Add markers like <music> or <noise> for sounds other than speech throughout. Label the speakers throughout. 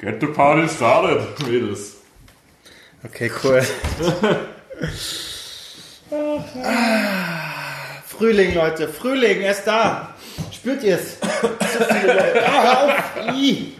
Speaker 1: Get the party started, Mädels.
Speaker 2: Okay,
Speaker 1: <laughs>
Speaker 2: cool. Ah, Frühling, Leute, Frühling, er ist da. Spürt ihr es? So viele Leute. Ah, hör auf. Ih.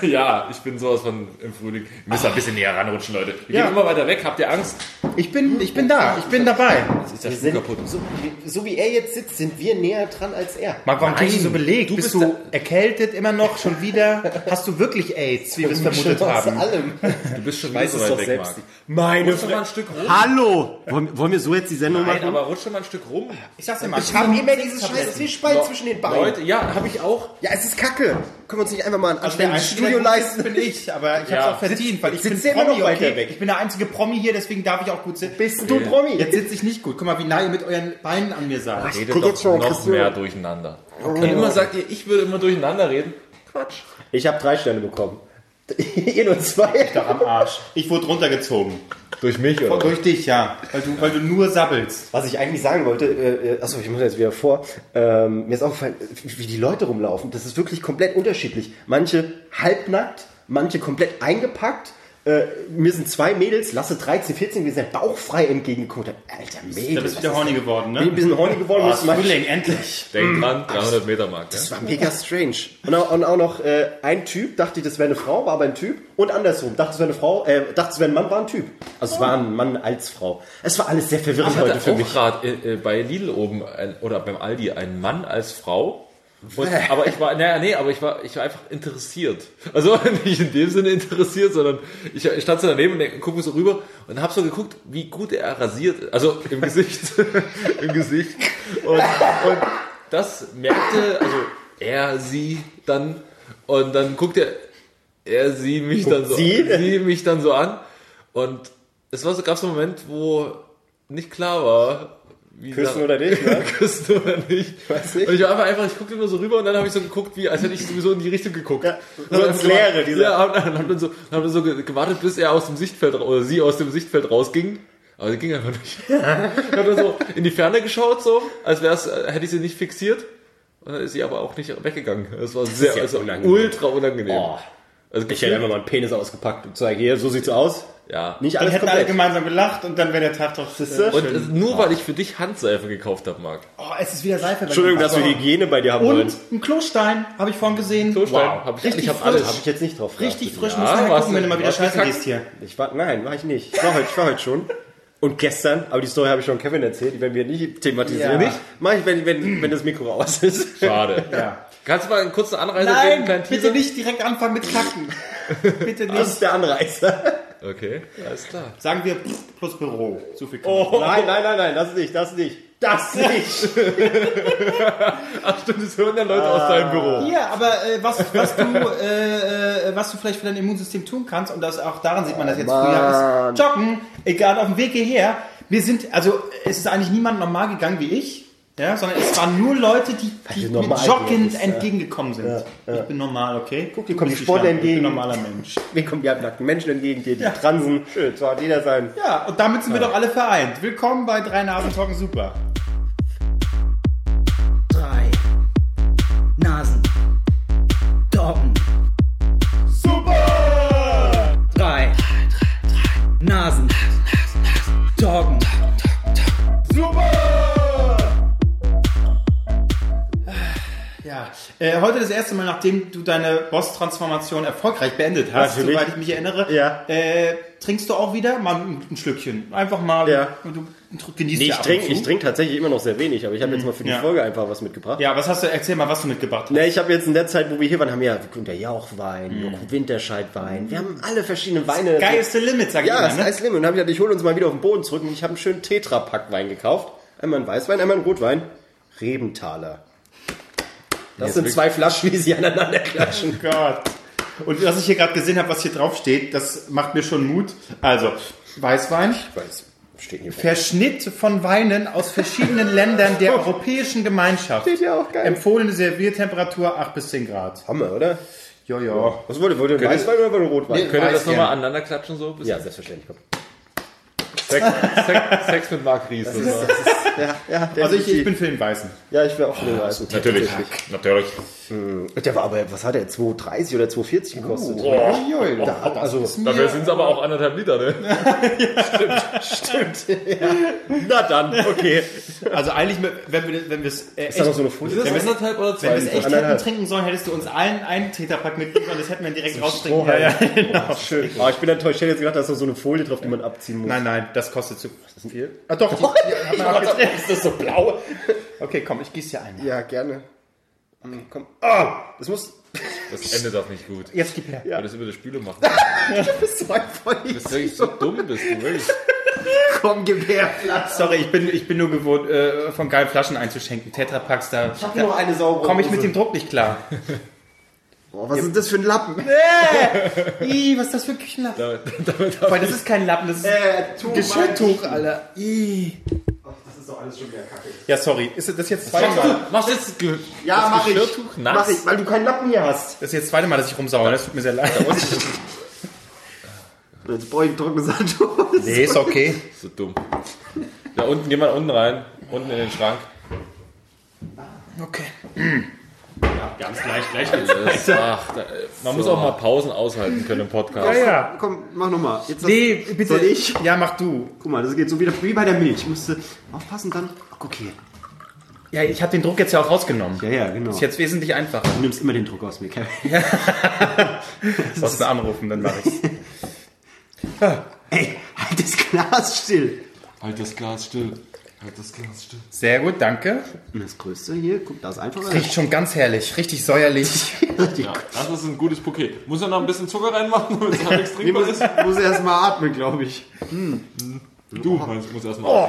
Speaker 1: Ja, ich bin sowas von im Frühling. Ihr müsst da ein bisschen näher ranrutschen, Leute. Wir
Speaker 2: Ja.
Speaker 1: gehen immer weiter weg. Habt ihr Angst?
Speaker 2: Ich bin, ich bin da, ich bin dabei.
Speaker 1: Jetzt ist der
Speaker 3: Wir
Speaker 1: Schuh
Speaker 3: sind,
Speaker 1: kaputt.
Speaker 3: so, wie- so wie er jetzt sitzt, sind wir näher dran als er.
Speaker 2: Marc, warum
Speaker 1: Nein,
Speaker 2: bist du so belegt?
Speaker 1: du
Speaker 2: bist
Speaker 1: bist
Speaker 2: du erkältet immer noch, schon wieder? Hast du wirklich AIDS, wie wir es vermutet
Speaker 3: Schon
Speaker 2: haben?
Speaker 3: Aus allem.
Speaker 1: Du bist schon wieder
Speaker 3: Weiß
Speaker 1: so
Speaker 3: es
Speaker 1: weit
Speaker 3: doch
Speaker 1: weg,
Speaker 3: selbst
Speaker 1: Marc.
Speaker 3: nicht. Meine
Speaker 1: Rutsch doch mal ein Stück rum.
Speaker 3: Hallo! Wollen, wollen wir so jetzt die Sendung
Speaker 1: Nein,
Speaker 3: machen?
Speaker 1: aber rutsch doch mal ein Stück rum.
Speaker 2: Ich sag's dir mal.
Speaker 3: Ich habe immer dieses scheiß Zwischbein
Speaker 1: Le-
Speaker 3: zwischen den Beinen.
Speaker 1: Leute, ja, habe ich auch.
Speaker 3: Ja, es ist kacke. Können wir uns nicht einfach mal ein
Speaker 2: der
Speaker 3: anständiges
Speaker 2: einzige,
Speaker 3: Studio
Speaker 2: der gut sitzt,
Speaker 3: leisten?
Speaker 2: bin ich, aber ich
Speaker 1: Ja.
Speaker 2: hab's auch verdient, weil ich bin
Speaker 3: sitzt der immer
Speaker 2: Promi,
Speaker 3: noch weiter
Speaker 2: okay?
Speaker 3: weg?
Speaker 2: Ich bin der einzige Promi hier, deswegen darf ich auch gut sitzen.
Speaker 3: Bist du Promi?
Speaker 2: Jetzt sitze ich nicht gut. Guck mal, wie nah ihr mit euren Beinen an mir seid.
Speaker 1: Redet
Speaker 3: guck
Speaker 1: doch
Speaker 3: jetzt schon,
Speaker 1: noch
Speaker 3: Christian.
Speaker 1: mehr durcheinander. Und immer sagt ihr, ich würde immer durcheinander reden. Quatsch.
Speaker 3: Ich habe drei Sterne bekommen. <laughs> Ihr nur zwei.
Speaker 2: Am Arsch. Ich wurde runtergezogen.
Speaker 3: Durch mich, oder?
Speaker 2: Durch dich, ja. Weil du, weil du nur sabbelst.
Speaker 3: Was ich eigentlich sagen wollte, äh, äh, achso, ich muss jetzt wieder vor, ähm, mir ist aufgefallen, wie die Leute rumlaufen. Das ist wirklich komplett unterschiedlich. Manche halbnackt, manche komplett eingepackt. Äh, mir sind zwei Mädels, Lasse 13, 14, wir sind bauchfrei entgegengekommen. Alter, Mädel.
Speaker 2: Da bist du
Speaker 3: was
Speaker 2: wieder
Speaker 3: ist
Speaker 2: horny geworden,
Speaker 3: das? Bin ein
Speaker 2: ne?
Speaker 3: bisschen horny geworden.
Speaker 2: Oh,
Speaker 3: muss mal-
Speaker 2: Frühling, endlich.
Speaker 1: Denk
Speaker 3: Hm.
Speaker 1: dran, 300 Meter Mark. Ja?
Speaker 3: das war mega strange. Und auch, und auch noch äh, ein Typ, dachte ich, das wäre eine Frau, war aber ein Typ. Und andersrum, dachte es wäre eine Frau, äh, dachte es wäre ein Mann, war ein Typ. Also es war ein Mann als Frau. Es war alles sehr verwirrend
Speaker 1: Ich hatte
Speaker 3: heute für
Speaker 1: auch
Speaker 3: mich.
Speaker 1: gerade äh, äh, bei Lidl oben ein, oder beim Aldi einen Mann als Frau. Und, aber ich war, naja, nee, aber ich war, ich war einfach interessiert. Also <laughs> nicht in dem Sinne interessiert, sondern ich, ich stand so daneben und gucke so rüber und habe so geguckt, wie gut er rasiert ist. Also im Gesicht. <laughs> Im Gesicht. Und, und das merkte, also er, sie dann. Und dann guckt er, er, sie mich dann so,
Speaker 3: sie?
Speaker 1: sie mich dann so an. Und es war so, gab so einen Moment, wo nicht klar war, wie
Speaker 3: Küssen
Speaker 1: da-
Speaker 3: oder nicht, <laughs> ne?
Speaker 1: <laughs> küssen oder nicht.
Speaker 3: Weiß nicht.
Speaker 1: Und ich war einfach, einfach ich guckte immer so rüber und dann habe ich so geguckt, wie, als hätte ich sowieso in die Richtung geguckt.
Speaker 3: Ja, so
Speaker 1: Dann hab
Speaker 3: ins
Speaker 1: ich
Speaker 3: Leere,
Speaker 1: so-
Speaker 3: dieser-
Speaker 1: Ja, und dann hab dann so, dann hab dann so ge- gewartet, bis er aus dem Sichtfeld, ra- oder sie aus dem Sichtfeld rausging. Aber sie ging einfach
Speaker 3: <laughs>
Speaker 1: nicht. ich habe dann so in die Ferne geschaut, so, als wär's, äh, hätte ich sie nicht fixiert. Und dann ist sie aber auch nicht weggegangen. Das war sehr,
Speaker 3: ja
Speaker 1: also
Speaker 3: unangenehm. Oh,
Speaker 1: ultra unangenehm. also
Speaker 3: Ich hätte einfach mal einen Penis ausgepackt und zeige, hier, so sieht's aus.
Speaker 1: ja.
Speaker 3: Nicht
Speaker 2: Dann
Speaker 3: alles
Speaker 2: hätten alle
Speaker 3: komplett.
Speaker 2: gemeinsam gelacht und dann wäre der Tag doch
Speaker 3: Siehste?
Speaker 2: äh,
Speaker 1: Und
Speaker 2: schön.
Speaker 1: es-
Speaker 3: Oh.
Speaker 1: nur weil ich für dich Handseife gekauft habe, Marc.
Speaker 2: Oh, es ist wieder Seife.
Speaker 3: Entschuldigung, dass wir die Hygiene bei dir haben wollen.
Speaker 2: Und ein Klostein habe ich vorhin gesehen.
Speaker 1: Klostein
Speaker 2: wow.
Speaker 1: hab ich-
Speaker 2: richtig
Speaker 1: ich hab
Speaker 2: frisch.
Speaker 1: alles.
Speaker 3: Hab ich jetzt nicht drauf geachtet.
Speaker 2: richtig frisch.
Speaker 1: Ja,
Speaker 2: Muss mal
Speaker 1: warst
Speaker 2: gucken, wenn
Speaker 1: du-
Speaker 2: du mal wieder
Speaker 1: warst du
Speaker 2: scheißen
Speaker 1: kacken?
Speaker 2: gehst hier.
Speaker 3: Ich war, nein, war ich nicht. Ich war heute, ich war heute schon. Und gestern, aber die Story habe ich schon Kevin erzählt, die werden wir nicht thematisieren.
Speaker 2: Ja.
Speaker 3: Nicht? Mach ich, wenn, wenn, wenn das Mikro aus ist.
Speaker 1: Schade.
Speaker 2: Ja.
Speaker 1: Kannst du mal einen kurzen Anreißer geben,
Speaker 2: Nein,
Speaker 1: kleinen Teaser?
Speaker 2: bitte nicht direkt anfangen mit Kacken. bitte nicht.
Speaker 3: Das ist der Anreißer.
Speaker 1: Okay, alles klar.
Speaker 2: Sagen wir plus Büro. So viel kann
Speaker 3: Oh. Nein, nein, nein, nein, das nicht, das nicht. Das nicht! <laughs>
Speaker 1: Ach stimmt, das hören ja Leute aus deinem Büro.
Speaker 2: Ja, aber äh, was, was, du, äh, äh, was du vielleicht für dein Immunsystem tun kannst, und das auch daran sieht man, dass jetzt früher
Speaker 3: Mann.
Speaker 2: ist, joggen, egal auf dem Weg hierher. Wir sind, also es ist eigentlich niemand normal gegangen wie ich, ja, sondern es waren nur Leute, die, die mit
Speaker 3: du normal
Speaker 2: joggend
Speaker 3: bist, ja.
Speaker 2: entgegengekommen sind.
Speaker 3: Ja, ja.
Speaker 2: Ich bin normal, okay?
Speaker 3: Guck, dir kommen die
Speaker 2: Ich
Speaker 3: Sportler
Speaker 2: bin
Speaker 3: entgegen.
Speaker 2: Ich bin normaler Mensch.
Speaker 3: Wir kommen die halbnackten Menschen entgegen, dir die
Speaker 2: Ja.
Speaker 3: Transen. Schön, so hat jeder sein.
Speaker 2: Ja, und damit sind wir doch alle vereint. Willkommen bei Drei Nasen Talken Super.
Speaker 4: drei Nasen. Doggen. Super! Drei, Nasen. Doggen.
Speaker 2: Ja, äh, heute das erste Mal, nachdem du deine Boss-Transformation erfolgreich beendet hast,
Speaker 3: Natürlich.
Speaker 2: soweit ich mich erinnere,
Speaker 3: Ja.
Speaker 2: äh, trinkst du auch wieder mal ein, ein Schlückchen. Einfach mal,
Speaker 3: Ja.
Speaker 2: du tr- genießt
Speaker 3: Nee,
Speaker 2: ja
Speaker 3: ich
Speaker 2: ab
Speaker 3: trinke
Speaker 2: und zu.
Speaker 3: ich trink tatsächlich immer noch sehr wenig, aber ich habe jetzt mal für die
Speaker 2: Ja.
Speaker 3: Folge einfach was mitgebracht.
Speaker 2: Ja, was hast du, erzähl mal, was du mitgebracht hast.
Speaker 3: Ne, ich habe jetzt in der Zeit, wo wir hier waren, haben wir ja Günter Jauchwein, mhm. Winterscheidwein. Wir haben alle verschiedenen Weine.
Speaker 2: Geil ist the limit, sag
Speaker 3: Ja,
Speaker 2: ich
Speaker 3: das
Speaker 2: immer, ne?
Speaker 3: Eis Limit. Und habe ich gedacht, ich hole uns mal wieder auf den Boden zurück. Und ich habe einen schönen Tetra-Pack-Wein gekauft. Einmal einen Weißwein, einmal einen Rotwein. Rebenthaler. Das sind zwei Flaschen, wie sie aneinander klatschen.
Speaker 2: Oh Gott. Und was ich hier gerade gesehen habe, was hier drauf steht, das macht mir schon Mut. Also, Weißwein,
Speaker 3: Ich weiß, steht hier.
Speaker 2: Verschnitt von Weinen aus verschiedenen Ländern der Europäischen Gemeinschaft.
Speaker 3: Steht ja auch geil.
Speaker 2: Empfohlene Serviertemperatur 8 bis 10 Grad.
Speaker 3: Hammer, oder?
Speaker 2: Ja, ja.
Speaker 3: Was wollt ihr? Wollt ihr einen Weißwein oder wollt ihr einen Rotwein?
Speaker 2: Nee.
Speaker 1: Könnt ihr
Speaker 2: Weiß
Speaker 1: das nochmal
Speaker 2: gerne.
Speaker 1: aneinander klatschen so? Bis
Speaker 3: Ja, selbstverständlich. Komm.
Speaker 1: Sex, Sex, Sex mit Marc Ries. Das war-
Speaker 3: ja, ja,
Speaker 2: Also ich, ich
Speaker 3: definitiv.
Speaker 2: bin für den Weißen.
Speaker 3: Ja, ich wäre auch für den Weißen.
Speaker 1: Natürlich,
Speaker 3: Tatsächlich.
Speaker 1: natürlich.
Speaker 3: Der war aber, was hat er, 2,30 oder 2,40 gekostet?
Speaker 2: Uiui, da, das
Speaker 3: Oh. also-
Speaker 2: ist mir-
Speaker 1: Dafür sind es aber auch anderthalb Liter, ne?
Speaker 3: Na dann, okay.
Speaker 2: Also eigentlich, wenn wir wenn wir es äh,
Speaker 3: Ist da noch
Speaker 2: echt-
Speaker 3: so eine Folie?
Speaker 1: Ist das anderthalb oder
Speaker 2: wenn wir es
Speaker 1: zwei?
Speaker 2: echt hätten
Speaker 3: Anderthalb.
Speaker 2: trinken sollen, hättest du uns allen einen Tetrapack mitgegeben und das hätten wir direkt raustrinken
Speaker 3: Strohhalm.
Speaker 2: genau.
Speaker 3: Schön. Aber Ah, ich bin enttäuscht. Ich hätte jetzt gedacht, da ist noch so eine Folie drauf, die man abziehen muss.
Speaker 2: Nein, nein, das kostet zu viel.
Speaker 3: Ah, doch, die, die, die,
Speaker 2: ist das so blau? Okay, komm, ich gieße hier ein.
Speaker 3: Ja, gerne. Okay, komm. Ah, das muss.
Speaker 1: Das Ende darf nicht gut.
Speaker 2: Jetzt gib her.
Speaker 1: Ich würde das über die Spüle machen.
Speaker 3: Bist du ein Voll-
Speaker 1: Das ist wirklich so dumm, bist du wirklich.
Speaker 3: Komm, gib her.
Speaker 2: Sorry, ich bin, ich bin nur gewohnt, äh, von geilen Flaschen einzuschenken. Tetrapacks, da
Speaker 3: Ich hab nur noch eine saubere.
Speaker 2: komme ich mit
Speaker 3: Hose.
Speaker 2: dem Druck nicht klar.
Speaker 3: Boah, was ist das für ein Lappen?
Speaker 2: Ih, was ist das für ein Küchenlappen?
Speaker 1: Damit, damit
Speaker 2: Wobei, das ist kein Lappen, das ist
Speaker 3: Äh, tu
Speaker 2: Geschirrtuch, Alter. Ih.
Speaker 3: Ach, Das ist doch alles schon wieder kacke.
Speaker 2: Ja, sorry. Ist das jetzt das zweite Mal?
Speaker 1: machst du jetzt Ge
Speaker 3: Ja,
Speaker 1: das
Speaker 3: mach ich.
Speaker 1: Geschirrtuch nass?
Speaker 3: Mach ich, weil du keinen Lappen hier hast.
Speaker 2: Das ist jetzt das zweite Mal, dass ich rumsauere. Das tut mir sehr leid.
Speaker 3: Jetzt brauche ich einen trockenen Sandtuch.
Speaker 2: Nee, ist okay.
Speaker 1: So dumm. Da unten, geh mal unten rein. Unten in den <laughs> Schrank.
Speaker 2: Okay.
Speaker 1: Das, ach, da, äh, man muss auch mal Pausen aushalten können im Podcast.
Speaker 2: ja.
Speaker 3: Komm, mach nochmal. Jetzt
Speaker 2: Nee, bitte.
Speaker 3: Soll ich?
Speaker 2: Ja, mach du.
Speaker 3: Guck mal, das geht so wieder wie bei der Milch. Ich musste aufpassen, dann. Ach, guck hier.
Speaker 2: Ja, ich habe den Druck jetzt ja auch rausgenommen.
Speaker 3: Ja, ja, genau.
Speaker 2: Ist jetzt wesentlich einfacher.
Speaker 3: Du nimmst immer den Druck aus mir, Kevin. <laughs>
Speaker 2: Lass mir anrufen, dann mache ich's.
Speaker 3: Ey, halt das Glas still.
Speaker 1: Halt das Glas still. Halt das Glas still.
Speaker 2: Sehr gut, danke.
Speaker 3: Und das Größte hier, guck, da ist einfach.
Speaker 2: Riecht schon ganz herrlich, richtig säuerlich. <laughs>
Speaker 3: Richtig.
Speaker 1: Ja, das ist ein gutes Paket. Muss er noch ein bisschen Zucker reinmachen, damit es halbwegs
Speaker 3: Nee,
Speaker 1: trinkbar
Speaker 3: muss,
Speaker 1: ist?
Speaker 3: muss erst mal atmen, glaube ich.
Speaker 1: Du meinst, muss erstmal.
Speaker 2: Oh.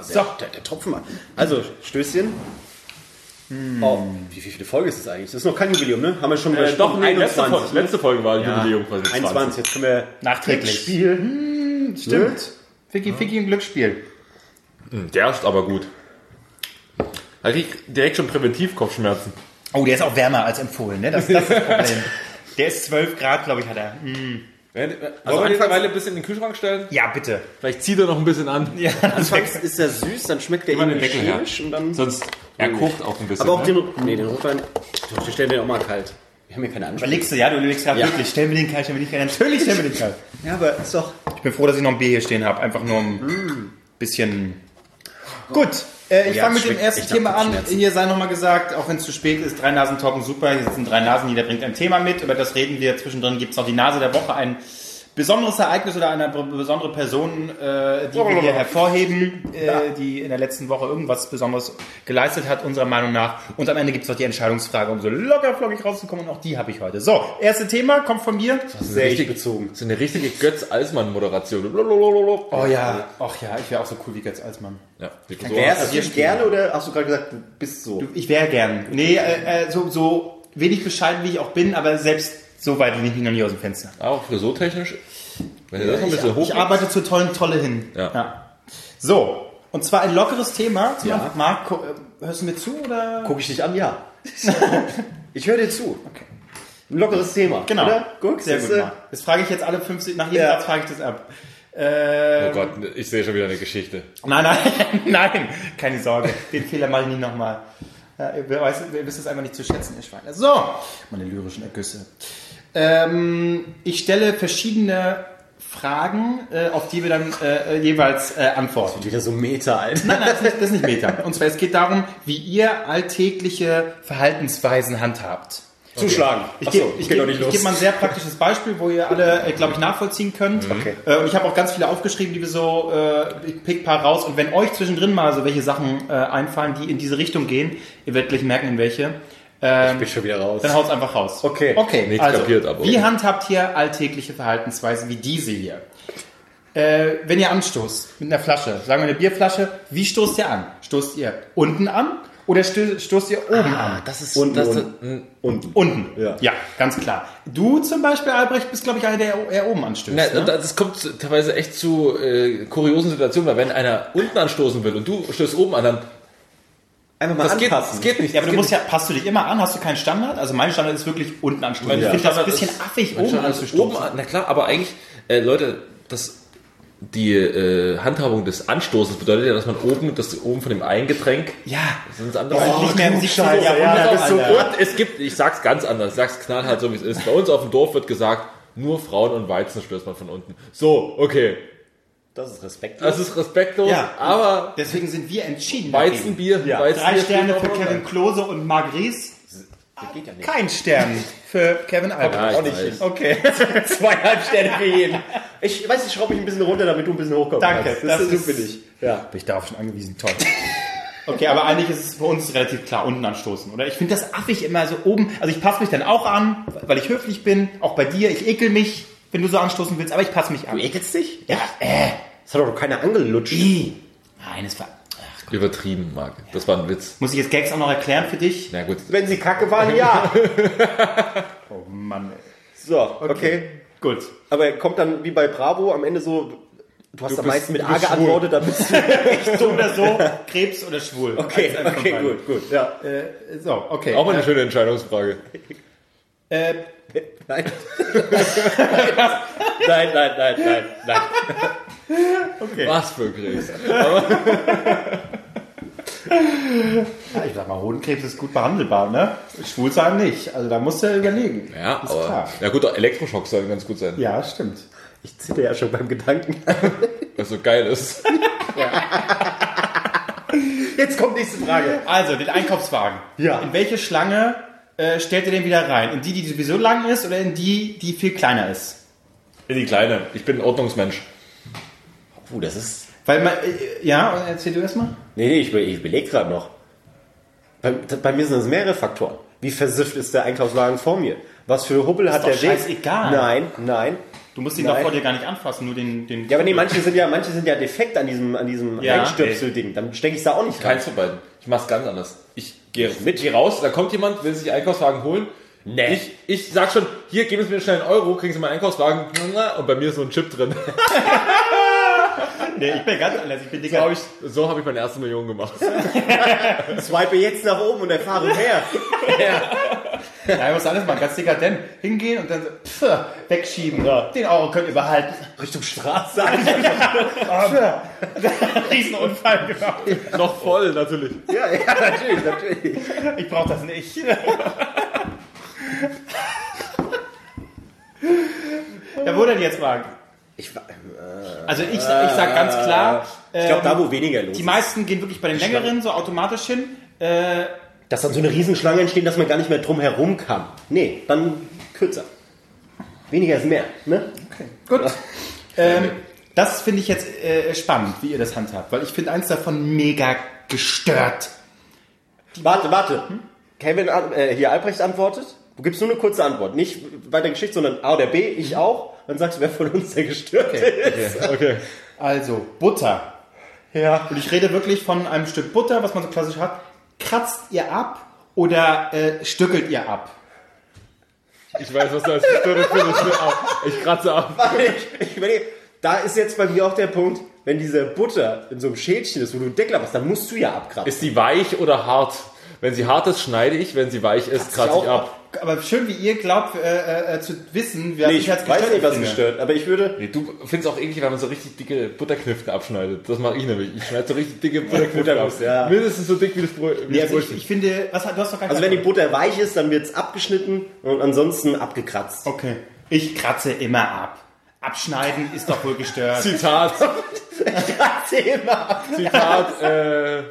Speaker 3: So, der, der Tropfen mal. Also, Stößchen. Oh, wie, wie viele Folge ist das eigentlich? Das ist noch kein Jubiläum, ne? Haben wir schon
Speaker 1: Hm. Äh, doch, nee, letzte, Folge,
Speaker 3: ne?
Speaker 1: letzte Folge war ein
Speaker 3: Ja,
Speaker 1: Jubiläum quasi.
Speaker 3: 21, jetzt können wir
Speaker 2: Nachträglich.
Speaker 3: Spiel.
Speaker 2: Stimmt.
Speaker 3: Ne?
Speaker 2: Ficky, Ficky, ein Glücksspiel.
Speaker 1: Der ist aber gut. Da krieg ich direkt schon präventiv Kopfschmerzen.
Speaker 2: Oh, der ist auch wärmer als empfohlen, ne? Das, das ist <laughs> das Problem. Der ist 12 Grad, glaube ich, hat er. Hm.
Speaker 1: Also
Speaker 3: anfangs-
Speaker 1: mittlerweile ein bisschen in den Kühlschrank stellen.
Speaker 2: Ja, bitte.
Speaker 1: Vielleicht zieht er noch ein bisschen an. Ja.
Speaker 3: Anfangs ist er süß, dann schmeckt der
Speaker 1: Immer den
Speaker 3: irgendwie
Speaker 1: Deckel her.
Speaker 3: chemisch und dann.
Speaker 1: Sonst, er kocht auch ein bisschen.
Speaker 3: Aber auch
Speaker 1: ne?
Speaker 3: den, nee, den Rotwein. Doch, wir stellen den auch mal kalt. Wir haben hier keine Ansprüche.
Speaker 2: Überlegst du, ja, du überlegst gerade
Speaker 3: Ja.
Speaker 2: wirklich. Stell mir den kalt, stell mir den kalt. Natürlich stell mir den kalt.
Speaker 3: Ja, aber ist doch.
Speaker 2: Ich bin froh, dass ich noch ein Bier hier stehen habe. Einfach nur ein bisschen. Gut, äh, ich
Speaker 3: Mm. Oh Ja,
Speaker 2: fange
Speaker 3: das
Speaker 2: mit dem
Speaker 3: schmeckt
Speaker 2: ersten
Speaker 3: echt
Speaker 2: Thema
Speaker 3: nach
Speaker 2: an.
Speaker 3: Kopfschmerzen.
Speaker 2: Hier sei nochmal gesagt, auch wenn es zu spät ist, drei Nasen talken super. Hier sitzen drei Nasen, jeder bringt ein Thema mit. Über das reden wir. Zwischendrin gibt es noch die Nase der Woche, ein besonderes Ereignis oder eine b- besondere Person, äh, die wir hier hervorheben, äh, die in der letzten Woche irgendwas Besonderes geleistet hat, unserer Meinung nach. Und am Ende gibt es noch die Entscheidungsfrage, um so locker flockig rauszukommen. Und auch die habe ich heute. So, erste Thema kommt von mir.
Speaker 3: Sehr richtig bezogen.
Speaker 1: So eine richtige Götz-Alsmann-Moderation. Blablabla.
Speaker 2: Oh ja, ach ja, ich wäre auch so cool wie Götz Alsmann.
Speaker 1: Ja, sieht so
Speaker 3: Wärst
Speaker 1: aus.
Speaker 3: du nicht gerne oder hast du gerade gesagt, also du bist so?
Speaker 2: Ich wäre gern. Nee, äh, äh, so, so wenig bescheiden wie ich auch bin, aber selbst so weit lehne ich mich noch nie aus dem Fenster.
Speaker 1: Auch frisurtechnisch. Wenn ihr das noch ein
Speaker 2: Ich,
Speaker 1: bisschen hoch.
Speaker 2: ich arbeite zur tollen Tolle hin.
Speaker 1: Ja.
Speaker 2: So, und zwar ein lockeres Thema.
Speaker 3: Ja.
Speaker 2: Marc, gu- äh, hörst du mir zu oder?
Speaker 3: Guck ich dich an, ja. <laughs> ich höre dir zu. Ein lockeres Thema.
Speaker 2: Genau.
Speaker 3: Oder? Guck,
Speaker 2: Sehr gut,
Speaker 3: siehste?
Speaker 2: Marc. Das frage ich jetzt alle 50, nach jedem
Speaker 3: Ja.
Speaker 2: Satz frage ich das ab. Äh,
Speaker 1: oh Gott, ich sehe schon wieder eine Geschichte.
Speaker 2: Nein, nein, <laughs> nein, keine Sorge. Den Fehler mache ich nie nochmal. Ja, ihr, weiß, ihr wisst es einfach nicht zu schätzen, ihr Schweine. So, meine lyrischen Ergüsse. Ähm, ich stelle verschiedene Fragen, äh, auf die wir dann äh, äh, jeweils äh, antworten.
Speaker 3: Wieder so Meter, Alter.
Speaker 2: Nein, nein, das ist nicht, das ist nicht Meta. Und zwar, es geht darum, wie ihr alltägliche Verhaltensweisen handhabt.
Speaker 3: <laughs> Zuschlagen.
Speaker 2: Ich gebe ich geb, ich geb mal ein sehr praktisches Beispiel, wo ihr alle, äh, glaube ich, nachvollziehen könnt.
Speaker 1: Mhm.
Speaker 3: Okay.
Speaker 2: Äh, und ich habe auch ganz viele aufgeschrieben, die wir so äh, pick paar raus. Und wenn euch zwischendrin mal so welche Sachen äh, einfallen, die in diese Richtung gehen, ihr werdet gleich merken, in welche, ähm,
Speaker 3: bin schon wieder raus.
Speaker 2: dann haut's einfach raus.
Speaker 3: Okay.
Speaker 2: Okay,
Speaker 1: Nichts
Speaker 2: also,
Speaker 1: kapiert, aber
Speaker 2: wie
Speaker 1: okay.
Speaker 2: handhabt ihr alltägliche Verhaltensweisen wie diese hier? Äh, wenn ihr anstoßt mit einer Flasche, sagen wir eine Bierflasche, wie stoßt ihr an? Stoßt ihr unten an oder stö- stoßt ihr oben an?
Speaker 1: Ah, Das ist
Speaker 3: Unten,
Speaker 1: das,
Speaker 3: unten, unten.
Speaker 2: Unten.
Speaker 3: Ja.
Speaker 2: ganz klar. Du zum Beispiel, Albrecht, bist, glaube ich, einer, der eher oben anstößt.
Speaker 1: Na,
Speaker 2: ne?
Speaker 1: und das kommt zu- teilweise echt zu äh, kuriosen Situationen, weil wenn einer unten anstoßen will und du stößt oben an, dann
Speaker 3: Einfach mal
Speaker 1: das geht,
Speaker 3: anpassen.
Speaker 1: das geht nicht.
Speaker 2: ja,
Speaker 1: das
Speaker 2: aber du
Speaker 1: geht
Speaker 2: musst ja, passt du dich immer an? Hast du keinen Standard? Also mein Standard ist wirklich unten anstoßen.
Speaker 1: Mein
Speaker 2: Ich finde das ein
Speaker 1: Standard
Speaker 2: bisschen
Speaker 1: ist-
Speaker 2: affig,
Speaker 1: Oben also
Speaker 2: oben
Speaker 1: oben
Speaker 2: anzustoßen.
Speaker 1: an, na klar, aber eigentlich, äh, Leute, das die äh, Handhabung des Anstoßes bedeutet ja, dass man oben, das oben von dem Eingetränk
Speaker 2: Ja.
Speaker 1: das ist ins andere.
Speaker 2: Boah, nicht mehr im
Speaker 3: Oh, du
Speaker 2: 17.
Speaker 3: Scheiße, ja,
Speaker 2: Jahrhundert.
Speaker 3: da bist du-
Speaker 2: Alter.
Speaker 1: Und es gibt, ich sag's ganz anders, ich sag's knallhart so wie es ist. Bei uns auf dem Dorf wird gesagt, nur Frauen und Weizen stößt man von unten. So, okay.
Speaker 3: Das ist respektlos.
Speaker 1: Das ist respektlos,
Speaker 2: Ja.
Speaker 1: aber
Speaker 2: Deswegen sind wir entschieden. dagegen.
Speaker 1: Weizenbier,
Speaker 3: Ja.
Speaker 1: Weizenbier
Speaker 2: Drei Sterne
Speaker 1: steht
Speaker 2: für
Speaker 1: noch drunter.
Speaker 2: Kevin Klose und Marc Ries.
Speaker 3: Das geht ja nicht.
Speaker 2: Kein Stern für Kevin Albert.
Speaker 1: Ja, ich
Speaker 3: Auch nicht
Speaker 1: weiß.
Speaker 3: hin.
Speaker 2: Okay.
Speaker 3: Zweieinhalb Sterne für jeden. Ich weiß, ich schraube mich ein bisschen runter, damit du ein bisschen hochkommst.
Speaker 2: Danke,
Speaker 3: das,
Speaker 2: das
Speaker 3: das
Speaker 2: ist-
Speaker 3: ist bin ich. Ja.
Speaker 2: Bin ich darauf schon angewiesen? Toll. <laughs> Okay, aber eigentlich ist es für uns relativ klar, unten anstoßen, oder? Ich finde das affig immer so oben. Also ich passe mich dann auch an, weil ich höflich bin. Auch bei dir. Ich ekel mich, wenn du so anstoßen willst, aber ich passe mich an.
Speaker 3: Du ekelst dich?
Speaker 2: Ja, äh.
Speaker 3: Das hat doch keiner angelutscht.
Speaker 2: I. Nein, das war... Ach, Gott.
Speaker 1: Übertrieben, Marc. Das war ein Witz.
Speaker 2: Muss ich jetzt Gags auch noch erklären für dich?
Speaker 1: Na gut.
Speaker 3: Wenn sie kacke waren, ja.
Speaker 2: Oh Mann. ey.
Speaker 3: <laughs> So, okay.
Speaker 2: Gut.
Speaker 3: Aber kommt dann wie bei Bravo am Ende so, du hast am
Speaker 1: bist-
Speaker 3: meisten mit
Speaker 1: du
Speaker 3: A
Speaker 1: bist schwul.
Speaker 3: geantwortet, dann <laughs> bist du.
Speaker 2: So oder <laughs> so, Krebs oder schwul.
Speaker 3: Okay,
Speaker 2: Eins, eins von
Speaker 3: okay,
Speaker 2: beiden.
Speaker 3: gut, gut. Ja.
Speaker 2: Äh, so, okay.
Speaker 1: Auch mal eine schöne Entscheidungsfrage.
Speaker 2: äh,
Speaker 3: <laughs> Nein. <laughs> nein, nein, nein, nein, nein.
Speaker 1: Was für Krebs?
Speaker 2: Ja, ich sag mal, Hodenkrebs ist gut behandelbar, ne? Schwul sein nicht. Also da musst du ja überlegen.
Speaker 1: Ja,
Speaker 2: ist
Speaker 1: aber.
Speaker 2: Klar.
Speaker 1: Ja gut, Elektroschock sollen ganz gut sein.
Speaker 2: Ja, stimmt.
Speaker 3: Ich zitter ja schon beim Gedanken.
Speaker 1: Was so geil ist. <laughs>
Speaker 3: Jetzt kommt nächste Frage.
Speaker 2: Also, den Einkaufswagen.
Speaker 3: Ja.
Speaker 2: In welche Schlange äh, stellt ihr den wieder rein? In die, die sowieso lang ist oder in die, die viel kleiner ist?
Speaker 1: Die Kleine. Ich bin ein Ordnungsmensch.
Speaker 3: Puh, das ist.
Speaker 2: Weil man, äh, ja, erzähl du erstmal.
Speaker 3: Nee, nee, ich, über- ich überlege gerade noch. Bei, bei mir sind es mehrere Faktoren. Wie versifft ist der Einkaufswagen vor mir? Was für Hubbel hat
Speaker 2: doch
Speaker 3: der Weg?
Speaker 2: scheißegal.
Speaker 3: Nein, nein.
Speaker 2: Du musst ihn
Speaker 3: Nein.
Speaker 2: doch vor dir gar nicht anfassen, nur den. den
Speaker 3: Ja, aber nee, manche sind ja, manche sind ja defekt an diesem, an diesem
Speaker 2: Ja.
Speaker 3: Einstöpsel-Ding. Dann stecke ich da auch nicht rein.
Speaker 1: Keins von beiden. Ich mach's ganz anders. Ich gehe mit hier raus, da kommt jemand, will sich Einkaufswagen holen.
Speaker 3: Nee.
Speaker 1: Ich, ich sag schon, hier, geben Sie mir schnell einen Euro, kriegen Sie meinen Einkaufswagen. Und bei mir ist so ein Chip drin. <laughs>
Speaker 2: Nee, ich bin ganz anders. Ich bin
Speaker 1: So
Speaker 2: <laughs> dicker.
Speaker 1: habe ich, so hab ich meine erste Million gemacht.
Speaker 3: Swipe jetzt nach oben und <laughs> erfahre mehr.
Speaker 2: <laughs> Ja, ich muss alles machen. Ganz dekadent hingehen und dann so, pff, wegschieben. Den Euro könnt ihr behalten.
Speaker 3: Richtung Straße.
Speaker 2: <laughs> Riesenunfall genau. gemacht.
Speaker 1: Noch voll, natürlich.
Speaker 3: <laughs> ja, ja, natürlich, natürlich.
Speaker 2: Ich brauche das
Speaker 3: <laughs>
Speaker 2: nicht. Ja, wo denn jetzt, Marc?
Speaker 3: Ich, wa- äh,
Speaker 2: Also ich, ich sag ganz klar,
Speaker 3: ich glaube, da
Speaker 2: ähm,
Speaker 3: wo weniger los
Speaker 2: die
Speaker 3: ist.
Speaker 2: meisten gehen wirklich bei den längeren so automatisch hin. Äh,
Speaker 3: Dass dann so eine Riesenschlange entstehen, dass man gar nicht mehr drum herum kann. Nee, dann kürzer. Weniger ist mehr, ne?
Speaker 2: gut. Ähm, das finde ich jetzt äh, spannend, wie ihr das handhabt, weil ich finde eins davon mega gestört.
Speaker 3: Warte, warte. Kevin, an- äh, hier Albrecht antwortet. Du gibst nur eine kurze Antwort. Nicht bei der Geschichte, sondern A oder B, ich auch. Dann sagst du, wer von uns der gestört ist.
Speaker 1: Okay.
Speaker 2: Also Butter.
Speaker 3: Ja.
Speaker 2: Und ich rede wirklich von einem Stück Butter, was man so klassisch hat. Kratzt ihr ab oder äh, stückelt ihr ab?
Speaker 1: Ich weiß, was du als Störung findest. Ich ab. Ich kratze ab.
Speaker 3: Warte, ich, ich überlege. Da ist jetzt bei mir auch der Punkt, wenn diese Butter in so einem Schälchen ist, wo du einen Deckel hast, dann musst du ja abkratzen.
Speaker 1: Ist die weich oder hart? Wenn sie hart ist, schneide ich. Wenn sie weich ist, kratze ich ab.
Speaker 2: Aber schön, wie ihr glaubt äh, äh, zu wissen, wer
Speaker 3: Nee, ich weiß nicht, was gestört, aber ich würde...
Speaker 1: Nee, du findest auch eklig, wenn man so richtig dicke Butterkniften abschneidet. Das mache ich nämlich. Ich schneide so richtig dicke Butterkniften ab.
Speaker 3: Butternuss, ja.
Speaker 1: Mindestens so dick wie das Brö- wie
Speaker 2: Nee,
Speaker 1: das
Speaker 2: also ich,
Speaker 1: Brötchen.
Speaker 2: ich finde, was, du hast doch gar
Speaker 3: Also wenn
Speaker 2: keine-
Speaker 3: die Butter weich ist, dann wird's abgeschnitten und ansonsten abgekratzt.
Speaker 2: Okay. Ich kratze immer ab. Abschneiden ist doch wohl
Speaker 3: <laughs>
Speaker 2: gestört.
Speaker 1: Zitat,
Speaker 3: Thema.
Speaker 1: Zitat, äh,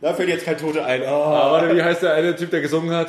Speaker 3: Da fällt jetzt kein Tote ein.
Speaker 2: Oh.
Speaker 1: ah, warte, wie heißt der eine Typ, der gesungen hat?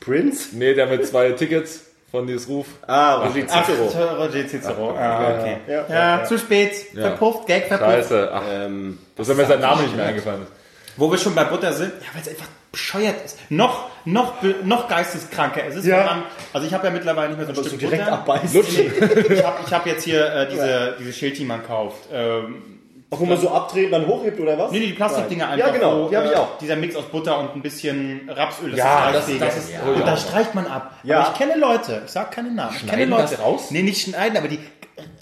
Speaker 3: Prince?
Speaker 1: Nee, der mit zwei Tickets von dieses Ruf. Äh,
Speaker 3: Ah, Roger
Speaker 2: Ach,
Speaker 3: Cicero.
Speaker 2: Roger Cicero. Ah, okay. Ja,
Speaker 3: ja,
Speaker 2: zu spät. Verpufft, Gag verpufft.
Speaker 1: Scheiße, ach,
Speaker 3: Ähm,
Speaker 1: dass mir sein Name nicht mehr eingefallen ist.
Speaker 2: Wo wir schon bei Butter sind, ja, weil es einfach bescheuert ist. Noch, noch, be- noch geisteskranker. Es ist
Speaker 3: Ja.
Speaker 2: verdammt- Also ich habe ja mittlerweile nicht mehr so ein
Speaker 3: so
Speaker 2: Stück
Speaker 3: direkt
Speaker 2: Butter.
Speaker 3: abbeißt.
Speaker 2: Ich habe ich hab jetzt hier äh, diese, diese Schild, die man kauft. Ähm,
Speaker 3: Auch wo man so abdreht und dann hochhebt oder was?
Speaker 2: nee, nee, die Plastikdinger
Speaker 3: Nein.
Speaker 2: einfach.
Speaker 3: Ja, genau,
Speaker 2: wo,
Speaker 3: die habe ich
Speaker 2: äh,
Speaker 3: auch.
Speaker 2: Dieser Mix aus Butter und ein bisschen Rapsöl. Das
Speaker 1: Ja, das-
Speaker 2: Reisfähiger.
Speaker 1: das ist-
Speaker 2: Und da streicht man ab.
Speaker 3: Ja.
Speaker 2: Aber ich kenne Leute, ich sag keine Namen. Ich kenne
Speaker 1: Schneiden
Speaker 2: Leute.
Speaker 1: das raus?
Speaker 2: Nee, nicht schneiden, aber die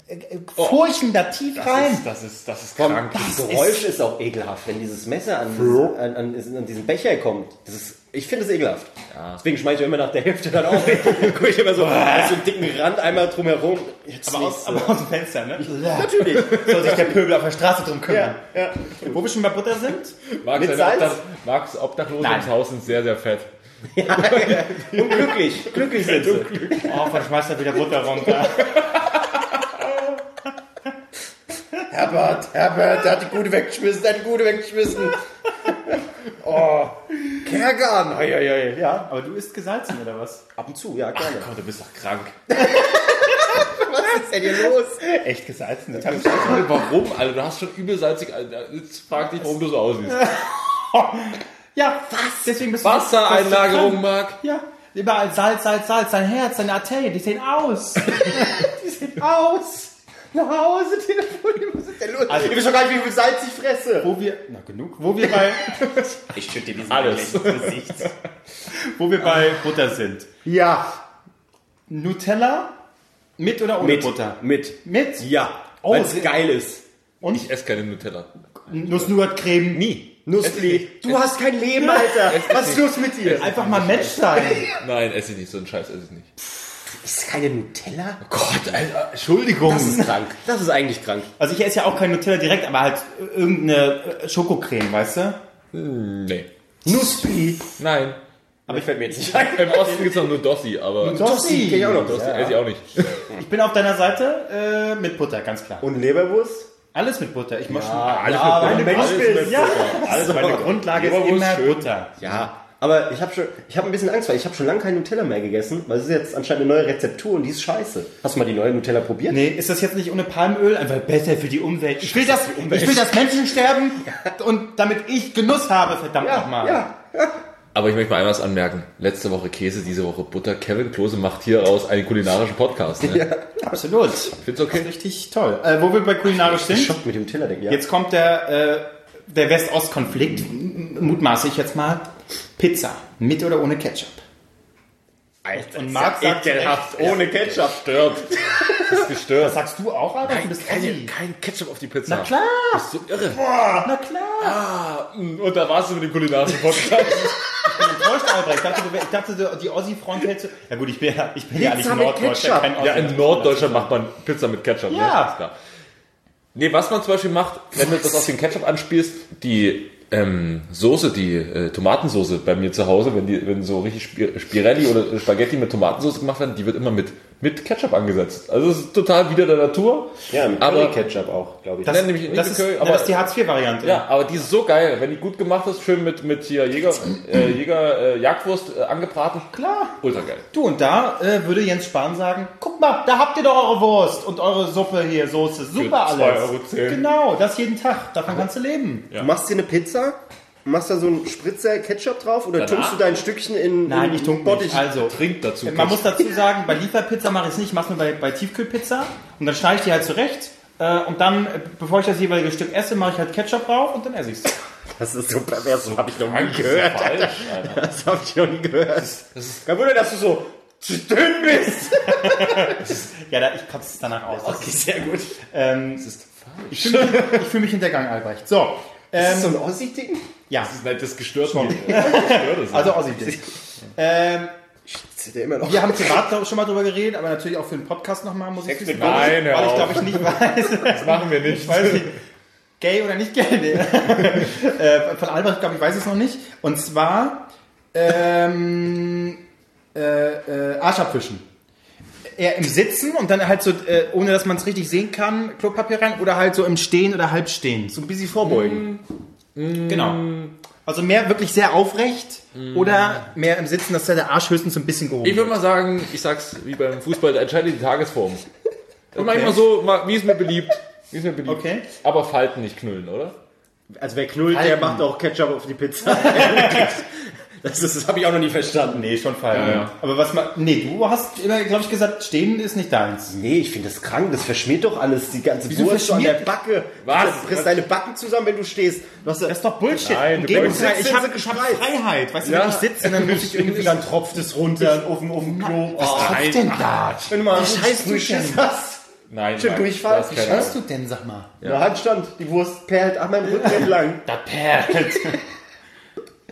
Speaker 2: äh, furchen da tief rein.
Speaker 1: Das ist, das ist
Speaker 3: Komm,
Speaker 1: krank.
Speaker 3: das Geräusch ist, auch ekelhaft, wenn dieses Messer an, diesen, an, an, diesen- an diesen Becher kommt. Das ist, ich finde es ekelhaft. Deswegen schmeiße ich immer nach der Hälfte dann <laughs> auf. Gucke ich immer so, ah, so einen dicken Rand einmal drumherum. Jetzt
Speaker 2: aber, aus,
Speaker 3: nächste.
Speaker 2: aber aus dem Fenster, ne?
Speaker 3: Natürlich.
Speaker 2: <laughs> Soll sich der Pöbel auf der Straße drum
Speaker 3: ja,
Speaker 2: kümmern.
Speaker 3: ja.
Speaker 2: Wo wir schon bei Butter sind?
Speaker 1: Marx,
Speaker 3: Mit
Speaker 1: seine
Speaker 3: Salz?
Speaker 1: Obdach, Marx Obdachlose
Speaker 2: Nein.
Speaker 1: ums Haus sind sehr, sehr fett.
Speaker 3: Und glücklich. Glücklich sind sie.
Speaker 2: Oh, dann schmeißt er wieder Butter runter.
Speaker 3: Herbert, Herbert, der hat die Gute weggeschmissen, der hat die Gute weggeschmissen. <laughs> Oh, Kergan. Ei, ei, ei. Ja,
Speaker 2: Aber du isst gesalzen, oder was?
Speaker 3: ab und zu, ja, gerne.
Speaker 2: Gott, du bist doch krank.
Speaker 3: <laughs> Was ist denn hier los?
Speaker 2: Echt gesalzen? Das hab ich schon.
Speaker 1: Warum? Alter, du hast schon übelsalzig. Jetzt frag dich, warum du so aussiehst.
Speaker 2: Ja, was? Deswegen bist du
Speaker 1: Wassereinlagerung,
Speaker 2: <laughs> bist
Speaker 1: Marc.
Speaker 2: du krank. Ja, überall Salz, Salz, Salz. Dein Herz, deine Arterien, die sehen <laughs> aus. die sehen aus. Nach Hause telefonieren.
Speaker 3: Was ist denn los?
Speaker 2: Also-
Speaker 3: ihr wisst doch gar nicht, wie viel Salz ich fresse.
Speaker 2: Wo wir, na genug, wo wir bei,
Speaker 3: Ich schütte dir diesen
Speaker 1: Alles.
Speaker 3: Gesicht. <laughs>
Speaker 2: wo wir bei Butter sind.
Speaker 3: Ja.
Speaker 2: Nutella mit oder ohne
Speaker 3: Mit.
Speaker 2: Butter?
Speaker 3: Mit.
Speaker 2: Mit?
Speaker 3: Ja.
Speaker 2: Oh,
Speaker 3: Weil's
Speaker 2: sehr-
Speaker 3: geil ist.
Speaker 2: Und
Speaker 1: Ich esse keine Nutella.
Speaker 2: Nuss-Nougat-Creme. Nie.
Speaker 3: Nussli. Du hast kein
Speaker 2: <laughs>
Speaker 3: Leben, Alter. Was ist los mit dir?
Speaker 2: Einfach mal Mensch sein. <laughs>
Speaker 1: Nein, esse ich nicht. So einen Scheiß esse ich nicht. Oh
Speaker 3: Ist keine Nutella?
Speaker 1: Gott, Alter. Entschuldigung.
Speaker 3: Das ist krank. Das ist eigentlich krank.
Speaker 2: Also ich esse ja auch kein Nutella direkt, aber halt irgendeine äh, Schokocreme, weißt du?
Speaker 1: Nee.
Speaker 3: Nussli.
Speaker 1: Nein.
Speaker 3: Aber ich fällt mir jetzt nicht ein.
Speaker 1: Im Osten gibt's noch nur Dossi, aber Dossi
Speaker 3: Tossi. Kenn ich auch noch. Also Tossi.
Speaker 1: esse ich auch nicht.
Speaker 2: Ich bin auf deiner Seite äh, mit Butter, ganz klar.
Speaker 3: Und Leberwurst?
Speaker 2: Alles mit Butter. Ich mach
Speaker 1: Alles
Speaker 3: ja,
Speaker 1: mit
Speaker 3: wenn du
Speaker 1: Butter.
Speaker 3: Mensch
Speaker 1: Alles
Speaker 3: bist,
Speaker 1: mit
Speaker 2: ja.
Speaker 1: Butter. Alles
Speaker 2: schon. Meine Grundlage ist
Speaker 1: Leberwurst
Speaker 2: immer
Speaker 1: schön.
Speaker 2: Butter.
Speaker 3: Ja, aber ich habe schon, ich habe ein bisschen Angst, weil ich habe schon lange kein Nutella mehr gegessen, weil es ist jetzt anscheinend eine neue Rezeptur und die ist scheiße. Hast du mal die neue Nutella probiert?
Speaker 2: Nee, ist das jetzt nicht ohne Palmöl? Einfach besser für die Umwelt. Ich will, dass, ich will, dass Menschen sterben und damit ich Genuss habe, verdammt nochmal.
Speaker 3: ja.
Speaker 1: Aber ich möchte mal einmal was anmerken. Letzte Woche Käse, diese Woche Butter. Kevin Klose macht hier aus einen kulinarischen Podcast. Ne?
Speaker 2: Absolut.
Speaker 1: Find's okay?
Speaker 2: Richtig toll. Äh, wo wir bei kulinarisch sind,
Speaker 3: Schock mit dem Nutella, denke ich. Ja.
Speaker 2: jetzt kommt der, äh, der West-Ost-Konflikt, m- m- mutmaße ich jetzt mal. Pizza, mit oder ohne Ketchup?
Speaker 3: Alter,
Speaker 2: Und
Speaker 3: ist
Speaker 2: Marc sagt
Speaker 3: ekelhaft, ohne Ketchup.
Speaker 1: Stört.
Speaker 2: <laughs>
Speaker 1: Ist gestört.
Speaker 2: Sagst du auch, aber du bist
Speaker 1: Kein,
Speaker 2: Ossi.
Speaker 1: kein Ketchup auf die Pizza.
Speaker 2: Na klar,
Speaker 1: Bist du irre? Ah,
Speaker 2: na klar.
Speaker 1: Und da warst du mit dem kulinarischen Podcast.
Speaker 2: Ich bin enttäuscht, Albrecht. Ich dachte, du wär- ich dachte du- die Ossi-Front hältst du... Ja gut, ich bin ja, ich bin ja eigentlich
Speaker 3: Pizza
Speaker 2: ein
Speaker 3: mit
Speaker 2: Norddeutscher,
Speaker 3: Ketchup.
Speaker 2: kein Ossi.
Speaker 1: ja, in Norddeutschland macht man Pizza mit Ketchup.
Speaker 2: Ja.
Speaker 1: Ne? Ist klar. Nee, was man zum Beispiel macht, wenn du das auf den Ketchup anspielst, die ähm, Soße, die äh, Tomatensoße bei mir zu Hause, wenn, die, wenn so richtig Spir- Spirelli oder Spaghetti mit Tomatensoße gemacht werden, die wird immer mit, mit Ketchup angesetzt. Also es ist total wieder der Natur.
Speaker 3: Ja, mit
Speaker 1: aber,
Speaker 3: Curry-Ketchup auch, glaube ich.
Speaker 2: Das,
Speaker 1: Nennen nämlich
Speaker 2: das,
Speaker 1: Ecke
Speaker 2: ist,
Speaker 1: Curry,
Speaker 2: na,
Speaker 1: aber-
Speaker 2: das ist die Hartz-IV-Variante.
Speaker 1: Ja, aber die ist so geil, wenn die gut gemacht ist, schön mit, mit hier Jäger, äh, Jäger äh, Jagdwurst äh, angebraten.
Speaker 2: Klar.
Speaker 1: Ultra geil.
Speaker 2: Du, und da äh, würde Jens Spahn sagen, guck mal, da habt ihr doch eure Wurst und eure Suppe hier, Soße, super
Speaker 1: zwei
Speaker 2: alles.
Speaker 1: Euro zehn.
Speaker 2: Genau, das jeden Tag, davon kannst du leben.
Speaker 3: Du ne? machst dir eine Pizza, machst da so einen Spritzer Ketchup drauf oder
Speaker 1: Danach?
Speaker 3: tunkst du dein Stückchen in in
Speaker 2: tunke
Speaker 3: Bottich?
Speaker 2: Also,
Speaker 1: Trink dazu.
Speaker 2: man muss dazu sagen, bei Lieferpizza mache ich es nicht, mache es nur bei, bei Tiefkühlpizza und dann schneide ich die halt zurecht äh, und dann, äh, bevor ich das jeweilige Stück esse, mache ich halt Ketchup drauf und dann esse ich es.
Speaker 3: Das ist so pervers, so habe ich noch nie
Speaker 1: Danke,
Speaker 3: gehört.
Speaker 1: das ist falsch, Alter.
Speaker 3: Das habe ich noch nie gehört. Kein Wunder, dass du so dünn
Speaker 2: <laughs>
Speaker 3: bist.
Speaker 2: Ja, da, ich kotze es danach aus.
Speaker 3: Okay, sehr gut.
Speaker 2: Ähm,
Speaker 1: Das ist falsch.
Speaker 2: ich fühle mich, ich fühle mich hintergangen, Albrecht. So,
Speaker 3: Das ist so ein Ossi-Ding?
Speaker 2: ja,
Speaker 1: Nein, das gestört mich. Das gestört es.
Speaker 2: also Ossi-Ding. Ähm,
Speaker 3: Sitzt der immer noch?
Speaker 2: Wir haben privat glaub ich, schon mal drüber geredet, aber natürlich auch für den Podcast nochmal muss ich wissen,
Speaker 1: Nein,
Speaker 2: weil ich,
Speaker 1: hör
Speaker 2: weil ich
Speaker 1: auf.
Speaker 2: glaube ich nicht weiß,
Speaker 1: das machen wir nicht.
Speaker 2: weiß ich, gay oder nicht gay. Nee. <laughs> äh, von Albrecht glaube ich weiß ich es noch nicht. Und zwar ähm, äh, äh, Arschabwischen. Eher im Sitzen und dann halt so, äh, ohne dass man es richtig sehen kann, Klopapier rein oder halt so im Stehen oder halbstehen. So ein bisschen vorbeugen. Genau. Also mehr wirklich sehr aufrecht oder mehr im Sitzen, dass der Arsch höchstens so ein bisschen gehoben
Speaker 1: Ich
Speaker 2: wird.
Speaker 1: würde mal sagen, ich sag's wie beim Fußball, da entscheidet die Tagesform. Das mache ich mal so, mal- wie es mir beliebt. Wie es mir beliebt.
Speaker 2: Okay.
Speaker 1: Aber Falten nicht knüllen, oder?
Speaker 3: Also wer knullt, der
Speaker 2: Halten.
Speaker 3: macht auch Ketchup auf
Speaker 2: <laughs>
Speaker 3: die Pizza. das ist- das habe ich auch noch nie verstanden.
Speaker 2: Nee, schon fallen.
Speaker 1: Ja, ja.
Speaker 2: Aber was man. Nee, du hast
Speaker 3: äh,
Speaker 2: immer, glaube ich, gesagt, stehen ist nicht deins.
Speaker 3: Nee, ich finde das krank, das verschmiert doch alles, die ganze
Speaker 2: Wieso
Speaker 3: Wurst so an der
Speaker 2: verschmiert?
Speaker 3: Backe.
Speaker 1: Was?
Speaker 3: Du presst deine Backen zusammen, wenn du stehst. Du hast
Speaker 2: Das ist doch Bullshit.
Speaker 1: Nein,
Speaker 2: Im
Speaker 1: du
Speaker 2: Gegenteil,
Speaker 3: wolltest-
Speaker 2: ich habe
Speaker 3: sind
Speaker 2: ich
Speaker 3: sie
Speaker 2: hab
Speaker 3: geschreit.
Speaker 2: Freiheit. Weißt du,
Speaker 1: Ja.
Speaker 2: wenn ich sitze, dann muss ich
Speaker 1: <laughs>
Speaker 2: irgendwie dann.
Speaker 3: tropft es runter auf dem, auf dem Klo.
Speaker 1: Oh,
Speaker 2: Was tropft denn da?
Speaker 3: wenn du mal
Speaker 2: Ah. Wie
Speaker 3: einen
Speaker 2: scheißt
Speaker 3: scheiß
Speaker 2: du
Speaker 3: Frühschiss
Speaker 2: denn?
Speaker 3: hast.
Speaker 1: Nein.
Speaker 3: Stimmt,
Speaker 1: nein,
Speaker 3: du, ich weiß,
Speaker 1: das
Speaker 3: ich
Speaker 1: kann-
Speaker 3: weiß.
Speaker 2: Was du denn, sag mal?
Speaker 3: Ja. Na, Handstand, die Wurst perlt an meinem Rücken entlang.
Speaker 2: Da perlt.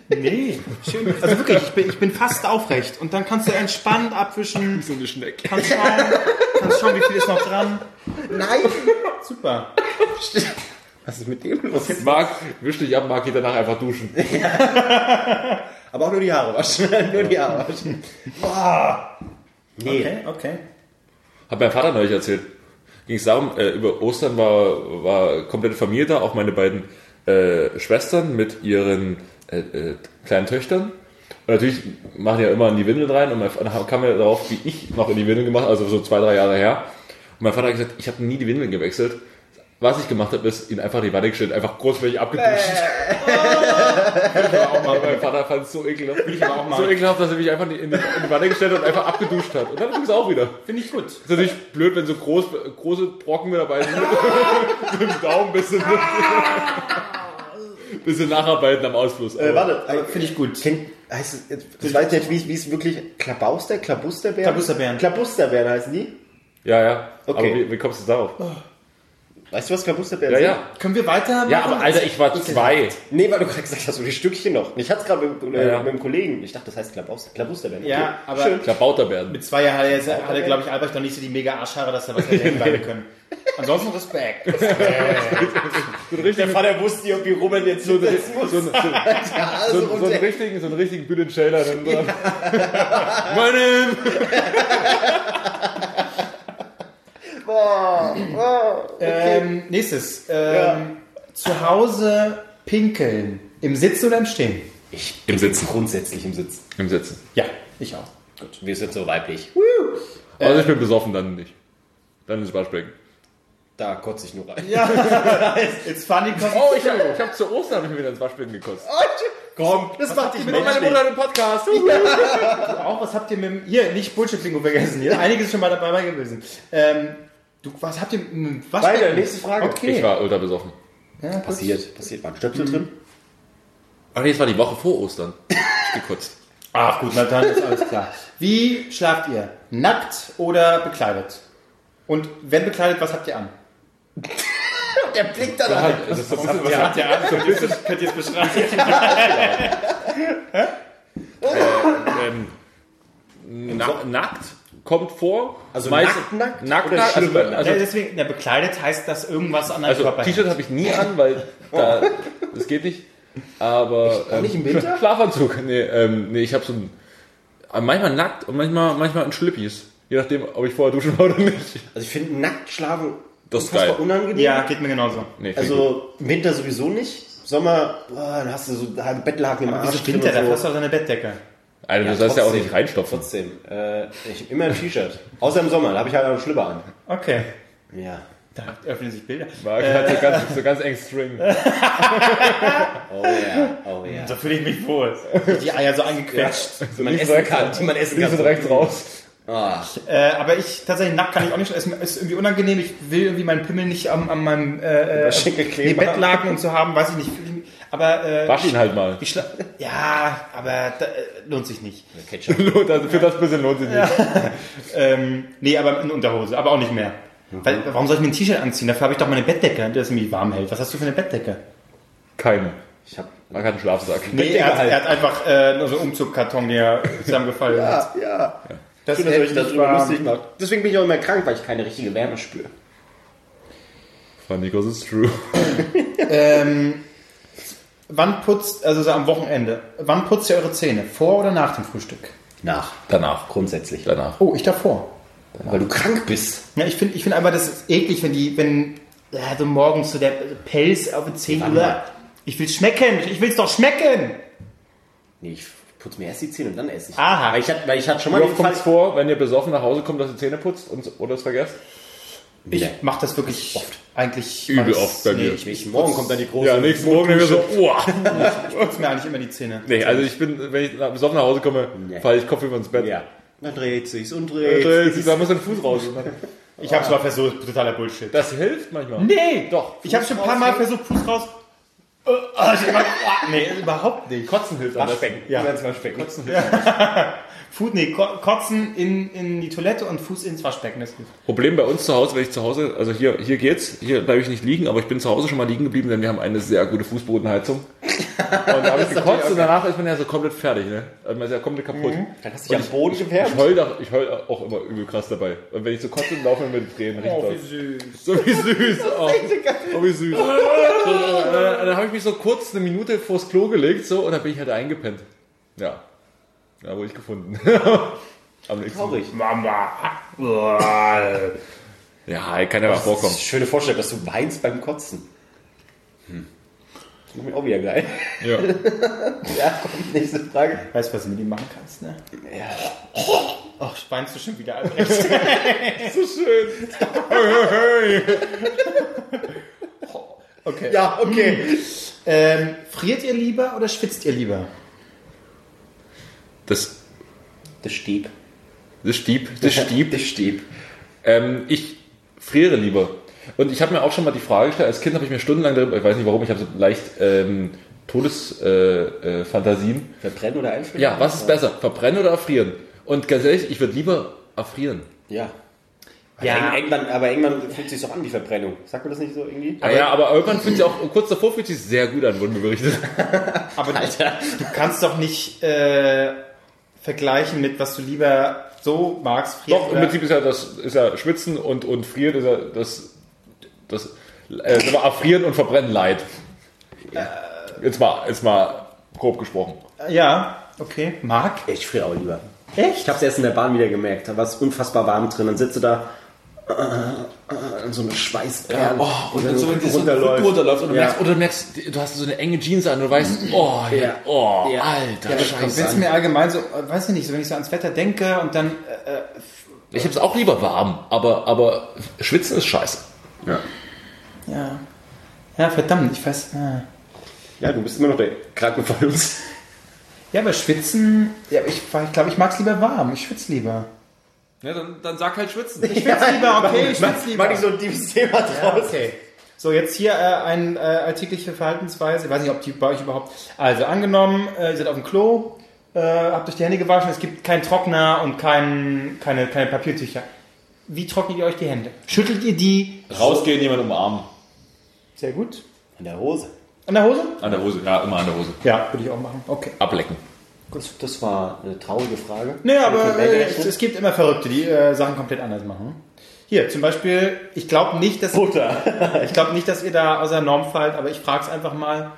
Speaker 2: Nee, schön. Also wirklich, ich bin, ich bin fast aufrecht. Und dann kannst du entspannt
Speaker 1: <laughs>
Speaker 2: abwischen.
Speaker 1: So eine Schnecke.
Speaker 2: Kannst schauen, kannst schauen wie viel ist noch dran.
Speaker 3: Nein!
Speaker 2: Super.
Speaker 3: Was ist mit dem los?
Speaker 1: Marc, wisch dich ab, Marc geht danach einfach duschen.
Speaker 3: Aber auch nur die Haare waschen. nur die Haare waschen. Boah. Nee.
Speaker 2: Okay, okay.
Speaker 1: Hat mein Vater neulich erzählt. Ging es darum, äh, über Ostern war, war komplette Familie da, auch meine beiden äh, Schwestern mit ihren äh, äh, kleinen Töchtern. Und natürlich machen die ja immer in die Windeln rein und mein Vater kam ja darauf, wie ich noch in die Windeln gemacht also so zwei, drei Jahre her. Und mein Vater hat gesagt, ich habe nie die Windeln gewechselt. Was ich gemacht habe, ist ihn einfach in die Wanne gestellt, einfach großflächig abgeduscht. auch mal, mein Vater fand es so ekelhaft.
Speaker 2: Ich aber auch mal.
Speaker 1: So ekelhaft, dass er mich einfach in die, in die Wanne gestellt hat und einfach abgeduscht hat. Und dann ging es auch wieder.
Speaker 2: Finde ich gut.
Speaker 1: Ist natürlich blöd, wenn so groß, große Brocken mit dabei sind. <laughs> mit dem Daumen ein bisschen, bisschen nacharbeiten am Ausfluss.
Speaker 3: Äh,
Speaker 1: Aber
Speaker 3: warte, aber
Speaker 2: Finde ich gut.
Speaker 3: Kennt, heißt es, ich weiß nicht, wie es- wie es wirklich, Klabauster, Klabusterbären?
Speaker 2: Klabusterbären.
Speaker 3: Klabusterbären heißen die.
Speaker 1: ja, ja.
Speaker 3: Okay. Oh,
Speaker 1: Aber wie, wie kommst du darauf?
Speaker 3: Weißt du, was Klabusterbären
Speaker 1: Ja,
Speaker 3: sind?
Speaker 1: ja.
Speaker 2: Können wir weiter?
Speaker 1: Ja, aber Alter, ich war zwei.
Speaker 3: Nee, weil du gerade gesagt hast, so die Stückchen noch. Ich hatte es gerade mit,
Speaker 1: Ja,
Speaker 3: äh,
Speaker 1: ja.
Speaker 3: mit einem Kollegen. Ich dachte, das heißt Klabauster, Klabusterbären.
Speaker 2: Ja, aber-
Speaker 3: Schön.
Speaker 1: Klabauter werden.
Speaker 2: Mit zwei Jahren hatte, jetzt- hatte glaube ich, Albrecht noch nicht so die mega Arschhaare, dass er was hätte hinbeide können. Ansonsten Respekt.
Speaker 3: Der Vater wusste nicht, ob wir Robert jetzt so sitzen muss.
Speaker 1: So, so, so,
Speaker 3: <laughs> ja, also
Speaker 1: so, so einen richtigen, so einen richtigen Bühnenschäler. dann dran. <laughs> Meine!
Speaker 3: boah, boah.
Speaker 2: Ähm, nächstes. Ähm, Zu Hause pinkeln. Im Sitzen oder im Stehen?
Speaker 3: Ich
Speaker 1: Im Sitzen.
Speaker 3: grundsätzlich im Sitz.
Speaker 1: Im Sitzen.
Speaker 2: Ja, ich auch.
Speaker 3: Gut, wir sind so weiblich.
Speaker 1: Also ich bin besoffen, dann nicht. Dann ins Waschbecken.
Speaker 3: Da kotze ich nur rein.
Speaker 2: <laughs> It's funny,
Speaker 1: Oh, ich habe ich hab zu Ostern hab ich mir wieder ins Waschbecken gekotzt.
Speaker 3: Komm, das macht dich
Speaker 1: Und meine
Speaker 3: menschlich.
Speaker 1: Mutter hat einen Podcast.
Speaker 2: auch, was habt ihr mit dem, hier, nicht Bullshit-Bingo vergessen, hier, einiges ist schon mal dabei gewesen. Ähm, du, was habt ihr, mit- was
Speaker 3: Weiter, nächste Frage.
Speaker 2: Okay.
Speaker 1: Ich war ultra besoffen.
Speaker 2: Ja, gut.
Speaker 3: Passiert, passiert. War ein Stöpsel drin?
Speaker 1: Ach nee, es war die Woche vor Ostern. Ich gekotzt.
Speaker 2: Ach gut, na dann ist alles klar. Wie schlaft ihr? Nackt oder bekleidet? Und wenn bekleidet, was habt ihr an?
Speaker 3: <laughs> Der Blick da
Speaker 1: Ja,
Speaker 3: drauf.
Speaker 1: halt, das ist so ein
Speaker 3: Also,
Speaker 1: bisschen,
Speaker 2: habt ihr an? So ein bisschen, könnt ihr es beschreiben.
Speaker 1: ähm, na, nackt kommt vor.
Speaker 3: Also nackt, nackt
Speaker 1: nackt,
Speaker 3: oder
Speaker 1: nackt also,
Speaker 3: schlimmer nackt?
Speaker 1: also,
Speaker 2: Ja, deswegen, na, bekleidet heißt, dass irgendwas an deinem
Speaker 1: also
Speaker 2: Körper
Speaker 1: T-Shirt
Speaker 2: hängt.
Speaker 1: habe ich nie an, weil da, das geht nicht. Aber ähm,
Speaker 3: nicht im Winter?
Speaker 1: Schlafanzug. Nee, ähm, nee ich habe so ein äh, manchmal nackt und manchmal manchmal in Schlippis, je nachdem, ob ich vorher duschen war oder nicht.
Speaker 3: Also ich finde nackt schlafen
Speaker 1: Das ist
Speaker 3: unfassbar
Speaker 1: geil.
Speaker 3: unangenehm.
Speaker 2: Ja, geht mir genauso.
Speaker 1: Nee,
Speaker 3: Also im Winter sowieso nicht. Sommer, boah, dann hast du so einen Bettlaken im Arsch.
Speaker 2: Wieso
Speaker 3: drin
Speaker 2: stimmt der?
Speaker 3: und
Speaker 2: Da
Speaker 3: so.
Speaker 2: hast du auch deine Bettdecke.
Speaker 1: Alter, du
Speaker 3: ja,
Speaker 1: sollst ja auch
Speaker 3: trotzdem.
Speaker 1: nicht reinstopfen.
Speaker 3: Trotzdem, äh, ich hab immer ein T-Shirt. Außer im Sommer, da habe ich halt auch einen Schlüpper an.
Speaker 2: Okay.
Speaker 3: Ja.
Speaker 2: Da öffnen sich Bilder.
Speaker 1: Marc hat halt so ganz, so ganz eng String.
Speaker 3: Oh ja, oh ja.
Speaker 2: Da fühle ich mich wohl. <laughs> Die Eier so angequetscht.
Speaker 3: Die man essen kann, die man essen
Speaker 1: Links und
Speaker 3: kann.
Speaker 1: rechts raus.
Speaker 3: Ach,
Speaker 2: Äh, aber ich, tatsächlich, nackt kann ich auch nicht. Es ist irgendwie unangenehm. Ich will irgendwie meinen Pimmel nicht am, an meinem äh, äh, nee,
Speaker 3: Schenkelkleber.
Speaker 2: Bettlaken und so haben, weiß ich nicht. Fühl ich mich- Aber, äh,
Speaker 1: Wasch ihn halt mal.
Speaker 2: ich schla- ja, aber da, äh, lohnt sich nicht.
Speaker 3: Ketchup.
Speaker 1: Lohnt- Also <laughs> für das bisschen lohnt sich nicht.
Speaker 2: Ähm, nee, aber in Unterhose, aber auch nicht mehr. Weil, warum soll ich mir ein T-Shirt anziehen? Dafür habe ich doch meine Bettdecke, dass sie mich warm hält. Was hast du für eine Bettdecke?
Speaker 1: Keinen.
Speaker 3: Ich hab.
Speaker 1: Man kann einen Schlafsack.
Speaker 2: Nee, er hat,
Speaker 3: halt.
Speaker 2: er hat einfach äh, nur so einen Umzugkarton, der zusammengefallen ist.
Speaker 3: Ja, ja.
Speaker 2: Das
Speaker 3: Schön, dass ihr euch
Speaker 2: hält mich
Speaker 3: darüber
Speaker 2: warm.
Speaker 3: lustig macht. Deswegen bin ich auch immer krank, weil ich keine richtige Wärme spüre.
Speaker 1: Funny because it's true.
Speaker 2: Ähm, wann putzt, also so am Wochenende, wann putzt ihr eure Zähne? Vor oder nach dem Frühstück?
Speaker 3: Nach.
Speaker 1: Danach.
Speaker 3: Grundsätzlich.
Speaker 1: Danach.
Speaker 2: Oh, ich davor.
Speaker 3: Weil du krank bist.
Speaker 2: Ja, ich finde ich find einfach, das ist eklig, wenn die, wenn ja, so morgens so der Pelz auf den Zähnen.
Speaker 3: Wann?
Speaker 2: Ich will schmecken, ich will es doch schmecken.
Speaker 3: Nee, ich putze mir erst die Zähne und dann esse ich.
Speaker 2: Aha.
Speaker 3: Weil ich hatte, weil ich hatte schon mal
Speaker 1: Wie
Speaker 3: den
Speaker 1: oft kommt
Speaker 3: Fall.
Speaker 1: es vor, wenn ihr besoffen nach Hause kommt, dass ihr Zähne putzt und, oder es vergesst?
Speaker 2: Ich
Speaker 3: Ja.
Speaker 2: mache das wirklich oft. Eigentlich
Speaker 1: Übel
Speaker 2: mach ich's-
Speaker 1: oft bei mir.
Speaker 2: Nee, ich
Speaker 3: Ich, morgen kommt dann die große.
Speaker 1: Ja, nächsten Morgen denken wir so, uah.
Speaker 2: putze mir eigentlich immer die Zähne.
Speaker 1: <laughs> Nee, also ich bin, wenn ich nach- besoffen nach Hause komme,
Speaker 3: Nee.
Speaker 1: falle ich Kopf über ins Bett.
Speaker 3: Ja. Dann dreht sich's und
Speaker 1: Äh,
Speaker 3: dreht.
Speaker 1: Da muss ein Fuß <laughs> raus.
Speaker 2: Ich habe es mal versucht, totaler Bullshit.
Speaker 1: Das hilft manchmal.
Speaker 2: nee,
Speaker 1: Doch.
Speaker 2: Ich habe schon ein paar Mal versucht, Fuß raus. Oh, ich hab mal- Ah, nee, überhaupt nicht.
Speaker 1: Äh, Kotzen hilft am
Speaker 2: Waschbecken.
Speaker 1: besten.
Speaker 2: Ja.
Speaker 1: Du lernst Waschbecken. Kotzen hilft.
Speaker 2: Food, nee, ko- Kotzen in, in die Toilette und Fuß ins Waschbecken. Das hilft.
Speaker 1: Problem bei uns zu Hause, wenn ich zu Hause, also hier, hier geht's, hier bleibe ich nicht liegen, aber ich bin zu Hause schon mal liegen geblieben, denn wir haben eine sehr gute Fußbodenheizung.
Speaker 3: <laughs>
Speaker 1: Und da habe ich gekotzt und danach ist man ja so komplett fertig, ne? Also man ist ja komplett kaputt.
Speaker 3: Mhm. Dann hast du dich am Boden gewärmt.
Speaker 1: Ich heul, da, ich heul auch immer übel krass dabei. Und wenn ich so kotze, laufen wir mit Tränen
Speaker 3: Oh,
Speaker 1: richtig doll.
Speaker 2: süß.
Speaker 1: So wie Oh, süß. Oh, oh wie
Speaker 3: <laughs>
Speaker 1: süß. So, äh, dann habe ich mich so kurz eine Minute vors Klo gelegt so, und dann bin ich halt eingepennt. Ja. Ja, wurde ich gefunden. <laughs> Am nächsten
Speaker 3: Traurig.
Speaker 2: Mama. Uah.
Speaker 1: Ja, kann ja mal
Speaker 3: Das
Speaker 1: vorkommen.
Speaker 3: ist eine schöne Vorstellung, dass du weinst beim Kotzen. Das ist mir auch wieder geil. <laughs>
Speaker 1: Ja.
Speaker 3: Ja, komm, nächste Frage.
Speaker 2: Weißt du, was du mit ihm machen kannst, ne?
Speaker 3: Ja.
Speaker 2: Ach, spannst du schon
Speaker 1: <laughs>
Speaker 2: wieder Albrecht.
Speaker 1: So schön.
Speaker 2: Okay.
Speaker 3: Ja, okay.
Speaker 2: Ähm, friert ihr lieber oder schwitzt ihr lieber?
Speaker 1: Das,
Speaker 3: Der Stieb.
Speaker 1: das Stieb, das Stieb.
Speaker 3: Der Stieb.
Speaker 1: Ähm, ich friere lieber. Und ich habe mir auch schon mal die Frage gestellt, als Kind habe ich mir stundenlang darüber, ich weiß nicht warum, ich habe so leicht ähm, Todesfantasien. Äh, Fantasien.
Speaker 3: Verbrennen oder einfrieren?
Speaker 1: ja, was ist besser? Verbrennen oder erfrieren? Und ganz ehrlich, ich würde lieber erfrieren.
Speaker 3: Ja.
Speaker 2: Ja.
Speaker 3: Eng- England, aber England fühlt sich doch an wie Verbrennung. Sagt man das nicht so irgendwie?
Speaker 1: Aber, ja, aber irgendwann fühlt sich auch, kurz davor fühlt sich sehr gut an, wurden mir berichtet.
Speaker 2: Aber Alter. du kannst doch nicht äh, vergleichen mit, was du lieber so magst. frieren
Speaker 1: Doch, im
Speaker 2: oder-
Speaker 1: Prinzip ist ja das ist ja Schwitzen und, und Frieren ist ja das, das äh, sag mal, Erfrieren und Verbrennen leid. Äh. Jetzt mal, jetzt mal grob gesprochen.
Speaker 2: Ja, okay. Marc?
Speaker 3: Ich friere auch lieber.
Speaker 2: Echt?
Speaker 3: Ich habe es erst in der Bahn wieder gemerkt. Da war es unfassbar warm drin. Dann sitze da äh, äh, in so einem Schweißperlen.
Speaker 1: oh,
Speaker 3: der
Speaker 1: runterläuft und du
Speaker 3: Ja. Mhm.
Speaker 1: merkst, oder du merkst, du hast so eine enge Jeans an und du weißt, oh,
Speaker 3: Ja.
Speaker 1: oh
Speaker 3: Ja.
Speaker 1: alter
Speaker 3: Ja, das kommt
Speaker 1: Scheiße.
Speaker 2: Wenn es mir allgemein so, äh, weiß ich nicht, so wenn ich so ans Wetter denke und dann
Speaker 1: Ich hab's auch lieber warm, aber, aber schwitzen ist scheiße.
Speaker 3: Ja.
Speaker 2: äh, Ja. Ja, verdammt, ich weiß. äh. Ja,
Speaker 3: ja, du bist immer noch der Kranken von uns.
Speaker 2: ja aber schwitzen. Ja, ich, ich glaube, ich mag es lieber warm. Ich schwitze lieber.
Speaker 1: Ja, dann, dann sag halt schwitzen.
Speaker 2: Ich schwitze lieber, okay, ich schwitze lieber.
Speaker 3: Mach nicht so ein tiefes Thema draus.
Speaker 2: okay. So, jetzt hier äh, eine äh, alltägliche Verhaltensweise. Ich weiß nicht, ob die bei euch überhaupt. Also, angenommen, äh, ihr seid auf dem Klo, äh, habt euch die Hände gewaschen, es gibt keinen Trockner und kein, keine, keine Papiertücher. Wie trocknet ihr euch die Hände? Schüttelt ihr die?
Speaker 1: Rausgehen, jemand umarmen.
Speaker 2: Sehr gut.
Speaker 3: An der Hose.
Speaker 2: An der Hose?
Speaker 1: An der Hose, ja, immer an der Hose.
Speaker 2: Ja, würde ich auch machen. Okay.
Speaker 1: Ablecken.
Speaker 3: Gut, das war eine traurige Frage.
Speaker 2: Naja, aber äh, es,
Speaker 3: ist
Speaker 2: es gibt immer Verrückte, die äh, Sachen komplett anders machen. Hier, zum Beispiel, ich glaube nicht, dass
Speaker 3: Butter.
Speaker 2: ich glaube nicht, dass ihr da außer Norm fallt, aber ich frage es einfach mal.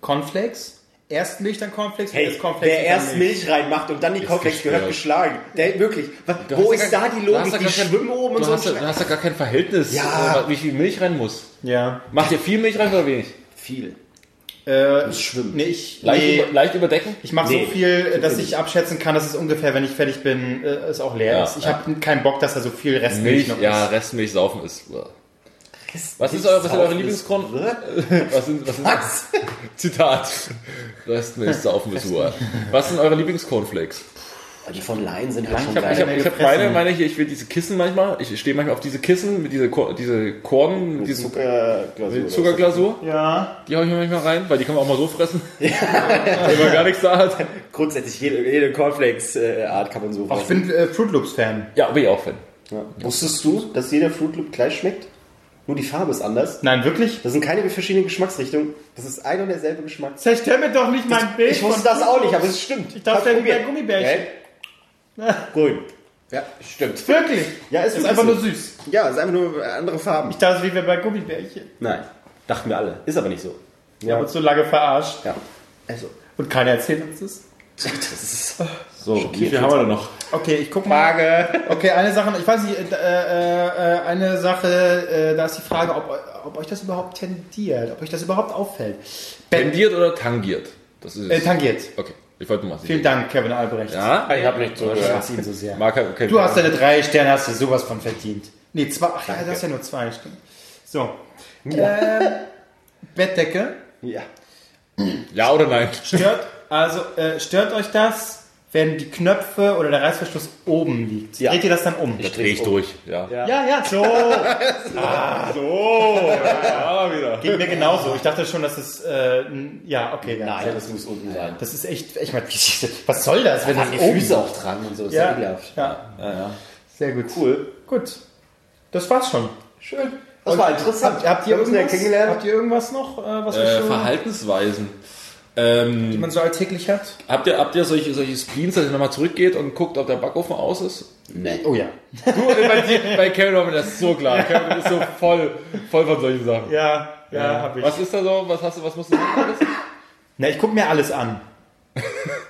Speaker 2: Cornflakes? Erst Milch, dann Cornflakes, und
Speaker 3: Hey,
Speaker 2: jetzt Cornflakes
Speaker 3: wer
Speaker 2: und dann
Speaker 3: erst Milch reinmacht und dann die Cornflakes
Speaker 1: gestört.
Speaker 3: gehört geschlagen. Der, wirklich. Was,
Speaker 1: Du
Speaker 3: wo
Speaker 1: hast ja
Speaker 3: ist
Speaker 1: gar-
Speaker 3: da die
Speaker 1: du hast
Speaker 3: Logik?
Speaker 1: ja
Speaker 3: Die
Speaker 1: gar kein-
Speaker 3: schwimmen oben und
Speaker 1: Du
Speaker 3: so.
Speaker 1: hast, ja- du hast ja gar kein Verhältnis,
Speaker 3: Ja.
Speaker 1: äh, wie viel Milch rein muss.
Speaker 2: Ja.
Speaker 1: Macht ihr viel Milch rein oder wenig?
Speaker 3: Viel.
Speaker 2: Äh,
Speaker 3: Schwimmen.
Speaker 2: nee, ich,
Speaker 1: Leicht,
Speaker 2: nee,
Speaker 1: über, leicht überdecken?
Speaker 2: ich mache
Speaker 3: Nee,
Speaker 2: so viel, dass
Speaker 3: bin
Speaker 2: ich abschätzen kann, dass es ungefähr, wenn ich fertig bin, äh, es auch leer
Speaker 1: Ja,
Speaker 2: ist. Ich
Speaker 1: ja.
Speaker 2: habe keinen Bock, dass da so viel Restmilch
Speaker 1: Milch,
Speaker 2: noch
Speaker 1: ja,
Speaker 2: ist.
Speaker 1: Restmilch saufen ist. äh. uah. Was ist euer, was sind eure Lieblingskorn? Was sind, was sind, <laughs>
Speaker 3: Was?
Speaker 1: Zitat. Restmilch saufen ist uah. Was sind eure Lieblingscornflakes?
Speaker 3: Die von Laien sind halt
Speaker 1: Ich
Speaker 3: schon
Speaker 1: habe ich hab,
Speaker 3: geil.
Speaker 1: ich hab
Speaker 2: Gefressen.
Speaker 1: meine, meine hier, ich will diese Kissen manchmal, ich stehe manchmal auf diese Kissen mit diese, Ko- diese Korn, mit diesem
Speaker 3: Zuckerglasur.
Speaker 1: Zuckerglasur,
Speaker 2: Ja.
Speaker 1: die hau ich mir manchmal rein, weil die kann man auch mal so
Speaker 2: <laughs>
Speaker 1: fressen, wenn man gar nichts da hat.
Speaker 3: Grundsätzlich jede, jede Cornflakes-Art kann man so
Speaker 2: Auch ich bin äh, Fruit Loops Fan.
Speaker 1: Ja, bin ich auch Fan.
Speaker 3: Ja. Wusstest du, dass jeder Fruit Loop gleich schmeckt? Nur die Farbe ist anders.
Speaker 2: Nein, wirklich?
Speaker 3: Das sind keine verschiedenen Geschmacksrichtungen. Das ist ein und derselbe Geschmack.
Speaker 2: Zerstör mir doch nicht mein Bild.
Speaker 3: Ich wusste
Speaker 2: von
Speaker 3: das
Speaker 2: Fruit
Speaker 3: auch nicht,
Speaker 2: Loops.
Speaker 3: aber es stimmt.
Speaker 2: Ich dachte,
Speaker 3: Hab's
Speaker 2: der wäre
Speaker 3: probiert.
Speaker 2: Gummibärchen. <laughs>
Speaker 3: Gell? Grün. Ja, stimmt.
Speaker 2: Wirklich?
Speaker 3: Ja, ist
Speaker 2: ist
Speaker 3: wirklich
Speaker 2: einfach
Speaker 3: so.
Speaker 2: nur süß.
Speaker 3: Ja, ist einfach nur äh, andere Farben.
Speaker 2: Ich dachte, wie wir bei Gummibärchen.
Speaker 3: Nein, dachten wir alle. Ist aber nicht so.
Speaker 2: Ja. Wird so lange verarscht.
Speaker 3: ja. Also,
Speaker 2: Und keiner erzählt uns das.
Speaker 3: das ist so.
Speaker 1: wir da noch?
Speaker 2: Okay, ich guck mal. Frage. Okay, eine Sache, ich weiß nicht, äh, äh, äh, eine Sache, äh, da ist die Frage, ob, eu- ob euch das überhaupt tendiert, ob euch das überhaupt auffällt. Ben,
Speaker 1: Tendiert oder tangiert? Das ist
Speaker 2: äh,
Speaker 1: es.
Speaker 2: tangiert.
Speaker 1: Okay, ich wollte mal sehen.
Speaker 2: Vielen Dank, Kevin Albrecht.
Speaker 1: Ja? Ich habe nicht
Speaker 2: Ich hasse ihn so sehr.
Speaker 1: Mark, okay.
Speaker 2: Du hast deine drei Sterne, hast du sowas von verdient. Nee, zwei, ach ja, du hast ja nur zwei, stimmt. So. Ähm, Bettdecke.
Speaker 3: Ja.
Speaker 1: Ja oder nein?
Speaker 2: Stört, also, äh, stört euch das, wenn die Knöpfe oder der Reißverschluss oben liegt.
Speaker 3: Ja.
Speaker 2: Dreht ihr das dann um?
Speaker 1: Da drehe ich durch. Ja.
Speaker 2: Ja, ja, <laughs> so. ah, so. Ja, wieder. Geht mir genauso. Ich dachte schon, dass es, äh, n- ja, okay. Ja.
Speaker 5: Nein, das muss unten sein.
Speaker 2: Das ist echt, ich meine, <laughs> was soll das, wenn
Speaker 5: Da
Speaker 2: das
Speaker 5: waren die
Speaker 2: oben
Speaker 5: Füße auch dran und so. Ist ja,
Speaker 2: Ja,
Speaker 5: ekelhaft.
Speaker 2: ja.
Speaker 5: Ja, ja.
Speaker 2: Sehr gut.
Speaker 5: Cool.
Speaker 2: Gut. Das war's schon.
Speaker 5: Schön. Das war interessant.
Speaker 2: Habt, habt, ihr,
Speaker 3: Wir haben uns näher
Speaker 2: irgendwas,
Speaker 3: kennengelernt.
Speaker 2: habt ihr irgendwas noch, äh, was
Speaker 1: Äh,
Speaker 2: wir so,
Speaker 1: Verhaltensweisen. Ähm,
Speaker 2: die man so alltäglich hat?
Speaker 1: Habt ihr, habt ihr solche, solche Screens, dass ihr nochmal zurückgeht und guckt, ob der Backofen aus ist?
Speaker 5: Nee.
Speaker 2: Oh ja.
Speaker 1: Du, bei, dir- bei Kevin Robin, das ist so klar. Kevin ist so voll, voll von solchen Sachen.
Speaker 2: Ja, ja, hab ich.
Speaker 1: Was ist da so? Was hast du, was musst du machen?
Speaker 2: Na, ich guck mir alles <laughs> an.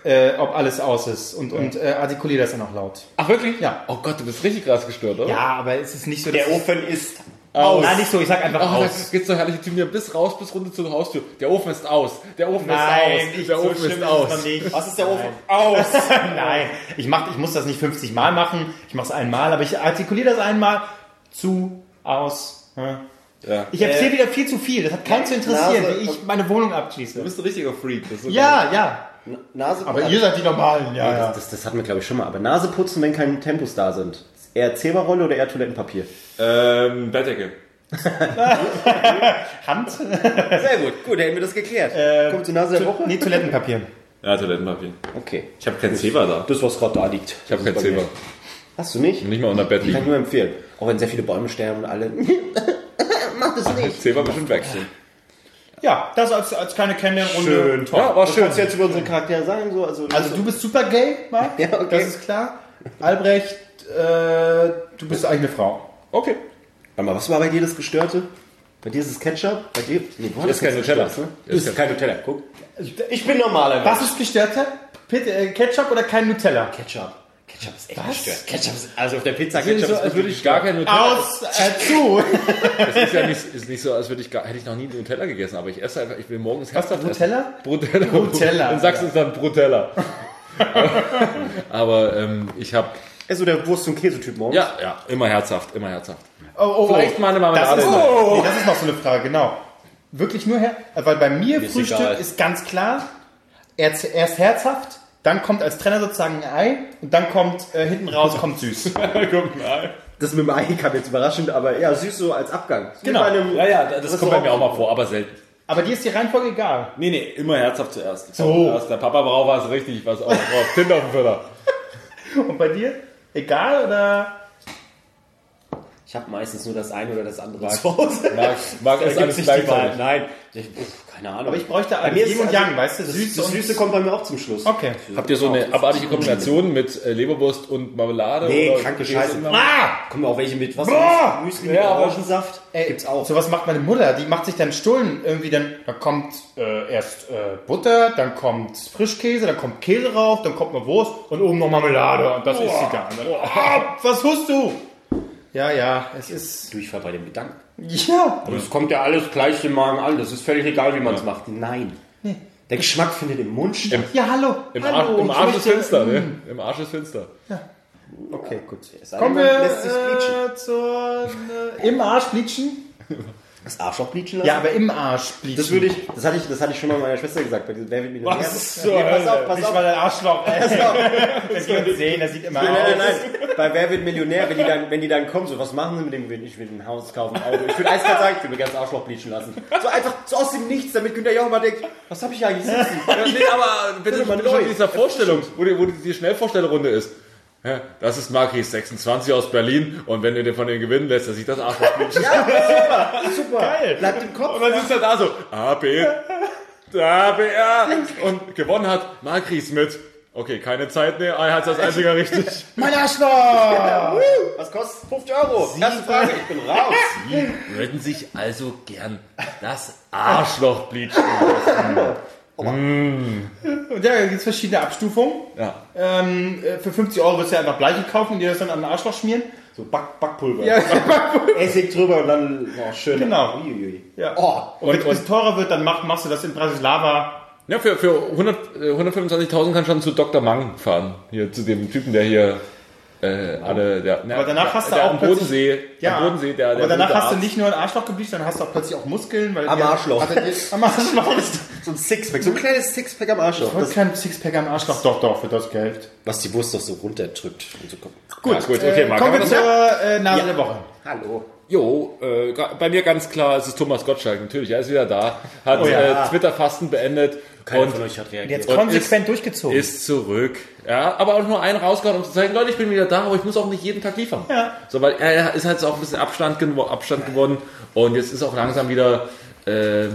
Speaker 2: äh, ob alles aus ist und, und äh, artikuliere das dann auch laut.
Speaker 1: Ach, wirklich?
Speaker 2: Ja.
Speaker 1: Oh Gott, du bist richtig krass gestört, oder?
Speaker 2: Ja, aber es ist nicht so,
Speaker 5: Der Ofen ist
Speaker 2: aus. Nein, nicht so, ich sag einfach
Speaker 1: Oh, da
Speaker 2: aus.
Speaker 1: gibt's so herrliche Typen, die bis raus, bis runter zur Haustür. Der Ofen ist aus. Der Ofen ist aus. Der Ofen ist aus.
Speaker 2: nicht.
Speaker 5: Was ist der Ofen?
Speaker 2: Aus! <laughs> Nein, ich, mach, ich muss das nicht 50 Mal machen, ich mache es einmal, aber ich artikuliere das einmal zu, aus. ja.
Speaker 1: Ja.
Speaker 2: Ich erzähle wieder viel zu viel, das hat keinen zu interessieren,
Speaker 5: Nase-
Speaker 2: wie ich meine Wohnung
Speaker 1: Du
Speaker 2: abschließe.
Speaker 1: bist ein richtiger Freak. Das ist so geil.
Speaker 2: Ja, ja.
Speaker 5: Nase.
Speaker 2: Aber ihr seid die Normalen, ja, ja.
Speaker 3: Das, das hatten wir, glaube ich, schon mal. Aber Nase putzen, wenn keine Tempos da sind. Eher Zeberrolle oder eher Toilettenpapier?
Speaker 1: Ähm, Bettdecke.
Speaker 2: Hand? <laughs>
Speaker 3: Sehr gut, gut, hätten wir das geklärt. Kommt zur Nase der Woche?
Speaker 2: Nee, Toilettenpapier.
Speaker 1: Äh. Ja, Toilettenpapier.
Speaker 3: Okay.
Speaker 1: Ich habe kein Zebra da.
Speaker 3: Das, was gerade da liegt.
Speaker 1: Ich habe kein Zebra.
Speaker 3: Hast du nicht?
Speaker 1: Nicht mal unter Bett
Speaker 3: Kann ich
Speaker 1: liegen.
Speaker 3: nur empfehlen. Auch wenn sehr viele Bäume sterben und alle. Mach das nicht.
Speaker 1: Zebra bestimmt wechseln.
Speaker 2: Ja, das als, als kleine Kennenlernrunde. Schön,
Speaker 1: Ja, war schön.
Speaker 3: Kannst du jetzt über unseren Charakter sagen? So, also,
Speaker 2: Also du bist super gay, Marc,
Speaker 3: Ja, okay.
Speaker 2: das ist klar. Albrecht, äh, du bist eigentlich eine Frau.
Speaker 1: Okay.
Speaker 3: Warte mal, was war bei dir das Gestörte? Bei dir ist es Ketchup? Bei dir? Nee, du
Speaker 1: Ist kein Nutella.
Speaker 3: Das ist kein Nutella, guck.
Speaker 5: Ich bin normaler.
Speaker 2: Was ist gestörter? Pit, äh, Ketchup oder kein Nutella?
Speaker 5: Ketchup. Ketchup ist echt gestört. Ketchup ist, also auf der Pizza
Speaker 1: Ist nicht
Speaker 5: Ketchup
Speaker 1: so,
Speaker 5: ist
Speaker 1: als
Speaker 5: wirklich
Speaker 1: würde ich gar kein Nutella.
Speaker 2: Aus, äh, zu.
Speaker 1: Es ist ja nicht, ist nicht so, als würde ich gar, hätte ich noch nie Nutella gegessen, aber ich esse einfach, ich will morgens herzhaft
Speaker 2: Nutella?
Speaker 1: essen. Brutella?
Speaker 2: Brutella.
Speaker 1: In Sachsen ist dann <laughs> Brutella. aber ähm, ich habe,
Speaker 3: Also der Wurst- und Käsetyp morgen.
Speaker 1: ja, ja, immer herzhaft, immer herzhaft.
Speaker 2: Oh, oh,
Speaker 1: Vielleicht mal eine
Speaker 2: das
Speaker 1: Marmelade.
Speaker 2: ist, noch, nee, das ist noch so eine Frage, genau. Wirklich nur her, weil bei mir
Speaker 5: ist
Speaker 2: Frühstück
Speaker 5: egal.
Speaker 2: ist ganz klar, erst, erst herzhaft, dann kommt als Trainer sozusagen ein Ei und dann kommt äh, hinten raus kommt süß.
Speaker 3: Das mit dem Ei kam jetzt überraschend, aber ja, süß so als Abgang. Ist wie
Speaker 2: Genau.
Speaker 3: bei einem-
Speaker 1: ja, ja, das
Speaker 3: ist
Speaker 1: kommt bei
Speaker 3: auch-
Speaker 1: mir auch mal vor, aber selten.
Speaker 2: Aber dir ist die Reihenfolge egal.
Speaker 1: Nee, nee, immer herzhaft zuerst.
Speaker 2: So.
Speaker 1: Zuerst. Der Papa braucht was richtig, was auf, auf Tinder auf dem Vierter.
Speaker 2: Und bei dir? Egal oder?
Speaker 5: Ich habe meistens nur das eine oder das andere zu Hause.
Speaker 1: Mag, mag
Speaker 5: Es
Speaker 1: es
Speaker 5: gibt
Speaker 1: alles
Speaker 5: nicht die
Speaker 1: gleichzeitig.
Speaker 5: Wahl. Nein. Ich, pff, keine Ahnung.
Speaker 2: Aber ich bräuchte
Speaker 5: Bei
Speaker 2: alles
Speaker 5: mir ist
Speaker 2: Yin und
Speaker 5: also-
Speaker 2: Yang, weißt du? Süß
Speaker 3: Das
Speaker 2: und
Speaker 3: Süße kommt bei mir auch zum Schluss.
Speaker 2: Okay.
Speaker 1: Habt ihr so eine abartige Kombination mit äh, Leberwurst und Marmelade?
Speaker 3: Nee,
Speaker 1: oder
Speaker 3: kranke
Speaker 1: Käse
Speaker 3: Scheiße.
Speaker 1: und
Speaker 2: Ah!
Speaker 3: Kommen auch welche mit was?
Speaker 2: Boah!
Speaker 3: Müsli
Speaker 1: Ja, aber-
Speaker 3: Orangensaft? Gibt's auch.
Speaker 2: Sowas macht meine Mutter. Die macht sich dann Stullen irgendwie dann. Da kommt äh, erst äh, Butter, dann kommt Frischkäse, dann kommt Käse rauf, dann kommt eine Wurst und oben noch Marmelade. Und das ist sie dann. Und dann ah, was hust du? Ja, ja, es ist.
Speaker 5: Durchfall bei dem Gedanken.
Speaker 2: Ja!
Speaker 5: Aber es kommt ja alles gleich im Magen an. Das ist völlig egal, wie man es macht.
Speaker 3: Nein. Der Geschmack findet im Mund statt.
Speaker 2: Ja, hallo!
Speaker 1: Im,
Speaker 2: hallo.
Speaker 1: Ar Im
Speaker 2: ich
Speaker 1: Arsch ist
Speaker 2: möchte-
Speaker 1: finster, ne? Im Arsch ist finster.
Speaker 3: Okay, gut. Es sei
Speaker 2: Kommen
Speaker 3: denn,
Speaker 2: wir
Speaker 3: man lässt sich bleachen.
Speaker 2: äh, zur. Äh, Im Arsch bleachen?
Speaker 3: Das Arschloch bleachen lassen?
Speaker 2: Ja, aber im Arsch bleachen.
Speaker 3: äh, Das würde ich, das hatte ich, das hatte ich schon mal meiner Schwester gesagt, bei diesem Wer wird Millionär?
Speaker 1: Was zur
Speaker 3: Nee, pass
Speaker 1: Hölle?
Speaker 3: auf, pass
Speaker 2: Nicht
Speaker 3: auf. <laughs>
Speaker 2: mal ein Arschloch. Ey. Wenn wir uns sehen, das sieht immer
Speaker 3: Nein,
Speaker 2: aus.
Speaker 3: nein, nein. Bei Wer wird Millionär, wenn die dann, wenn die dann kommen, so, was machen sie mit dem Wind? Ich will ein Haus kaufen, ein Auto. Ich will eiskalt sagen, ich will mir ganz Arschloch bleachen lassen. So einfach, so aus dem Nichts, damit Günther Joch mal denkt, was habe ich hier eigentlich <laughs> sitzen?
Speaker 1: Ja, nee, aber bitte
Speaker 3: mal
Speaker 1: mal neu.
Speaker 3: neu.
Speaker 1: In dieser Vorstellung, wo die, wo die, die Schnellvorstellrunde ist. Hä? Das ist Marquis 26 aus Berlin und wenn du dir von dem gewinnen lässt, dann sieht das Arschloch <laughs> bleachen.
Speaker 3: Super. Bleibt im Kopf.
Speaker 1: Und dann sitzt er da so, AB, ABR und gewonnen hat Marquis mit. Okay, keine Zeit mehr, Ei hat als einziger <laughs> richtig.
Speaker 2: Mein Arschloch!
Speaker 3: Was kostet 50 Euro? Erste Frage, ich bin raus.
Speaker 1: Die würden sich also gern das Arschloch bleachen.
Speaker 2: Und ja, da gibt es verschiedene Abstufungen.
Speaker 1: Ja.
Speaker 2: Ähm, äh, für 50 Euro wirst du ja einfach Bleiche kaufen und dir das dann an den Arschloch schmieren.
Speaker 3: So Back, Backpulver.
Speaker 2: Ja.
Speaker 3: Essig drüber und dann oh, schön.
Speaker 2: Genau.
Speaker 3: Uiuiui.
Speaker 2: Ja.
Speaker 3: Oh,
Speaker 2: und wenn
Speaker 1: und-
Speaker 2: es teurer wird, dann mach, machst du das in Bratislava.
Speaker 1: Ja, für, für 100, äh, 125.000 kann schon zu Dr. Mang fahren. Hier zu dem Typen, der hier Äh, alle, der, na,
Speaker 2: Aber danach hast du
Speaker 1: der
Speaker 2: auch
Speaker 1: am
Speaker 2: plötzlich-
Speaker 1: Bodensee,
Speaker 2: Ja,
Speaker 1: am Bodensee, der, der
Speaker 2: aber danach
Speaker 1: gute
Speaker 2: hast du
Speaker 1: Arzt.
Speaker 2: nicht nur ein Arschloch gebleicht, sondern hast du auch plötzlich auch Muskeln. Weil
Speaker 3: Am
Speaker 2: ihr-
Speaker 3: Arschloch.
Speaker 2: Hattet ihr- Am Arschloch. ist-
Speaker 3: So ein Sixpack, so ein kleines Sixpack am Arschloch.
Speaker 2: Und kein Sixpack am Arschloch. Doch, doch, für das Geld.
Speaker 5: Was die Wurst doch so runterdrückt. Und so kommt.
Speaker 1: Gut, gut, okay, Marc.
Speaker 2: Kommen
Speaker 1: aber
Speaker 2: wir
Speaker 1: das-
Speaker 2: zur äh, Nase der Woche.
Speaker 3: Hallo.
Speaker 1: Jo, äh, ga- bei mir ganz klar, es ist Thomas Gottschalk, natürlich, er ist wieder da, hat
Speaker 2: Oh ja.
Speaker 1: äh, Twitter-Fasten beendet
Speaker 5: Keiner von
Speaker 1: und
Speaker 5: euch hat reagiert.
Speaker 2: Jetzt
Speaker 1: Und
Speaker 2: konsequent durchgezogen.
Speaker 1: ist zurück. Ja, aber auch nur einen rausgehauen, um zu zeigen, Leute, ich bin wieder da, aber ich muss auch nicht jeden Tag liefern.
Speaker 2: Ja.
Speaker 1: So, weil er ist halt so auch ein bisschen Abstand, gewo- Abstand geworden und jetzt ist auch langsam wieder, äh,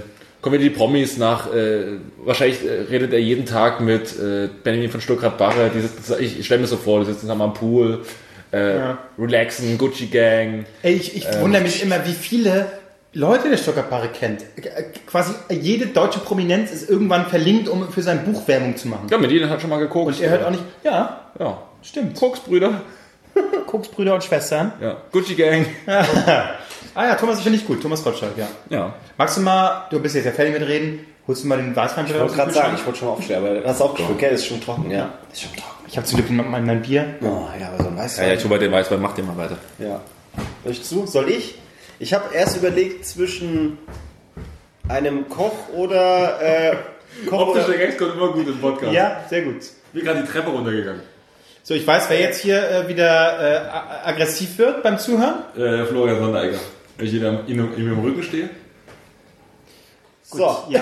Speaker 1: kommen wieder die Promis nach, äh, wahrscheinlich äh, redet er jeden Tag mit äh, Benjamin von Stuttgart-Barre, die sitzen- ich, ich stelle mir so vor, die sitzen zusammen am Pool, äh,
Speaker 2: Ja.
Speaker 1: relaxen, Gucci-Gang.
Speaker 2: Ey, ich, ich wundere mich immer, wie viele Leute der Stockerpaare kennt. Äh, Quasi jede deutsche Prominenz ist irgendwann verlinkt, um für sein Buch Werbung zu machen.
Speaker 1: Ja, Medina hat schon mal geguckt.
Speaker 2: Und er hört auch nicht, ja,
Speaker 1: Ja.
Speaker 2: stimmt.
Speaker 1: Koksbrüder.
Speaker 2: Koks, Brüder und Schwestern.
Speaker 1: Ja. Gucci Gang.
Speaker 2: Ah ja, Thomas finde ich gut, Thomas Gottschalk, ja.
Speaker 1: Ja.
Speaker 2: Magst du mal, du bist jetzt ja fertig mit Reden, holst du mal den Weißwein
Speaker 5: Ich wollte gerade sagen, ich wollte schon mal aufstehen, aber hast auch geschluckt, gell? Ist schon trocken, ja. Ist schon trocken.
Speaker 2: Ich habe zum Glück mein, mein Bier.
Speaker 5: Oh, ja, aber so ein weißer.
Speaker 1: Ja, ja, ich hole bei den Weißwein, mach den mal weiter.
Speaker 5: ja.
Speaker 3: Soll ich zu? Soll ich? Ich habe erst überlegt zwischen einem Koch oder
Speaker 5: <laughs>
Speaker 3: äh, Koch oder,
Speaker 1: Gags kommt immer gut im Podcast.
Speaker 2: Ja, sehr gut.
Speaker 1: Ich bin gerade die Treppe runtergegangen.
Speaker 2: So, ich weiß, wer jetzt hier äh, wieder äh, a- aggressiv wird beim Zuhören.
Speaker 1: Äh, Florian Sonderegger. Wenn ich ihm, ihm, ihm im Rücken stehe.
Speaker 3: so.
Speaker 2: Ja.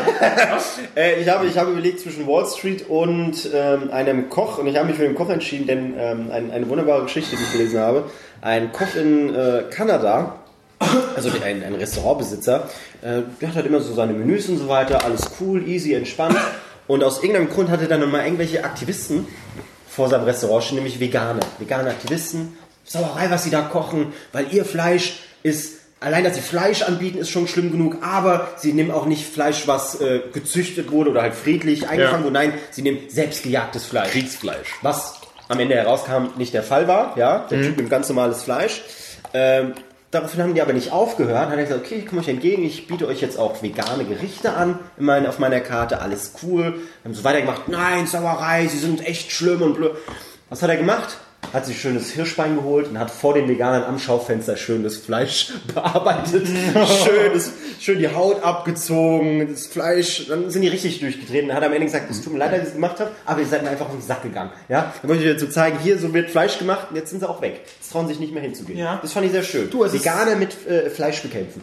Speaker 3: Äh, ich habe ich habe überlegt zwischen Wall Street und ähm, einem Koch und ich habe mich für den Koch entschieden, denn ähm, ein, eine wunderbare Geschichte, die ich gelesen habe. Ein Koch in äh, Kanada, also die- ein, ein Restaurantbesitzer, äh, der hat halt immer so seine Menüs und so weiter, alles cool, easy, entspannt. Und aus irgendeinem Grund hatte dann immer irgendwelche Aktivisten vor seinem Restaurant stehen, nämlich Veganer, vegane Aktivisten. Sauerei, was sie da kochen, weil ihr Fleisch ist, allein, dass sie Fleisch anbieten, ist schon schlimm genug, aber sie nehmen auch nicht Fleisch, was äh, gezüchtet wurde oder halt friedlich eingefangen
Speaker 2: Ja.
Speaker 3: wurde, nein, sie nehmen selbstgejagtes Fleisch.
Speaker 1: Kriegsfleisch.
Speaker 3: Was am Ende herauskam, nicht der Fall war. Ja, der Typ nimmt ganz normales Fleisch. Ähm, daraufhin haben die aber nicht aufgehört. Hat er gesagt, okay, ich komme euch entgegen, ich biete euch jetzt auch vegane Gerichte an in mein, auf meiner Karte, alles cool. Haben so weitergemacht, nein, Sauerei, sie sind echt schlimm und blöd. Was hat er gemacht? Hat sich schönes Hirschbein geholt und hat vor den Veganern am Schaufenster schönes Fleisch <laughs> bearbeitet. schönes, schön die Haut abgezogen, das Fleisch. Dann sind die richtig durchgedreht. Und dann hat er am Ende gesagt, es tut mir leid, dass ich es gemacht habe, aber ihr seid mir einfach auf den Sack gegangen. Ja? Dann wollte ich dir so zeigen, hier, so wird Fleisch gemacht und jetzt sind sie auch weg. Jetzt trauen sie sich nicht mehr hinzugehen.
Speaker 2: Ja.
Speaker 3: Das fand ich sehr schön.
Speaker 2: Du, es ist-
Speaker 3: Veganer mit äh, Fleisch bekämpfen.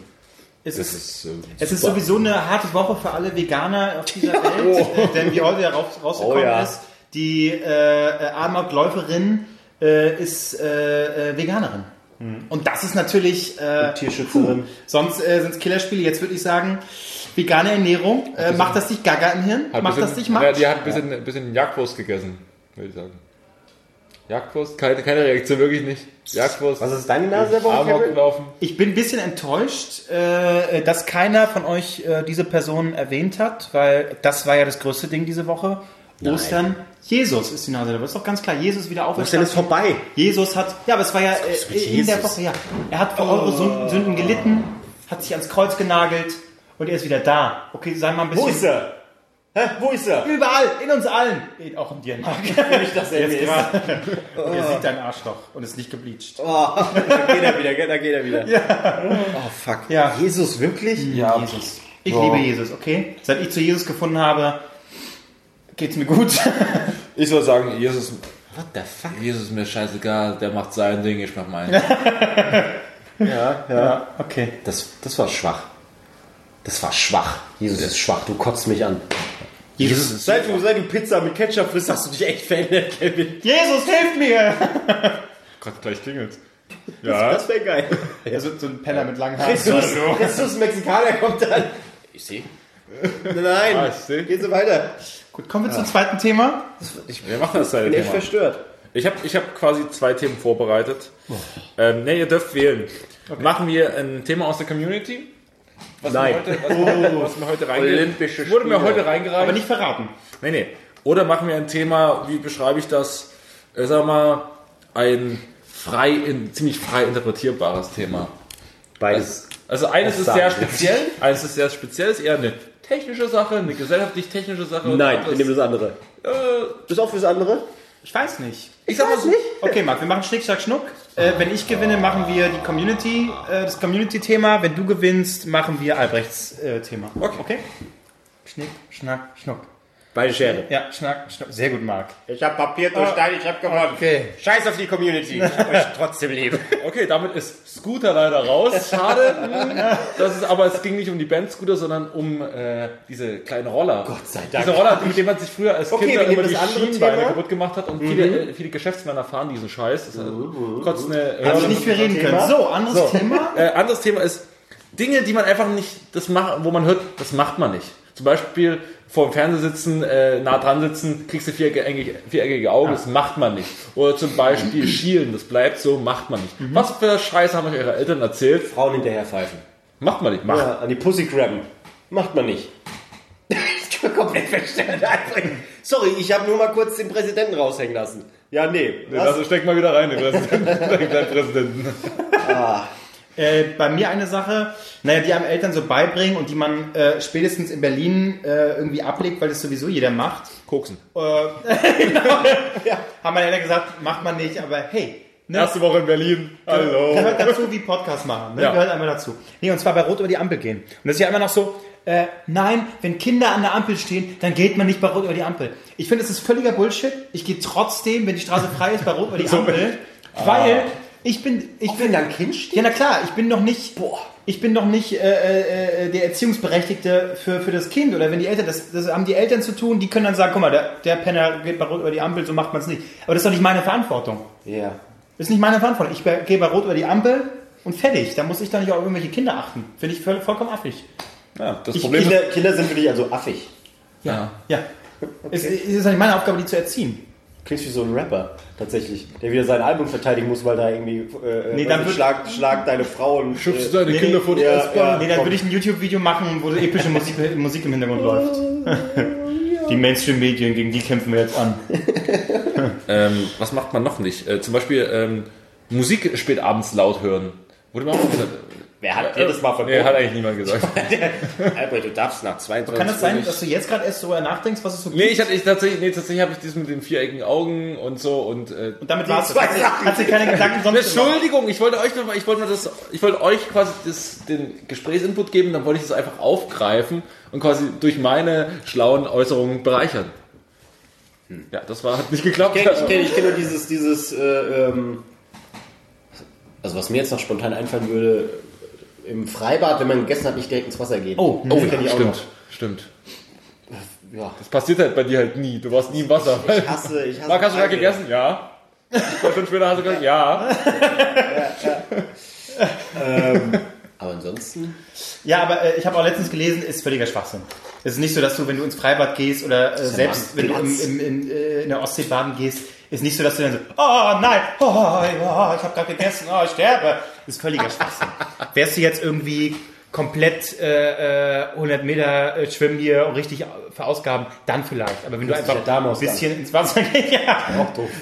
Speaker 2: Es ist,
Speaker 1: ist, äh,
Speaker 2: es ist sowieso eine harte Woche für alle Veganer auf dieser Welt, äh, denn wie heute raus, rausgekommen
Speaker 3: Oh ja.
Speaker 2: ist, die äh, äh, Amokläuferin äh, ist äh, äh, Veganerin. Und das ist natürlich äh,
Speaker 3: Tierschützerin.
Speaker 2: puh. Sonst äh, sind es Killerspiele. Jetzt würde ich sagen, vegane Ernährung, äh, macht das dich Gaga im Hirn?
Speaker 1: Hat
Speaker 2: Macht
Speaker 1: bisschen,
Speaker 2: das dich
Speaker 1: Ja,
Speaker 2: matt?
Speaker 1: die hat ein bisschen, ein bisschen Jagdwurst gegessen, würde ich sagen. Jagdwurst? Keine, keine Reaktion, wirklich nicht. Jagdwurst.
Speaker 3: Was ist deine Nase der Woche,
Speaker 1: Amok
Speaker 3: Kevin?
Speaker 1: gelaufen.
Speaker 2: Ich bin ein bisschen enttäuscht, äh, dass keiner von euch äh, diese Person erwähnt hat, weil das war ja das größte Ding diese Woche. Ostern. Jesus ist die Nase der Woche. Ist doch ganz klar. Jesus wieder
Speaker 3: Ostern ist
Speaker 2: auferstanden.
Speaker 3: vorbei.
Speaker 2: Jesus hat, ja, aber es war ja
Speaker 3: ist
Speaker 2: äh,
Speaker 3: mit
Speaker 2: in der
Speaker 3: Jesus.
Speaker 2: Woche, ja. Er hat vor eure Sünden, Sünden gelitten, hat sich ans Kreuz genagelt und er ist wieder da. Okay, sei mal ein bisschen.
Speaker 3: Wo ist er? Hä? Wo ist er?
Speaker 2: Überall, in uns allen. Geht auch in dir, <laughs> Marc.
Speaker 3: Nicht, dass er
Speaker 2: Jetzt
Speaker 3: hier ist.
Speaker 2: gerade. Oh, Und <laughs> er sieht deinen Arschloch und ist nicht gebleicht.
Speaker 3: Da geht er wieder, gell? da geht er wieder. Oh fuck.
Speaker 2: Ja.
Speaker 3: Jesus, wirklich?
Speaker 2: Ja, Jesus. Ich liebe Jesus, okay? Seit ich zu Jesus gefunden habe, geht's mir gut.
Speaker 1: Ich soll sagen, Jesus,
Speaker 3: What the fuck?
Speaker 1: Jesus ist mir scheißegal, der macht sein Ding, ich mach meins.
Speaker 3: Ja, ja.
Speaker 2: okay.
Speaker 3: Das, das war schwach. Das war schwach. Jesus ist schwach, du kotzt mich an.
Speaker 2: Jesus, Jesus,
Speaker 3: Seit du, seit du Pizza mit Ketchup frisst, hast du dich echt verändert, Kevin.
Speaker 2: hilf mir!
Speaker 1: <laughs> Gott, gleich klingelt's. Ja.
Speaker 3: wäre geil.
Speaker 2: Also so ein Penner mit langen Haaren.
Speaker 3: Jesus, Jesus Mexikaner kommt dann.
Speaker 5: Ich sehe.
Speaker 3: Nein,
Speaker 1: ich seh.
Speaker 3: geh so weiter.
Speaker 2: Gut, kommen wir zum zweiten Thema.
Speaker 1: Wir machen das deine
Speaker 3: Bin echt
Speaker 1: Thema.
Speaker 3: verstört.
Speaker 1: Ich habe ich hab quasi zwei Themen vorbereitet. Ähm, ne, ihr dürft wählen. Machen wir ein Thema aus der Community? Was
Speaker 3: Nein.
Speaker 1: Mir heute, was, mir heute, was mir heute reingeht.
Speaker 5: Olympische
Speaker 1: Wurde mir
Speaker 5: Spiele.
Speaker 1: heute reingereicht.
Speaker 2: Aber nicht verraten.
Speaker 1: Nee, nee. Oder machen wir ein Thema, wie beschreibe ich das? Äh, sag mal, ein frei, in, ziemlich frei interpretierbares Thema.
Speaker 3: Beides.
Speaker 1: Also eines
Speaker 3: Das
Speaker 1: ist
Speaker 3: sagen
Speaker 1: sehr
Speaker 3: wir.
Speaker 1: speziell, eines ist sehr speziell, ist eher eine technische Sache, eine gesellschaftlich-technische Sache. und
Speaker 3: Nein, wir
Speaker 1: anderes-
Speaker 3: nehmen das andere. Äh, Bist du auch fürs andere?
Speaker 2: Ich weiß nicht.
Speaker 6: Ich sag mal so. Nicht.
Speaker 2: Okay, Marc, wir machen Schnick, Schnack, Schnuck. Äh, wenn ich gewinne, machen wir die Community, äh, das Community-Thema. Wenn du gewinnst, machen wir Albrechts äh, Thema. Okay. okay. Schnick, Schnack, Schnuck.
Speaker 3: Beide Schere.
Speaker 2: Ja, Schnack, Schnuck. Sehr gut, Marc.
Speaker 3: Ich hab Papier durch Stein, ich hab gewonnen.
Speaker 2: Okay.
Speaker 3: Scheiß auf die Community. Ich hab euch trotzdem lieb.
Speaker 1: Okay, damit ist Scooter leider raus. Schade. Das ist aber, es ging nicht um die Band Scooter, sondern um äh, diese kleinen Roller. Gott
Speaker 3: sei Dank.
Speaker 1: Diese Roller, mit denen man sich früher als Kinder
Speaker 3: wir nehmen
Speaker 1: immer die
Speaker 3: das andere
Speaker 1: Schienbeine
Speaker 3: Thema. Mhm.
Speaker 1: kaputt gemacht hat und viele, äh, viele Geschäftsmänner fahren diesen Scheiß. Das ist äh, kurz eine
Speaker 3: Also
Speaker 2: Hab ich nicht mehr reden können. So, anderes <laughs> Thema.
Speaker 1: äh, anderes Thema ist Dinge, die man einfach nicht, das macht, wo man hört, das macht man nicht. Zum Beispiel vor dem Fernseher sitzen, äh, nah dran sitzen, kriegst du viereckige, viereckige Augen, das macht man nicht. Oder zum Beispiel schielen, das bleibt so, macht man nicht. Was für Scheiße haben euch eure Eltern erzählt?
Speaker 3: Frauen hinterher pfeifen.
Speaker 1: Macht man nicht, macht.
Speaker 3: Ja, an die Pussy grabben. Macht man nicht. ich bin komplett verstanden. Sorry, ich habe nur mal kurz den Präsidenten raushängen lassen. Ja, nee.
Speaker 1: Nee, lass- Also steck mal wieder rein, den <laughs> Präsidenten. Dein Präsidenten.
Speaker 2: Äh, bei mir eine Sache, naja, die einem Eltern so beibringen und die man äh, spätestens in Berlin äh, irgendwie ablegt, weil das sowieso jeder macht.
Speaker 1: Koksen.
Speaker 2: Äh, <laughs> genau. <laughs> Haben meine Eltern gesagt, macht man nicht, aber hey, ne?
Speaker 1: Erste Woche in Berlin. Hallo.
Speaker 2: gehört dazu, wie Podcast machen. Ne?
Speaker 1: Ja.
Speaker 2: Gehört einmal dazu. Nee, und zwar bei Rot über die Ampel gehen. Und das ist ja immer noch so, äh, nein, wenn Kinder an der Ampel stehen, dann geht man nicht bei Rot über die Ampel. Ich finde, das ist völliger Bullshit. Ich gehe trotzdem, wenn die Straße frei ist, bei
Speaker 1: <laughs>
Speaker 2: Rot über die Ampel. Weil
Speaker 1: Ah.
Speaker 2: ich bin... Ich bin
Speaker 3: da ein Kind steht?
Speaker 2: ja, na klar, ich bin noch nicht, ich bin noch nicht äh, äh, äh, der Erziehungsberechtigte für, für das Kind. Oder wenn die Eltern, das, das haben die Eltern zu tun, die können dann sagen, guck mal, der, der Penner geht bei Rot über die Ampel, so macht man es nicht. Aber das ist doch nicht meine Verantwortung.
Speaker 3: Ja.
Speaker 2: Das ist nicht meine Verantwortung. Ich be- gehe bei Rot über die Ampel und fertig. Da muss ich doch nicht auf irgendwelche Kinder achten. Finde ich voll, vollkommen affig.
Speaker 1: Ja, das
Speaker 2: Ich-
Speaker 1: Problem ist,
Speaker 3: Kinder, Kinder sind für dich also affig.
Speaker 1: ja.
Speaker 2: Ja. Es, es ist doch nicht meine Aufgabe, die zu erziehen.
Speaker 3: Klingt wie so ein Rapper, tatsächlich, der wieder sein Album verteidigen muss, weil da irgendwie äh,
Speaker 2: Nee,
Speaker 3: nee,
Speaker 2: dann
Speaker 3: dann
Speaker 2: wird-
Speaker 3: schlag, schlag deine Frau und
Speaker 1: schubst
Speaker 3: äh,
Speaker 1: deine
Speaker 2: nee,
Speaker 1: Kinder vor die
Speaker 3: ja,
Speaker 1: S-Bahn.
Speaker 2: Nee, dann würde ich ein YouTube-Video machen, wo so epische Musik, Musik im Hintergrund läuft. Die Mainstream-Medien, gegen die kämpfen wir jetzt an.
Speaker 1: Ähm, was macht man noch nicht? Äh, zum Beispiel ähm, Musik spät abends laut hören. Wurde mir auch gesagt.
Speaker 3: Wer hat dir das mal
Speaker 1: Nee,
Speaker 3: verboten?
Speaker 1: hat eigentlich niemand gesagt.
Speaker 3: Albert, du darfst nach 22
Speaker 2: Kann es sein,
Speaker 3: Uhr
Speaker 2: dass du jetzt gerade erst darüber nachdenkst, was es so
Speaker 1: <laughs>
Speaker 2: gibt?
Speaker 1: Nee, ich hatte ich tatsächlich, nee, tatsächlich habe ich das mit den viereckigen Augen und so und äh,
Speaker 2: Und damit war es.
Speaker 3: zwei
Speaker 2: Hat sie- hat sie keine Gedanken sonst gemacht.
Speaker 1: Entschuldigung, ich wollte euch noch mal, ich wollte mal das, ich wollte euch quasi das, den Gesprächsinput geben, dann wollte ich das einfach aufgreifen und quasi durch meine schlauen Äußerungen bereichern. Ja, das war hat nicht geklappt.
Speaker 3: Hm.
Speaker 1: <laughs>
Speaker 3: Ich kenne kenn, ich kenn nur dieses, dieses äh, ähm, also was mir jetzt noch spontan einfallen würde, im Freibad, wenn man gegessen hat, nicht direkt ins Wasser gehen.
Speaker 2: Oh,
Speaker 3: das kenn ich auch
Speaker 1: stimmt, stimmt.
Speaker 3: noch. Ja.
Speaker 1: Das passiert halt bei dir halt nie. Du warst nie im Wasser.
Speaker 3: Ich hasse, ich hasse.
Speaker 1: Marc, hast du gerade
Speaker 3: Freibäder.
Speaker 1: gegessen?
Speaker 3: <laughs>
Speaker 1: Ja. Zwei Stunden später hast du gesagt, ja.
Speaker 3: Aber ansonsten,
Speaker 2: Ja, aber äh, ich habe auch letztens gelesen, ist völliger Schwachsinn. Es ist nicht so, dass du, wenn du ins Freibad gehst oder äh, selbst wenn du im,
Speaker 3: Platz.
Speaker 2: im, in, äh, in der Ostsee baden gehst, ist nicht so, dass du dann so, oh nein, oh, ja, ich habe gerade gegessen, oh, ich sterbe. Das ist völliger <laughs> Schwachsinn. Wärst du jetzt irgendwie komplett äh, äh, 100 Meter äh, schwimmen hier und richtig verausgaben, dann vielleicht. Aber wenn du einfach
Speaker 3: Künstlicher
Speaker 2: ein
Speaker 3: Darmausgang.
Speaker 2: bisschen ins Wasser <laughs> gehst, ja,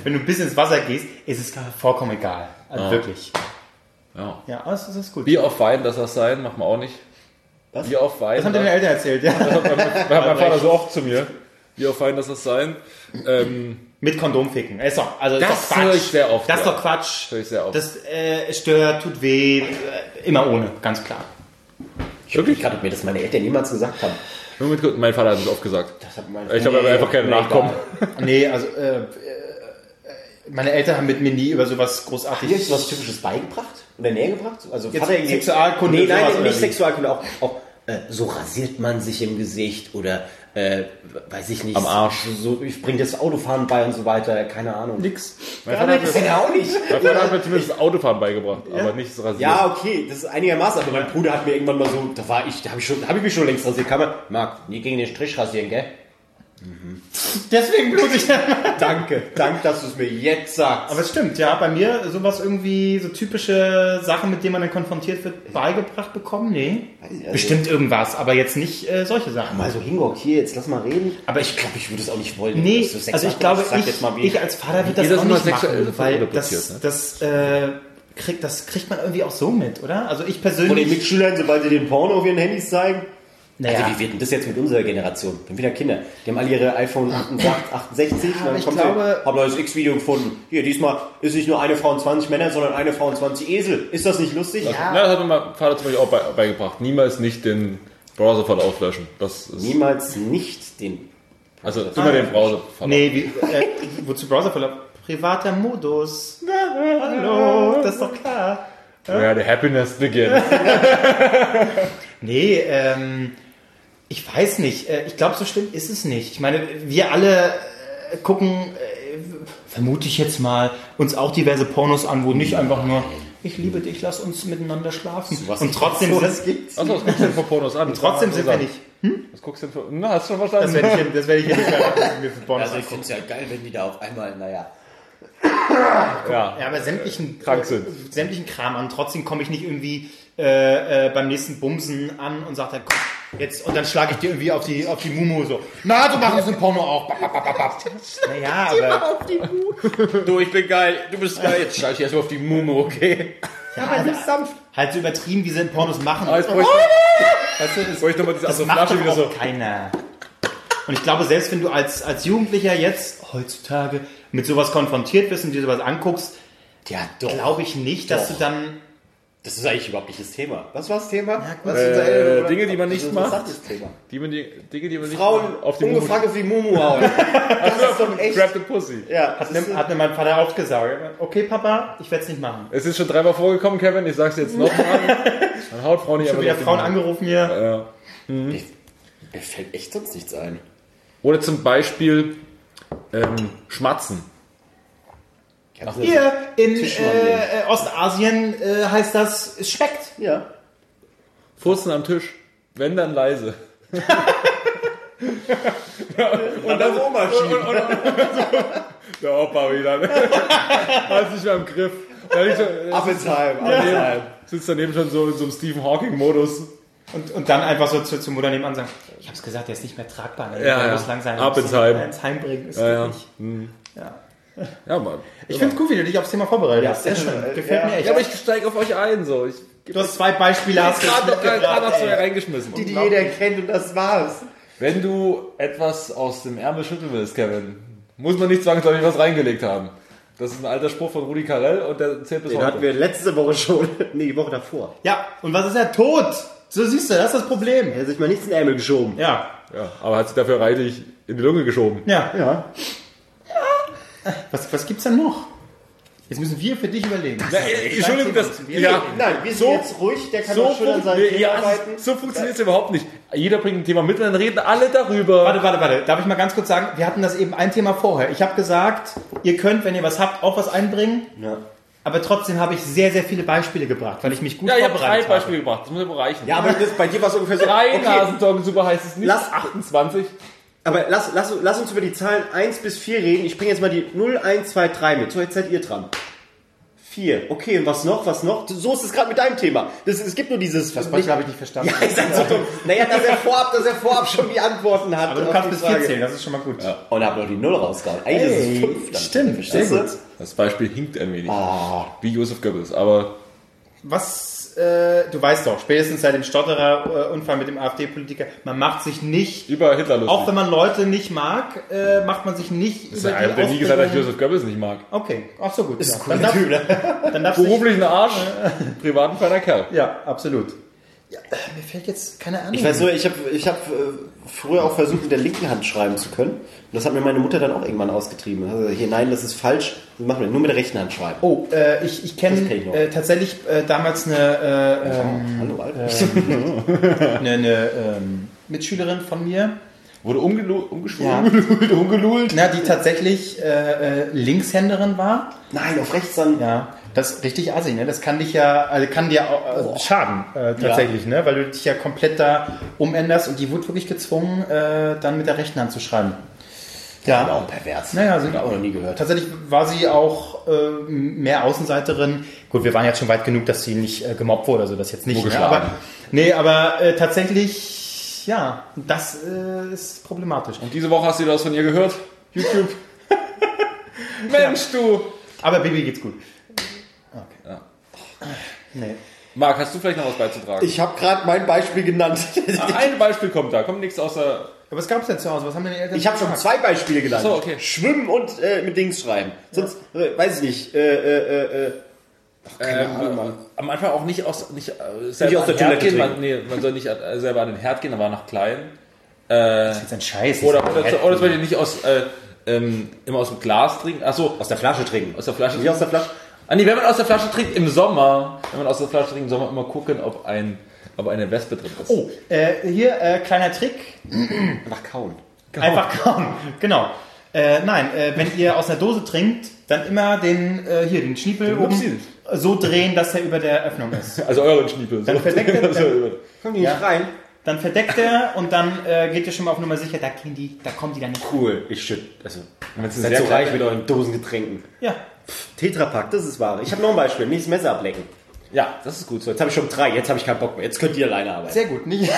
Speaker 2: wenn du ein bisschen ins Wasser gehst, ist es vollkommen egal. Also
Speaker 1: Ah.
Speaker 2: wirklich.
Speaker 1: ja.
Speaker 2: Ja, aber es ist- es ist gut.
Speaker 1: Bier auf Wein, das das sein, machen wir auch nicht.
Speaker 3: Was?
Speaker 1: Bier auf Wein.
Speaker 2: Das haben deine Eltern erzählt, ja.
Speaker 1: Das hat mein Vater so oft zu mir. Bier auf Wein, das das sein. Ähm,
Speaker 2: Mit Kondom ficken. Ist doch, also
Speaker 1: Das
Speaker 2: ist doch Quatsch.
Speaker 1: höre ich sehr oft,
Speaker 2: Das ist
Speaker 1: ja.
Speaker 2: doch Quatsch.
Speaker 1: höre ich sehr oft.
Speaker 2: Das äh, stört, tut weh. Äh, immer ohne, ganz klar.
Speaker 3: ich überlege gerade, ob mir das meine Eltern jemals gesagt haben.
Speaker 1: Nur mit Gründen. mein Vater hat es oft gesagt.
Speaker 3: Das hat mein-
Speaker 1: Ich habe aber einfach keine
Speaker 3: nee,
Speaker 1: Nachkommen.
Speaker 3: egal.
Speaker 2: <laughs> Nee, also äh, äh, meine Eltern haben mit mir nie über sowas
Speaker 3: Habt
Speaker 2: großartig.
Speaker 3: ihr euch was Typisches beigebracht? Oder näher gebracht? Also
Speaker 2: Jetzt
Speaker 3: Vater irgendwie-
Speaker 2: Sexualkunde
Speaker 3: Nee,
Speaker 2: und sowas,
Speaker 3: nein,
Speaker 2: oder
Speaker 3: nicht
Speaker 2: wie?
Speaker 3: Sexualkunde. Auch, auch äh, so rasiert man sich im Gesicht oder äh, weiß ich nicht.
Speaker 1: Am Arsch.
Speaker 3: So, ich bringe das Autofahren bei und so weiter. Keine Ahnung.
Speaker 2: nix.
Speaker 1: Mein Vater, hat mir,
Speaker 3: Ja, auch nicht.
Speaker 1: mein Vater hat mir zumindest das Autofahren beigebracht, aber nichts rasiert.
Speaker 3: Ja, okay, das ist einigermaßen. Aber mein Bruder hat mir irgendwann mal so, da war ich, da habe ich, schon- da hab ich mich schon längst rasiert. Kann man, Marc, nie gegen den Strich rasieren, gell?
Speaker 2: <laughs>
Speaker 3: <laughs>
Speaker 2: Deswegen blutig. <laughs>
Speaker 3: Danke, danke, dass du es mir jetzt sagst.
Speaker 2: Aber es stimmt, ja, bei mir sowas irgendwie, so typische Sachen, mit denen man dann konfrontiert wird, beigebracht bekommen? Nee.
Speaker 3: Also-
Speaker 2: Bestimmt irgendwas, aber jetzt nicht äh, solche Sachen.
Speaker 3: mal so hinguck, hier, jetzt lass mal reden.
Speaker 2: Aber ich
Speaker 3: glaube, ich würde es auch nicht wollen.
Speaker 2: Nee,
Speaker 3: dass du Sex
Speaker 2: also ich
Speaker 3: hast.
Speaker 2: glaube,
Speaker 3: sag
Speaker 2: ich,
Speaker 3: jetzt mal, wie
Speaker 2: ich als Vater würde
Speaker 1: Wie
Speaker 2: das
Speaker 1: das
Speaker 2: auch
Speaker 1: immer
Speaker 2: nicht
Speaker 1: sexuell
Speaker 2: machen,
Speaker 1: von
Speaker 2: weil
Speaker 1: Urlaub
Speaker 2: das,
Speaker 1: passiert, ne?
Speaker 2: das, äh, kriegt, das kriegt man irgendwie auch so mit, oder? Also ich
Speaker 3: Von den
Speaker 2: persönlich,
Speaker 3: Mitschülern, sobald sie den Porno auf ihren Handys zeigen. Also
Speaker 2: Naja.
Speaker 3: wie wird denn das jetzt mit unserer Generation? Bin wieder Kinder. Die haben alle ihre iPhone 68, 68 und
Speaker 2: aber
Speaker 3: dann
Speaker 2: ich
Speaker 3: kommt
Speaker 2: glaube-
Speaker 3: sie, haben neues X-Video gefunden. Hier, diesmal ist nicht nur eine Frau und 20 Männer, sondern eine Frau und 20 Esel. Ist das nicht lustig?
Speaker 1: Ja. das hat mir mein Vater zum Beispiel auch bei, beigebracht. Niemals nicht den Browserverlauf löschen. Das ist,
Speaker 3: Niemals nicht den.
Speaker 1: also immer den Browserverlauf.
Speaker 2: Nee, wie, äh, wozu Browserverlauf? Privater Modus. Hallo, das ist doch klar.
Speaker 1: Ja, the happiness begins.
Speaker 2: Nee, ähm, ich weiß nicht. Äh, Ich glaube, so schlimm ist es nicht. Ich meine, wir alle äh, gucken, äh, vermute ich jetzt mal, uns auch diverse Pornos an, wo nicht einfach nur, ich liebe dich, lass uns miteinander schlafen.
Speaker 3: Was
Speaker 2: Und trotzdem,
Speaker 3: so
Speaker 2: sind,
Speaker 3: was gibt's?
Speaker 1: Achso, Also, was guckst du denn für Pornos an?
Speaker 2: trotzdem sind wir nicht.
Speaker 1: Was guckst du denn für... Na, hast du schon
Speaker 2: Das
Speaker 1: verstanden?
Speaker 2: werde ich, hier- das werde ich hier nicht mehr machen, was wir für Pornos
Speaker 3: Also ich
Speaker 2: angucken.
Speaker 3: finde es ja geil, wenn die da auf einmal, naja.
Speaker 1: ja.
Speaker 2: Ja, aber <laughs> sämtlichen,
Speaker 1: krank sind.
Speaker 2: äh, sämtlichen Kram an. Trotzdem komme ich nicht irgendwie äh, äh, beim nächsten Bumsen an und sage, komm, jetzt, und dann schlage ich dir irgendwie auf die, auf die Mumu so. Na, du machst uns ein Porno auch. Bap, bap, bap, bap, bap. <laughs> Naja, aber,
Speaker 3: Du, ich bin geil, du bist geil. Jetzt scheiße ich erstmal auf die Mumu, okay?
Speaker 2: halt so übertrieben, wie sie in Pornos machen.
Speaker 1: Aber jetzt bräuchte
Speaker 2: Weißt du, das,
Speaker 1: bräuchte ich nochmal diese
Speaker 2: das
Speaker 1: andere
Speaker 2: macht
Speaker 1: Flasche
Speaker 2: doch
Speaker 1: wieder
Speaker 2: auch
Speaker 1: so.
Speaker 2: keiner. Und ich glaube, selbst wenn du als, als Jugendlicher jetzt heutzutage mit sowas konfrontiert bist und dir sowas anguckst,
Speaker 3: Ja, doch.
Speaker 2: glaube ich nicht, dass
Speaker 3: Doch.
Speaker 2: du dann
Speaker 3: Das ist eigentlich überhaupt nicht das Thema. Was war das Thema? Was ist unser
Speaker 1: Äh,
Speaker 3: Erinnerung?
Speaker 1: Dinge, die man
Speaker 3: Das ist
Speaker 1: nicht
Speaker 3: ein
Speaker 1: macht.
Speaker 3: interessantes Thema.
Speaker 1: Die man die, Dinge, die man nicht
Speaker 3: Frauen
Speaker 1: macht, auf die Mumu...
Speaker 3: auf die Mumu <laughs> hauen. Das ist doch echt.
Speaker 1: Grab the pussy.
Speaker 3: Ja, das
Speaker 2: Hat mir, hat mir mein Vater auch gesagt. Okay, Papa, ich werde es nicht machen.
Speaker 1: Es ist schon dreimal vorgekommen, Kevin. Ich sag's jetzt nochmal. Dann haut Frauen nicht
Speaker 2: Ich habe wieder
Speaker 1: auf die
Speaker 2: Frauen
Speaker 1: Mumu.
Speaker 2: angerufen hier.
Speaker 1: Ja.
Speaker 3: Mir- Mir fällt echt sonst nichts ein.
Speaker 1: Oder zum Beispiel ähm, Schmatzen.
Speaker 3: Ach,
Speaker 2: Hier in äh,
Speaker 3: Tischmann.
Speaker 2: äh, Ostasien äh, heißt das, es schmeckt.
Speaker 3: Ja.
Speaker 1: Furzen am Tisch. Wenn, dann
Speaker 3: <laughs>
Speaker 1: leise.
Speaker 3: Und dann Oma schieben.
Speaker 1: <laughs> Der Opa wieder. ne? Hat sich mal im Griff. Da liegt schon-
Speaker 3: Appelsheim,
Speaker 1: daneben, sitzt daneben schon so in so einem Stephen Hawking-Modus.
Speaker 2: Und, und dann einfach so zu, zur Mutter nebenan sagen, ich hab's gesagt, der ist nicht mehr tragbar. Ne?
Speaker 1: Ja,
Speaker 2: der
Speaker 1: ja.
Speaker 2: muss lang sein.
Speaker 1: Ab
Speaker 2: muss
Speaker 1: ins
Speaker 2: ihn
Speaker 1: Heim.
Speaker 2: Ins Heim bringen. Das
Speaker 1: Ja,
Speaker 2: geht
Speaker 1: ja.
Speaker 2: nicht.
Speaker 1: Ja, Mann.
Speaker 2: Ich finde gut, wie du dich aufs Thema vorbereitet hast. Sehr schön. Gefällt mir echt.
Speaker 1: Ja, aber ich steige auf euch ein. So. Ich
Speaker 2: du hast zwei Beispiele. hast du
Speaker 1: gerade noch,
Speaker 2: mitgebracht,
Speaker 1: gerade noch so
Speaker 2: ey.
Speaker 1: reingeschmissen.
Speaker 3: Die jeder kennt und das war's.
Speaker 1: Wenn du etwas aus dem Ärmel schütteln willst, Kevin, muss man nicht zwangsläufig was reingelegt haben. Das ist ein alter Spruch von Rudi Carell und der zählt bis
Speaker 3: Den
Speaker 1: heute.
Speaker 3: hatten wir letzte Woche schon. <laughs> Nee, die Woche davor.
Speaker 2: Ja, und was ist er? Tot. So siehst du, das ist das Problem.
Speaker 3: Er hat sich mal nichts in den Ärmel geschoben.
Speaker 2: Ja,
Speaker 1: ja, aber hat sich dafür reichlich in die Lunge geschoben.
Speaker 2: ja.
Speaker 3: Ja.
Speaker 2: Was, was gibt's denn noch? Jetzt müssen wir für dich überlegen.
Speaker 1: Äh, Entschuldigung, das. Ja,
Speaker 3: Nein, wir sind
Speaker 1: So-
Speaker 3: jetzt ruhig, der kann
Speaker 1: so,
Speaker 3: auch schön an seinem
Speaker 1: fun
Speaker 3: Thema
Speaker 1: ja,
Speaker 3: arbeiten.
Speaker 1: so funktioniert es überhaupt nicht. Jeder bringt ein Thema mit und dann reden alle darüber.
Speaker 2: Warte, warte, warte. Darf ich mal ganz kurz sagen, wir hatten das eben ein Thema vorher. Ich habe gesagt, ihr könnt, wenn ihr was habt, auch was einbringen.
Speaker 3: Ja.
Speaker 2: Aber trotzdem habe ich sehr, sehr viele Beispiele gebracht, weil ich mich gut
Speaker 1: ja, ich habe drei
Speaker 2: vorbereitet habe.
Speaker 1: Beispiele gebracht. Das muss ich bereichen.
Speaker 3: Ja, aber das, bei dir war es ungefähr so.
Speaker 1: drei Nasensorgen super heißt es nicht.
Speaker 3: Lass-
Speaker 1: 28.
Speaker 3: Aber lass, lass, lass uns über die Zahlen 1 bis 4 reden. Ich bringe jetzt mal die 0, 1, 2, 3 mit. So, jetzt seid ihr dran. 4. Okay, und was noch? Was noch? So ist es gerade mit deinem Thema. Das, es gibt nur dieses.
Speaker 2: Das Beispiel habe ich nicht verstanden.
Speaker 3: Ja, <laughs> ihr seid so dumm. Naja, dass er vorab, dass er vorab schon die Antworten hat.
Speaker 2: Aber du
Speaker 3: auf
Speaker 2: kannst
Speaker 3: die
Speaker 2: bis vier
Speaker 3: Frage.
Speaker 2: zählen, das ist schon mal gut.
Speaker 3: Und hab noch die 0 rausgehauen. Eigentlich
Speaker 2: Ey,
Speaker 3: ist es 5. Dann.
Speaker 2: stimmt,
Speaker 3: Verstehst
Speaker 2: sehr
Speaker 3: du?
Speaker 1: Das Beispiel hinkt ein wenig.
Speaker 3: Ah,
Speaker 1: Wie Josef Goebbels, aber
Speaker 2: Was, äh, du weißt doch, spätestens seit dem Stotterer-Unfall mit dem AfD-Politiker, man macht sich nicht,
Speaker 1: über Hitler lustig.
Speaker 2: auch wenn man Leute nicht mag, äh, macht man sich nicht
Speaker 1: Ich habe nie gesagt, dass ich
Speaker 2: Aufregung-
Speaker 1: Josef Goebbels nicht mag.
Speaker 2: Okay, ach so gut. ja.
Speaker 3: ein
Speaker 2: dann,
Speaker 3: cooler
Speaker 2: darf, dann darfst du
Speaker 1: Beruflich ein Arsch, privat ein feiner Kerl.
Speaker 2: Ja, absolut. Ja, äh, mir fällt jetzt keine Ahnung.
Speaker 3: Ich weiß nur, ich habe ich hab, äh, früher auch versucht, mit der linken Hand schreiben zu können. Und das hat mir meine Mutter dann auch irgendwann ausgetrieben. Also hier, nein, das ist falsch. Das machen wir nur mit der rechten Hand schreiben.
Speaker 2: Oh, äh, ich, ich kenne
Speaker 3: Das kenn ich noch.
Speaker 2: äh, tatsächlich äh, damals eine, äh, ähm,
Speaker 3: Hallo, Alter.
Speaker 2: eine, eine ähm, Mitschülerin von mir,
Speaker 1: Wurde umgelu- umgeschwungen.
Speaker 2: Ja.
Speaker 1: umgelult, umgelult.
Speaker 2: na, die tatsächlich äh, äh, Linkshänderin war.
Speaker 3: Nein, auf rechts dann.
Speaker 2: Ja, das ist richtig assi, ne? Das kann dich ja, also kann dir auch, äh, schaden äh, tatsächlich, ne? Weil du dich ja komplett da umänderst und die wurde wirklich gezwungen, äh, dann mit der rechten Hand zu schreiben.
Speaker 3: Aber auch pervers.
Speaker 2: Naja, sind
Speaker 3: Hab ich auch noch nie gehört.
Speaker 2: Tatsächlich war sie auch äh, mehr Außenseiterin. Gut, wir waren jetzt schon weit genug, dass sie nicht äh, gemobbt wurde, also das jetzt nicht.
Speaker 1: Nur
Speaker 2: Ne?
Speaker 1: geschlagen.
Speaker 2: Aber, nee, aber äh, tatsächlich, ja, das äh, ist problematisch.
Speaker 1: Diese Woche hast du wieder was von ihr gehört.
Speaker 3: <laughs>
Speaker 1: YouTube. Mensch, du.
Speaker 2: Aber Baby geht's gut. Okay.
Speaker 1: Ja.
Speaker 2: Nee.
Speaker 1: Marc, hast du vielleicht noch was beizutragen?
Speaker 3: Ich habe gerade mein Beispiel genannt. <laughs>
Speaker 1: Ein Beispiel kommt da, kommt nichts außer.
Speaker 2: Aber was gab es denn zu Hause? Was haben denn die Eltern
Speaker 3: Ich habe schon
Speaker 2: gesagt?
Speaker 3: zwei Beispiele genannt.
Speaker 1: Ach so, okay.
Speaker 3: Schwimmen und äh, mit Dings schreiben. Sonst, äh, weiß ich nicht, äh, äh, äh, äh,
Speaker 1: Am Anfang auch nicht aus, nicht, äh, selber
Speaker 3: Ähm, Nicht aus
Speaker 1: an
Speaker 3: der
Speaker 1: den Herd
Speaker 3: Toilette
Speaker 1: gehen. Man, nee, man soll nicht äh, selber an den Herd gehen, da war noch klein. Äh,
Speaker 2: Das ist ein Scheiß.
Speaker 1: oder, oder, zu- oder zum Beispiel nicht aus, äh, ähm, immer aus dem Glas trinken. Achso,
Speaker 3: aus der Flasche trinken.
Speaker 1: aus der Flasche.
Speaker 3: Nicht aus der Flasche.
Speaker 1: Ah, nee, wenn man aus der Flasche trinkt im Sommer, wenn man aus der Flasche trinkt im Sommer, immer gucken, ob, ein, ob eine Wespe drin ist.
Speaker 2: Oh, äh, hier, äh, kleiner Trick.
Speaker 3: Einfach kauen.
Speaker 2: Einfach kaum. <laughs> Genau. Äh, nein, äh, wenn ihr aus einer Dose trinkt, dann immer den, äh, hier, den Schniepel
Speaker 1: Lupsil.
Speaker 2: oben so drehen, dass er über der Öffnung ist.
Speaker 1: Also euren Schniepel. So.
Speaker 2: Dann verdeckt
Speaker 1: <laughs>
Speaker 2: er-
Speaker 1: So.
Speaker 5: Komm die nicht rein.
Speaker 2: Dann verdeckt er und dann äh, geht ihr schon mal auf Nummer sicher, da, gehen die, da kommen die dann nicht.
Speaker 3: Cool. Ich schütt. Also,
Speaker 1: Wenn's ein
Speaker 3: seid
Speaker 1: sehr
Speaker 3: so reich
Speaker 1: kleiner-
Speaker 3: mit euren Dosengetränken.
Speaker 2: Ja.
Speaker 3: Tetrapack, das ist wahr. Ich habe noch ein Beispiel. Nicht das Messer ablecken.
Speaker 1: Ja, das ist gut. So,
Speaker 3: Jetzt habe ich schon drei. Jetzt habe ich keinen Bock mehr. Jetzt könnt ihr alleine arbeiten.
Speaker 2: Sehr gut. Nicht.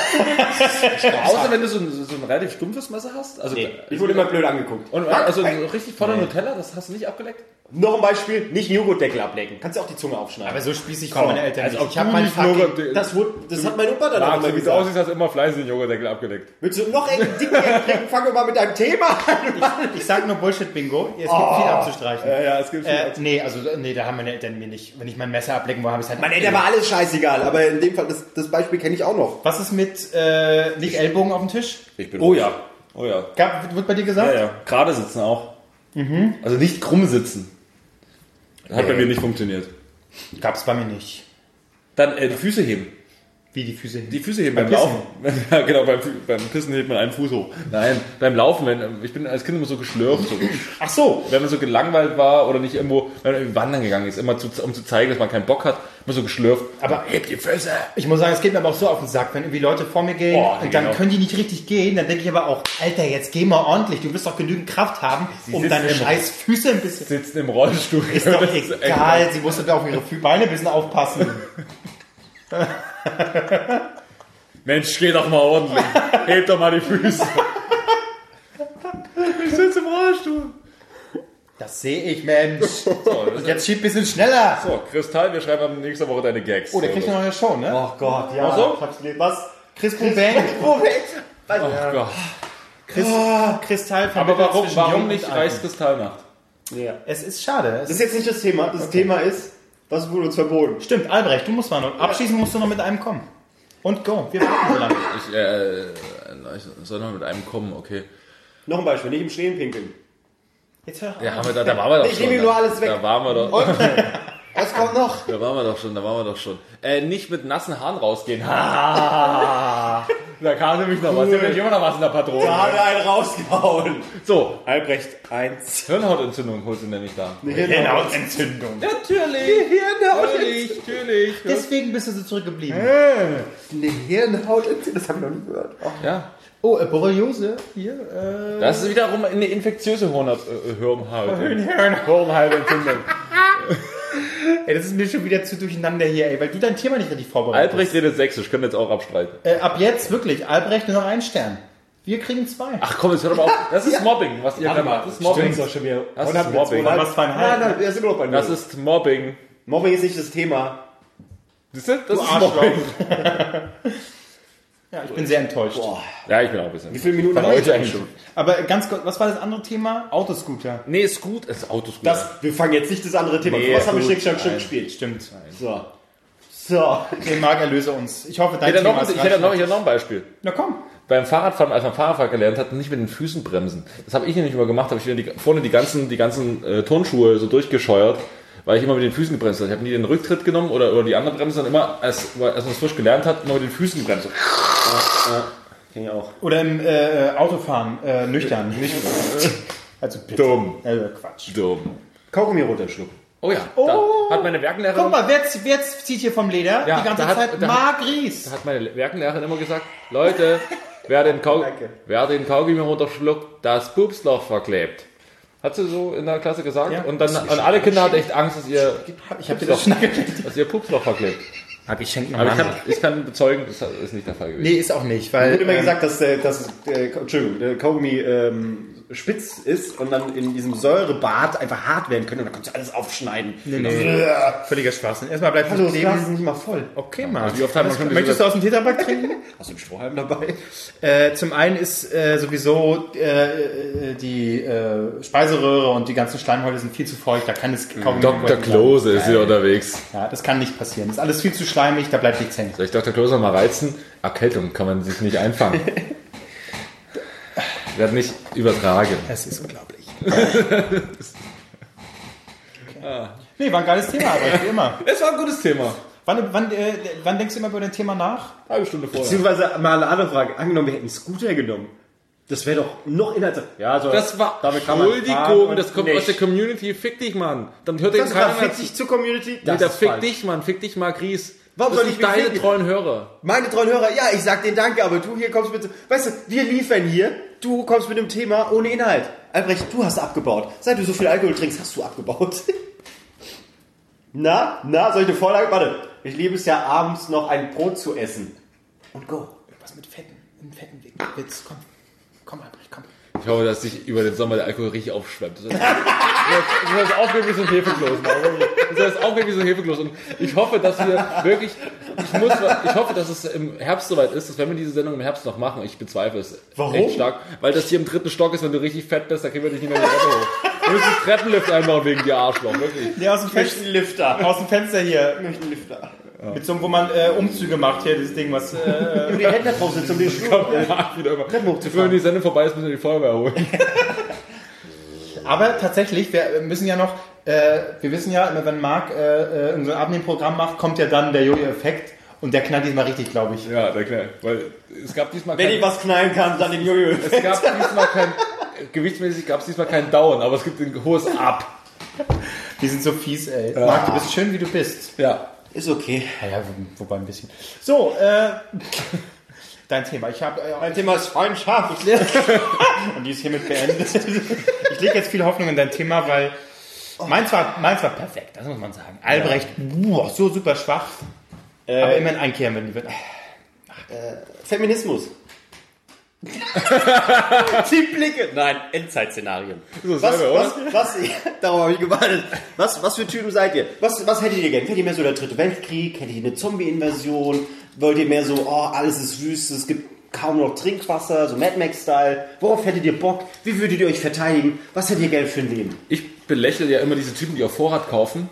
Speaker 1: außer wenn du so ein, so ein relativ stumpfes Messer hast. Also,
Speaker 3: Nee, ich wurde immer blöd angeguckt.
Speaker 1: und, also so richtig voller Nutella, das hast du nicht abgeleckt?
Speaker 3: Noch ein Beispiel. Nicht einen Joghurtdeckel ablecken. Kannst du auch die Zunge
Speaker 2: <laughs>
Speaker 3: aufschneiden.
Speaker 2: Aber so spießig
Speaker 3: Komm,
Speaker 2: kommen meine Eltern
Speaker 1: also
Speaker 2: nicht.
Speaker 1: auch
Speaker 2: Ich habe
Speaker 1: du
Speaker 2: mein
Speaker 1: nicht,
Speaker 2: fucking...
Speaker 1: Robert.
Speaker 3: das wurde, das hat mein Opa dann auch
Speaker 1: Marc,
Speaker 3: immer
Speaker 1: so wie du
Speaker 3: gesagt.
Speaker 1: aussiehst, hast du immer fleißig den Joghurtdeckel abgeleckt.
Speaker 3: Willst du noch einen dicken kriegen? Fangen wir mal mit deinem Thema an.
Speaker 2: Ich sag nur Bullshit-Bingo. Es gibt viel abzustreichen.
Speaker 3: ja, es gibt viel
Speaker 2: Oh. äh, nee, also nee, da haben meine Eltern mir nicht. Wenn ich mein Messer ablecken wollte, habe ich es halt.
Speaker 3: Meine Eltern war alles scheißegal, aber in dem Fall, das, das Beispiel kenne ich auch noch.
Speaker 2: Was ist mit äh, nicht Ellbogen auf dem Tisch?
Speaker 1: Ich bin oh ja. Oh ja.
Speaker 2: Gab, wird bei dir gesagt?
Speaker 1: Ja, ja. Gerade sitzen auch.
Speaker 2: Mhm.
Speaker 1: Also nicht krumm sitzen. Hat bei mir nicht funktioniert.
Speaker 2: Gab es bei mir nicht.
Speaker 1: Dann äh, die Füße heben.
Speaker 2: Wie die Füße hin.
Speaker 1: Die Füße heben beim, Laufen. <laughs> ja, genau, beim, Fü- beim Pissen hebt man einen Fuß hoch. Nein, beim Laufen, wenn, ähm, ich bin als Kind immer so geschlürft. So.
Speaker 2: Ach so.
Speaker 1: wenn man so gelangweilt war oder nicht irgendwo, wenn man irgendwie wandern gegangen ist, immer zu, um zu zeigen, dass man keinen Bock hat, immer so geschlürft.
Speaker 2: Aber-
Speaker 1: hebt die Füße!
Speaker 2: Ich muss sagen, es geht mir aber auch so auf den Sack, wenn irgendwie Leute vor mir gehen
Speaker 1: Boah,
Speaker 2: und dann
Speaker 1: genau.
Speaker 2: können die nicht richtig gehen, dann denke ich aber auch, Alter, jetzt geh mal ordentlich, du wirst doch genügend Kraft haben, um
Speaker 1: sitzen
Speaker 2: deine
Speaker 1: im-
Speaker 2: scheiß Füße
Speaker 1: <laughs>
Speaker 2: ein bisschen.
Speaker 1: Sitzen im Rollstuhl. <laughs>
Speaker 2: Ist doch egal, sie musste doch auf ihre Fü- Beine ein bisschen aufpassen.
Speaker 1: Mensch, geh doch mal ordentlich. Heb doch mal die Füße.
Speaker 2: <laughs>
Speaker 1: ich sitze im Rollstuhl.
Speaker 2: Das sehe ich, Mensch.
Speaker 1: So, das ist
Speaker 2: Jetzt schieb ein bisschen schneller.
Speaker 1: so, Kristall, wir schreiben ab nächste Woche deine Gags.
Speaker 2: Oh, der kriegt eine neue Show, ne?
Speaker 3: Oh Gott, ja.
Speaker 1: so?
Speaker 3: Ich hab's gelesen. Was?
Speaker 2: Chris Bang.
Speaker 1: oh Gott.
Speaker 2: Kristall
Speaker 1: Aber warum,
Speaker 2: zwischen Jung
Speaker 1: warum
Speaker 2: und
Speaker 1: nicht
Speaker 2: Alten.
Speaker 1: Reichskristall macht?
Speaker 3: Ja.
Speaker 2: Es ist schade. Es
Speaker 3: Das
Speaker 2: ist
Speaker 3: ist jetzt nicht das Thema. Das Thema ist, was wurde uns verboten?
Speaker 2: Stimmt, Albrecht, du musst mal noch. Abschließend musst du noch mit einem kommen. Und go. Wir warten so lange.
Speaker 1: Ich, äh, ich soll noch mit einem kommen, okay.
Speaker 3: Noch ein Beispiel. Nicht im Stehen pinkeln.
Speaker 2: Jetzt hör auf.
Speaker 1: Ja, haben wir da, da waren wir doch
Speaker 3: Ich
Speaker 1: schon.
Speaker 3: nehme ihm
Speaker 1: da,
Speaker 3: nur alles weg.
Speaker 1: Da waren wir doch.
Speaker 3: Was kommt noch?
Speaker 1: Da waren wir doch schon, da waren wir doch schon. Äh, nicht mit nassen Haaren rausgehen. da kam nämlich noch was. <laughs> Da bin ich immer noch was in der Patrone.
Speaker 3: Habe einen rausgehauen.
Speaker 1: So,
Speaker 3: Albrecht, eins.
Speaker 1: Hirnhautentzündung holst du nämlich da.
Speaker 2: Hirnhautentzündung.
Speaker 1: Natürlich, natürlich, natürlich.
Speaker 2: Deswegen bist du so zurückgeblieben.
Speaker 3: Eine Hirnhautentzündung. Das habe ich noch nie gehört.
Speaker 1: Ja,
Speaker 2: Oh, äh, Borreliose hier.
Speaker 1: das ist wiederum eine infektiöse Hornhaut, äh, Hirnhaut.
Speaker 2: Hirnhautentzündung.
Speaker 1: Hirnhautentzündung.
Speaker 2: <laughs> Ey, das ist mir schon wieder zu durcheinander hier, ey, weil du dein Thema nicht richtig vorbereitet
Speaker 1: Albrecht redet sächsisch, können wir jetzt auch abstreiten.
Speaker 2: hast. Äh, ab jetzt wirklich, Albrecht nur noch einen Stern. Wir kriegen zwei.
Speaker 1: Ach komm, jetzt hör doch mal auf. Das ist Mobbing, was ihr da macht. Das ist Mobbing.
Speaker 3: schon wieder.
Speaker 1: Das ist Mobbing.
Speaker 2: Oder was zweieinhalb.
Speaker 3: Nein, nein, wir sind immer noch bei null.
Speaker 1: Das ist Mobbing.
Speaker 3: Mobbing ist nicht das Thema.
Speaker 1: Siehst du? Das
Speaker 2: Du
Speaker 1: ist
Speaker 2: Arschloch.
Speaker 1: Mobbing.
Speaker 2: <laughs> Ja, ich bin sehr enttäuscht.
Speaker 1: Ja, ich bin auch ein
Speaker 3: Wie
Speaker 1: bisschen.
Speaker 3: viele Minuten haben wir
Speaker 1: Heute
Speaker 3: jetzt
Speaker 1: eigentlich
Speaker 3: eigentlich
Speaker 1: schon.
Speaker 3: schon?
Speaker 2: Aber ganz kurz, was war das andere Thema? Autoscooter.
Speaker 1: Nee, ist gut. Es ist Autoscooter.
Speaker 3: Das, wir fangen jetzt nicht das andere Thema an. Was haben wir
Speaker 1: gut.
Speaker 3: Schick, Schack, Schick
Speaker 1: Nein.
Speaker 3: gespielt?
Speaker 2: Stimmt.
Speaker 3: So. So.
Speaker 2: Den Marc erlöse uns. Ich hoffe, dein
Speaker 1: Ich hätte,
Speaker 2: Thema
Speaker 1: noch,
Speaker 2: ist
Speaker 1: ich, hätte noch,
Speaker 2: reich.
Speaker 1: ich hätte noch ein Beispiel.
Speaker 2: Na komm.
Speaker 1: Beim Fahrradfahren, als man Fahrradfahren gelernt hat, nicht mit den Füßen bremsen. Das habe ich nämlich immer gemacht, habe ich wieder die, vorne die ganzen, die ganzen äh, Turnschuhe so durchgescheuert, weil ich immer mit den Füßen gebremst habe. Ich habe nie den Rücktritt genommen oder, oder die andere Bremse, sondern immer, als, weil- als man es frisch gelernt hat, immer mit den Füßen gebremst.
Speaker 3: Ging auch.
Speaker 2: Oder im äh, äh, Autofahren, äh, nüchtern.
Speaker 1: <laughs>
Speaker 2: Nicht also bitte.
Speaker 1: Dumm.
Speaker 2: Also Quatsch.
Speaker 1: Dumm.
Speaker 3: Kaugummi runterschlucken.
Speaker 1: Oh ja,
Speaker 2: Oh.
Speaker 1: da hat meine Werkenlehrerin...
Speaker 2: Guck mal, wer, z- wer z- zieht hier vom Leder
Speaker 1: Ja,
Speaker 2: die ganze
Speaker 1: da hat-
Speaker 2: Zeit?
Speaker 1: da
Speaker 2: Marc Ries.
Speaker 1: Da hat meine Werkenlehrerin immer gesagt, Leute, wer den, Kau
Speaker 3: Danke.
Speaker 1: wer den Kaugummi runterschluckt, das Pupsloch verklebt. Hat sie so in der Klasse gesagt.
Speaker 2: Ja.
Speaker 1: und dann und alle Kinder hatten echt Angst, dass ihr,
Speaker 2: Ich hab dir das schon erklärt.
Speaker 1: dass ihr Pupsloch verklebt.
Speaker 2: Hab ich schenken
Speaker 1: Aber ich kann, ich kann bezeugen, das ist nicht der Fall gewesen.
Speaker 2: Nee, ist auch nicht, weil.
Speaker 3: Wird immer
Speaker 2: ähm,
Speaker 3: gesagt, dass, äh, dass äh, Entschuldigung, der Kaugummi ähm, spitz ist und dann in diesem Säurebad einfach hart werden können und dann kannst du alles aufschneiden.
Speaker 2: Nee, nee. Völliger Schwachsinn. Erstmal bleibt
Speaker 3: Hallo,
Speaker 2: es
Speaker 3: das Glas ist
Speaker 2: leben.
Speaker 3: nicht mal voll.
Speaker 2: Okay, Marc.
Speaker 1: Wie oft haben wir
Speaker 2: Alles
Speaker 1: schon
Speaker 2: klar. Möchtest
Speaker 1: gesagt-
Speaker 2: du aus dem
Speaker 1: <laughs>
Speaker 2: Tetrapack trinken?
Speaker 3: Hast du einen Strohhalm dabei?
Speaker 2: Äh, zum einen ist äh, sowieso äh, äh, die äh, Speiseröhre und die ganzen Schleimhäute sind viel zu feucht, da kann es kaum
Speaker 1: Dr. Klose ist wieder unterwegs.
Speaker 2: Ja, das kann nicht passieren. Das ist alles viel zu schleimig, da bleibt nichts hängen.
Speaker 1: Soll ich Dr. Klose mal reizen? Erkältung kann man sich nicht <laughs> einfangen. Wird nicht übertragen.
Speaker 2: Das ist unglaublich. Nee, war ein geiles Thema, aber wie immer.
Speaker 1: Es war ein gutes Thema.
Speaker 2: Wann, wann, äh, wann denkst du immer über dein Thema nach?
Speaker 1: Halbe Stunde vorher.
Speaker 3: Beziehungsweise mal eine andere Frage. Angenommen, wir hätten einen Scooter genommen. Das wäre doch noch inhaltlich. Ja, so,
Speaker 1: Das war
Speaker 3: damit kann man fahren
Speaker 1: Entschuldigung, das
Speaker 3: und
Speaker 1: kommt
Speaker 3: nicht.
Speaker 1: aus der Community. Fick dich, Mann. Dann hört
Speaker 3: Das
Speaker 1: jetzt
Speaker 3: war
Speaker 1: keiner mehr.
Speaker 3: fick dich zur Community.
Speaker 1: Nee,
Speaker 3: Das
Speaker 1: da
Speaker 3: ist
Speaker 1: fick
Speaker 3: falsch.
Speaker 1: dich, Mann. Fick dich, Marc Ries.
Speaker 3: Warum
Speaker 1: das
Speaker 3: soll
Speaker 1: sind
Speaker 3: ich mich
Speaker 1: deine
Speaker 3: ficken?
Speaker 1: treuen Hörer.
Speaker 3: Meine treuen Hörer, ja, ich sag denen danke, aber du hier kommst mit. Weißt du, wir liefern hier, du kommst mit dem Thema ohne Inhalt. Albrecht, du hast abgebaut. Seit du so viel Alkohol trinkst, hast du abgebaut. <laughs> na, na, solche Vorlage? Warte, ich liebe es ja abends noch ein Brot zu essen. Und go.
Speaker 2: Was mit Fetten? Ein fetten Witz, komm. Komm, Albrecht, komm.
Speaker 1: Ich hoffe, dass dich über den Sommer der Alkohol richtig aufschwemmt.
Speaker 3: <laughs>
Speaker 1: Du sollst du sollst aufgehen wie so ein Hefekloß. Mann. Du sollst aufgehen wie so ein Hefekloß. Und ich hoffe, dass wir wirklich, ich muss, ich hoffe, dass es im Herbst soweit ist, dass wenn wir diese Sendung im Herbst noch machen, ich bezweifle es Warum? echt stark, weil das hier im dritten Stock ist, wenn du richtig fett bist, da kriegen wir dich nicht mehr in die Treppe hoch. Wir müssen einen Treppenlift einbauen wegen dir Arschloch, wirklich.
Speaker 2: Nee, aus dem Fenster,
Speaker 3: Lifter.
Speaker 2: aus dem Fenster hier.
Speaker 3: Ich möchte einen Lifter.
Speaker 2: Mit so einem, wo man äh, Umzüge macht, hier, dieses Ding, was. Äh,
Speaker 3: Nur die Hände drauf sitzen, um den Schuh.
Speaker 1: Ach, wieder immer. Wenn die Sendung vorbei ist, müssen wir die Feuerwehr holen.
Speaker 2: Aber tatsächlich, wir müssen ja noch, äh, wir wissen ja, immer wenn Marc äh, äh, so ein Abnehmprogramm macht, kommt ja dann der Jojo-Effekt und der knallt diesmal richtig, glaube ich.
Speaker 1: Ja, na klar. Weil es gab diesmal
Speaker 3: Wenn ich was knallen kann, dann den Jojo.
Speaker 1: Es gab diesmal kein, gewichtsmäßig gab es diesmal keinen Down, aber es gibt ein hohes Up.
Speaker 2: Die sind so fies, ey. Marc, du bist schön, wie du bist.
Speaker 1: Ja.
Speaker 3: Ist okay.
Speaker 2: Naja, wobei ein bisschen. So, äh, <laughs> dein Thema. Ich habe, äh,
Speaker 3: Mein Thema ist Freundschaft. <laughs>
Speaker 2: und die ist hiermit beendet. ich lege jetzt viel Hoffnung in dein Thema, weil meins war, meins war perfekt, das muss man sagen. Albrecht, boah, so super schwach. aber immerhin einkehren, wenn die wird.
Speaker 3: Feminismus. <laughs> Die Blicke. Nein, Endzeitszenarien.
Speaker 1: So
Speaker 3: Was,
Speaker 1: selber,
Speaker 3: was, was, darauf habe ich gewartet. Was, was für Typen seid ihr? Was, was hättet ihr gern? Hättet ihr mehr so der dritte Weltkrieg? Hättet ihr eine Zombie-Invasion? Wollt ihr mehr so, oh, alles ist wüst, es gibt kaum noch Trinkwasser, so Mad Max-Style? Worauf hättet ihr Bock? Wie würdet ihr euch verteidigen? Was hättet ihr gern für ein Leben?
Speaker 1: Ich belächle ja immer diese Typen, die auf Vorrat kaufen.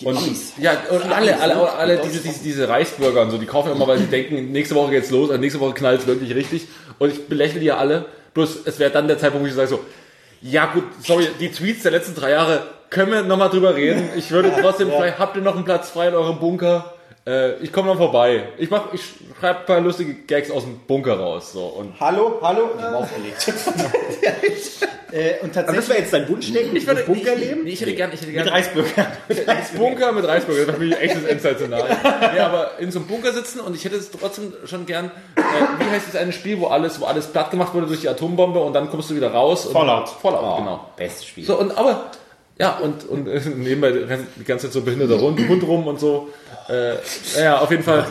Speaker 1: Die und,
Speaker 3: Amis.
Speaker 1: Ja, und alle,
Speaker 3: Amis,
Speaker 1: alle,
Speaker 3: ne?
Speaker 1: alle, alle
Speaker 3: Die
Speaker 1: diese,
Speaker 3: Deutschen.
Speaker 1: diese, diese Reichsbürger und so, die kaufen immer, weil sie denken, nächste Woche geht's los, also nächste Woche knallt's wirklich richtig. Und ich belächle die ja alle. Bloß, es wäre dann der Zeitpunkt, wo ich sage so, ja gut, sorry, die Tweets der letzten drei Jahre, können wir nochmal drüber reden? Ich würde trotzdem, frei, habt ihr noch einen Platz frei in eurem Bunker? Äh, ich komme dann vorbei. Ich mach, ich schreibe ein paar lustige Gags aus dem Bunker raus, so. Und
Speaker 3: Hallo, hallo? Ich war aufgelegt. <laughs>
Speaker 2: Äh, und
Speaker 3: Aber das
Speaker 2: tatsächlich
Speaker 3: wäre jetzt dein Wunschdenken? Ich würde Bunkerleben?
Speaker 1: ich hätte gern, ich hätte
Speaker 2: mit Reisbürger.
Speaker 1: Bunker mit Reisburger, das ist für mich ein echtes Endszeitszenario. Nee, aber in so einem Bunker sitzen und ich hätte es trotzdem schon gern, äh, wie heißt das eine Spiel, wo alles, wo alles platt gemacht wurde durch die Atombombe und dann kommst du wieder raus. Und
Speaker 2: Fallout.
Speaker 3: Ah.
Speaker 1: Fallout, genau.
Speaker 3: Bestes Spiel.
Speaker 1: So, und aber, ja, und, und äh, nebenbei rennt die ganze Zeit so ein behinderter Hund, Hund rum und so. Äh, ja, auf jeden Fall.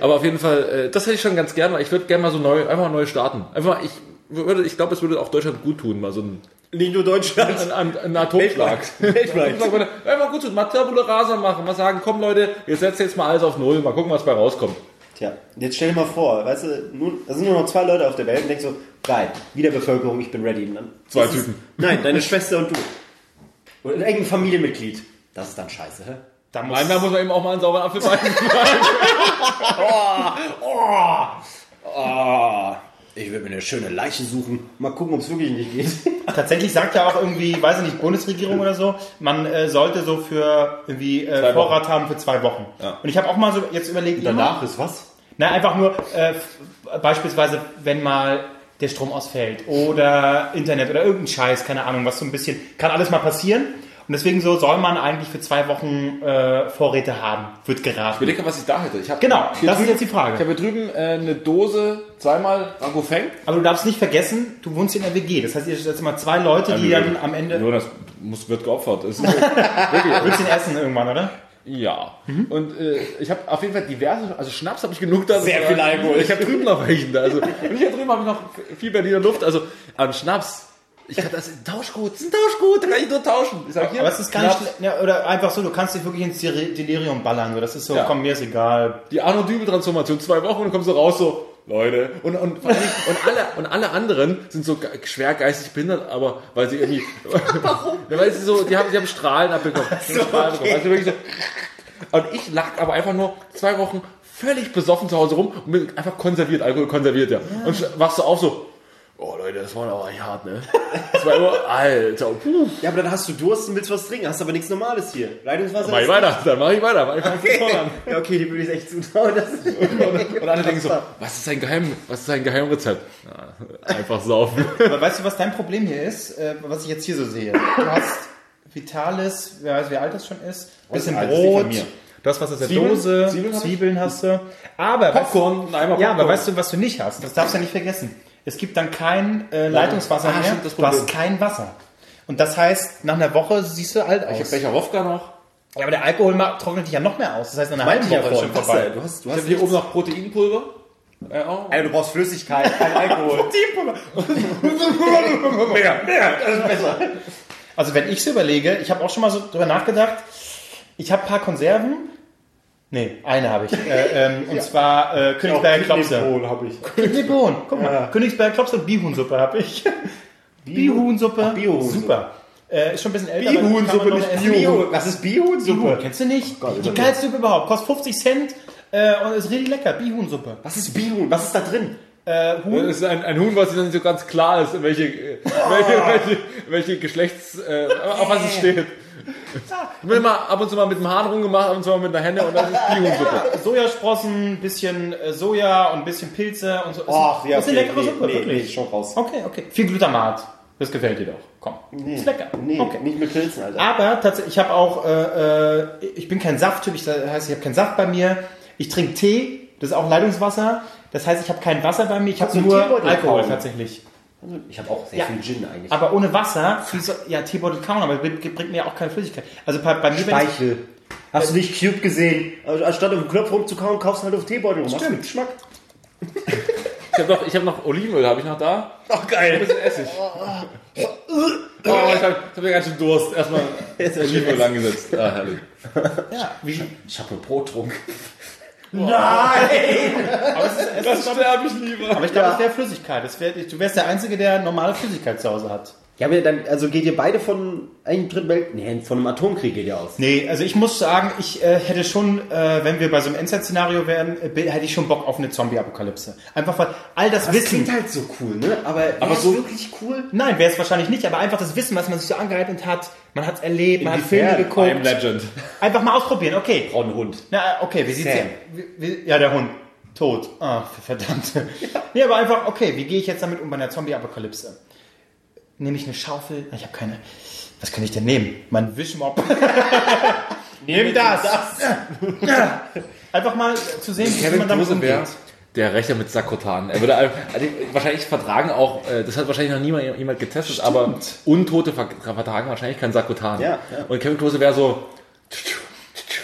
Speaker 1: Aber auf jeden Fall, äh, das hätte ich schon ganz gern, weil ich würde gerne mal so neu, einfach mal neu starten. Einfach, mal- ich würde, ich glaube, es würde auch Deutschland gut tun, mal so ein
Speaker 3: Nicht nur Deutschland.
Speaker 1: ein, ein, ein Atomschlag.
Speaker 3: Weltweit.
Speaker 1: Atomschlag. Einfach gut tun, mal Tabula Rasa machen, mal sagen, komm Leute, wir setzen jetzt mal alles auf Null, mal gucken, was bei rauskommt.
Speaker 3: <laughs> Tja, jetzt stell dir mal vor, weißt du, nun, da sind nur noch zwei Leute auf der Welt und denkst so, geil, Wiederbevölkerung, ich bin ready. Und dann
Speaker 1: Zwei
Speaker 3: ist es-
Speaker 1: Typen.
Speaker 3: Nein, deine Schwester und du. Oder ein engen Familienmitglied. Das ist dann scheiße, hä?
Speaker 2: Da muss,
Speaker 1: Einmal muss man eben auch mal einen sauren Apfel beißen.
Speaker 3: Oh, Ich würde mir eine schöne Leiche suchen. Mal gucken, ob es wirklich nicht geht.
Speaker 2: tatsächlich sagt ja auch irgendwie, weiß ich nicht, Bundesregierung oder so, man äh, sollte so für irgendwie äh,
Speaker 1: Zwei Wochen.
Speaker 2: Vorrat haben für zwei Wochen. Und ich habe auch mal so jetzt überlegt,
Speaker 3: Danach ist was?
Speaker 2: Na, einfach nur äh, f- beispielsweise, wenn mal der Strom ausfällt oder Internet oder irgendein Scheiß, keine Ahnung, was so ein bisschen, kann alles mal passieren. Und deswegen so soll man eigentlich für zwei Wochen äh, Vorräte haben, wird geraten.
Speaker 1: <laughs> Überleg mal, was ich da hätte. Ich hab
Speaker 2: Genau,
Speaker 1: hier
Speaker 2: das ist
Speaker 1: drüben-
Speaker 2: jetzt die
Speaker 1: Ich
Speaker 2: Frage.
Speaker 1: habe hier drüben äh, eine Dose, zweimal Ragofeng.
Speaker 2: Aber du darfst nicht vergessen, du wohnst in der WG. Das heißt, ihr seid immer zwei Leute, die dann am Ende...
Speaker 1: Jonas muss, wird geopfert. <laughs> Es Ist
Speaker 2: Du willst den essen irgendwann, oder?
Speaker 1: ja.
Speaker 2: Mhm.
Speaker 1: Und äh, ich habe auf jeden Fall diverse, also Schnaps habe ich genug da.
Speaker 3: Sehr viel Alkohol.
Speaker 1: Ich habe drüben noch welchen da. Also, und hier drüben habe ich noch viel Berliner Luft. Also an Schnaps Ich kann das ein Tauschgut, das ist ein Tauschgut, da kann ich nur tauschen. Ich sag, hier,
Speaker 2: Aber es ist gar nicht
Speaker 1: knapp.
Speaker 2: schle- ja, Oder einfach so, du kannst dich wirklich ins Deli- Delirium ballern. So. Das ist so,
Speaker 1: Ja.
Speaker 2: komm, mir ist egal.
Speaker 1: die Arno Dübel Transformation zwei Wochen und kommst du raus so Leute und und, vor allen Dingen- und alle und alle anderen sind so ge- schwer geistig behindert, aber weil sie irgendwie <laughs> warum? Ja, weil sie so die haben die haben Strahlen abbekommen. So, Strahlen bekommen. Also wirklich so. Und ich lag aber einfach nur zwei Wochen völlig besoffen zu Hause rum und bin einfach konserviert, Alkohol konserviert ja. Und sch- wachst du auf so Oh Leute, das war aber echt hart, ne? Zwei Uhr, Alter, puh.
Speaker 3: Ja, aber dann hast du Durst und willst was trinken, hast aber nichts Normales hier. Leitungswasser
Speaker 1: Mach ich weiter, dann mach ich weiter, mach ich <laughs> weiter.
Speaker 3: Ja, okay, die würde ich echt zutrauen. Das ist
Speaker 1: Und alle denken so, was ist sein Geheim, was ist sein Geheimrezept? Ja, einfach saufen.
Speaker 2: Aber weißt du, was dein Problem hier ist? Äh, was ich jetzt hier so sehe. Du hast Vitales, wer weiß, wie alt das schon ist. Bisschen
Speaker 3: alt ist die
Speaker 2: Brot.
Speaker 3: von mir?
Speaker 2: Du hast was aus der
Speaker 1: Zwiebeln?
Speaker 2: Dose.
Speaker 1: Zwiebeln hab ich.
Speaker 2: Zwiebeln hast du. Aber weißt du,
Speaker 1: Popcorn, einmal
Speaker 2: Ja, aber weißt du, was du nicht hast? Das darfst du ja nicht vergessen. Es gibt dann kein äh, Leitungswasser
Speaker 1: Ah,
Speaker 2: mehr.
Speaker 1: stimmt, das
Speaker 2: du hast
Speaker 1: Problem.
Speaker 2: kein Wasser. Und das heißt, nach einer Woche siehst du alt
Speaker 1: Ich hab
Speaker 2: aus.
Speaker 1: Becherowka noch.
Speaker 2: Ja, aber der Alkohol ma- trocknet dich ja noch mehr aus. Das heißt, nach einer halben
Speaker 3: ja
Speaker 2: Woche ist schon
Speaker 3: voll Wasser.
Speaker 2: vorbei.
Speaker 3: Du hast, du
Speaker 1: Ich
Speaker 3: hast
Speaker 1: hab hier oben noch Proteinpulver. Äh, auch.
Speaker 3: Ey, du brauchst Flüssigkeit, kein Alkohol.
Speaker 2: <laughs>
Speaker 3: <laughs>
Speaker 2: Also wenn ich so überlege, ich habe auch schon mal so drüber nachgedacht, ich habe ein paar Konserven. Nee, eine
Speaker 3: <laughs>
Speaker 2: habe ich. Äh, ähm, und zwar äh, Königsberger Klopse.
Speaker 3: habe ich.
Speaker 2: Kidneybohnen, guck mal. Königsberger Klopse und Bihuhnsuppe habe
Speaker 3: <laughs>
Speaker 2: ich. Bihuhnsuppe.
Speaker 3: Bihuhnsuppe.
Speaker 2: Super. Äh, ist schon ein bisschen älter. aber kann man
Speaker 3: Bihuhnsuppe,
Speaker 2: noch
Speaker 3: nicht
Speaker 2: essen.
Speaker 3: Bio. Oh Was ist
Speaker 2: Bihuhn,
Speaker 3: Bihuhnsuppe?
Speaker 2: kennst du nicht? die geilste Suppe überhaupt. Kostet 50 Cent äh, und ist richtig lecker. Bihuhnsuppe.
Speaker 3: Was ist Bihuhn? Was ist da drin?
Speaker 2: Äh, Huhn,
Speaker 1: Das ist ein, ein Huhn, was nicht so ganz klar ist, in welche, äh, welche, welche, welche Geschlechts... Äh, auf was es steht. Ich bin mal ab und zu mal mit dem Hahn rumgemacht, ab und zu mal mit einer Henne und dann ist die Huhnsuppe.
Speaker 2: Sojasprossen, bisschen äh, Soja und ein bisschen Pilze und so. Ist, ist eine leckere Suppe,
Speaker 3: nee,
Speaker 2: wirklich.
Speaker 3: Nee, schon raus.
Speaker 2: Okay, okay. Viel Glutamat. Das gefällt dir doch. Komm. Ist lecker.
Speaker 3: Nee,
Speaker 2: okay.
Speaker 3: nicht mit Pilzen, Alter.
Speaker 2: Aber tatsächlich, ich habe auch, äh, äh, ich bin kein Safttyp, ich, das heißt, ich habe keinen Saft bei mir. Ich trinke Tee, das ist auch Leitungswasser. Das heißt, ich habe kein Wasser bei mir, ich habe
Speaker 3: du einen
Speaker 2: nur
Speaker 3: Teebeutel
Speaker 2: Alkohol
Speaker 3: kaufen?
Speaker 2: tatsächlich.
Speaker 3: Ich habe auch sehr
Speaker 2: Ja.
Speaker 3: viel Gin eigentlich.
Speaker 2: Aber ohne Wasser, wie so, ja, Teebeutel kaum, aber bringt bringt mir ja auch keine Flüssigkeit. Also bei, bei mir, wenn ich,
Speaker 3: Speichel. Hast du nicht Cube gesehen? Also Anstatt auf den Knopf rumzukauen, kaufst du halt auf den Teebeutel rum. Hast du mit Geschmack?
Speaker 1: Ich hab noch, ich hab noch Olivenöl, habe ich noch da?
Speaker 3: Ach, geil.
Speaker 1: bisschen Essig. Oh, ich habe hab ja ganz schön Durst. Erstmal Olivenöl angesetzt. Ah, herrlich.
Speaker 2: ja, wie,
Speaker 3: Ich habe einen Brottrunk.
Speaker 1: Das sterbe ich lieber.
Speaker 2: aber ich glaube, das wäre Flüssigkeit. Das wär, du wärst der Einzige, der normale Flüssigkeit zu Hause hat.
Speaker 3: Ja, aber dann, also geht ihr beide von einem dritten Welt... Nee, von einem Atomkrieg geht ihr aus.
Speaker 2: Nee, also ich muss sagen, ich äh, hätte schon, äh, wenn wir bei so einem Endzeit-Szenario wären, äh, bin- hätte ich schon Bock auf eine Zombie-Apokalypse. Einfach weil all das
Speaker 3: Das
Speaker 2: Wissen.
Speaker 3: klingt halt so cool, ne? Aber,
Speaker 2: Aber
Speaker 3: wär's
Speaker 2: so-
Speaker 3: wirklich cool?
Speaker 2: Nein, wäre es wahrscheinlich nicht, aber einfach das Wissen, was man sich so angeeignet hat. Man hat es erlebt, man hat Filme
Speaker 1: I'm
Speaker 2: geguckt.
Speaker 1: Legend.
Speaker 2: Einfach mal ausprobieren, okay.
Speaker 3: Brauchen Hund.
Speaker 2: Na, okay, wie sieht's
Speaker 3: Sam.
Speaker 2: hier? Wie, wie, ja, der Hund. Tot. Ah, verdammt. Nee, aber einfach, okay, wie gehe ich jetzt damit um bei einer Zombie-Apokalypse? Nehme ich eine Schaufel? Ich habe keine. Was kann ich denn nehmen? Mein
Speaker 1: <laughs>
Speaker 2: Wischmopp. Nimm das. Ja. <laughs> Einfach mal zu sehen, wie
Speaker 1: Kevin
Speaker 2: man damit
Speaker 1: Klose wäre
Speaker 2: umgeht.
Speaker 1: der Rächer mit Sakrotan. Er würde all- also wahrscheinlich vertragen auch, äh, das hat wahrscheinlich noch niemand jemand getestet, aber Untote ver- vertragen wahrscheinlich kein Sakrotan.
Speaker 3: Ja, ja.
Speaker 1: Und Kevin Klose wäre so,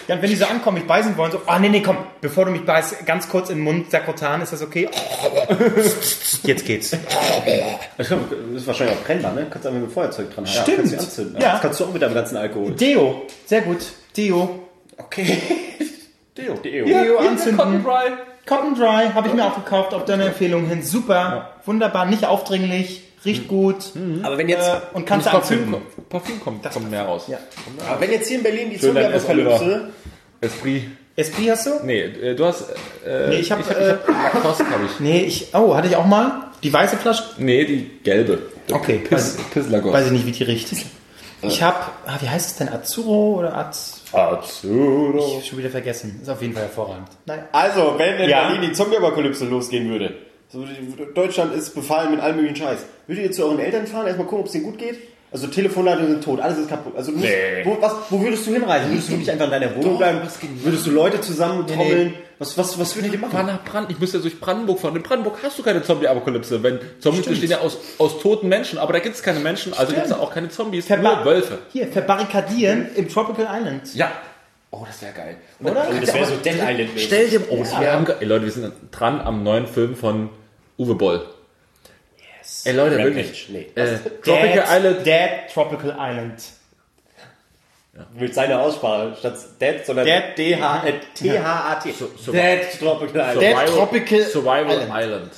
Speaker 2: Ja, und wenn die so ankommen, mich beißen wollen, so, ah, nee, nee, komm, bevor du mich beißt, ganz kurz in den Mund, Sakrotan, ist
Speaker 1: <laughs>
Speaker 2: das okay? Jetzt geht's.
Speaker 3: Das ist wahrscheinlich auch brennbar, ne? Kannst du einfach mit dem Feuerzeug dran halten.
Speaker 2: Stimmt.
Speaker 3: Kannst du anzünden.
Speaker 2: Ja.
Speaker 3: Das kannst du auch mit deinem ganzen Alkohol.
Speaker 2: Deo, sehr gut. Deo.
Speaker 3: Okay. <laughs> Deo. Deo.
Speaker 2: Deo anzünden. Cotton Dry. Cotton Dry habe ich mir auch gekauft, auf deine Empfehlung hin. Super, wunderbar, nicht aufdringlich, riecht
Speaker 1: Hm.
Speaker 2: gut.
Speaker 3: Aber wenn jetzt,
Speaker 2: Äh, und kannst du
Speaker 1: Parfüm,
Speaker 2: anzünden.
Speaker 1: kommt- Parfüm kommt, kommt mehr raus.
Speaker 2: Ja.
Speaker 3: aber wenn jetzt hier in Berlin die
Speaker 1: Schön, dann ist
Speaker 3: Zombie-Apokalypse...
Speaker 1: Esprit,
Speaker 2: Esprit hast du?
Speaker 1: nee, äh, du hast, äh,
Speaker 2: Nee, ich habe.
Speaker 1: ich hab,
Speaker 2: Äh,
Speaker 1: ich hab Lacoste, hab ich.
Speaker 2: nee, ich. Oh, hatte ich auch mal? Die weiße Flasche?
Speaker 1: Nee, die gelbe.
Speaker 2: Okay,
Speaker 1: Piss,
Speaker 2: weiß-
Speaker 1: Piss Lacoste.
Speaker 2: Weiß ich nicht, wie die riecht. Ich habe, ah, wie heißt es denn, Azuro oder Az? Ich
Speaker 3: Azzurro.
Speaker 2: habe schon wieder vergessen. Ist auf jeden Fall hervorragend. Nein.
Speaker 3: Also, wenn in
Speaker 2: Ja.
Speaker 3: Berlin die Zombie-Apokalypse losgehen würde, so, die- Deutschland ist befallen mit allem möglichen Scheiß, würdet ihr zu euren Eltern fahren, erstmal gucken, ob es denen gut geht? Also Telefonleitungen sind tot, alles ist kaputt. Also du musst,
Speaker 1: Nee.
Speaker 3: wo, was, wo würdest du hinreisen? Würdest du wirklich einfach in deiner Wohnung bleiben? Würdest du Leute zusammentrommeln? Was, was, was würdet ihr machen?
Speaker 1: Fahr nach Brand. Ich müsste ja durch Brandenburg fahren. In Brandenburg hast du keine Zombie-Apokalypse. Wenn Zombies bestehen ja aus, aus toten Menschen, aber da gibt es keine Menschen, also gibt es auch keine Zombies, nur Wölfe.
Speaker 2: Hier, verbarrikadieren im Tropical Island.
Speaker 1: Ja. Oh, das wäre geil.
Speaker 2: Oder? Also
Speaker 3: Das wäre so Dead Island.
Speaker 1: Stell dir oh, das wär am ge- Ey, Leute, wir sind dran am neuen Film von Uwe Boll.
Speaker 2: Yes.
Speaker 1: Ey Leute, wirklich.
Speaker 3: Nee.
Speaker 1: Äh, Tropical
Speaker 2: Dead,
Speaker 1: Island.
Speaker 2: Dead Tropical Island.
Speaker 3: Mit seiner Aussprache statt Dead, sondern
Speaker 2: Dead.
Speaker 1: <laughs>
Speaker 3: D-H-T-H-A-T.
Speaker 1: so-
Speaker 3: Dead Tropical Island.
Speaker 2: Dead Tropical
Speaker 1: Survival Island.
Speaker 2: Island.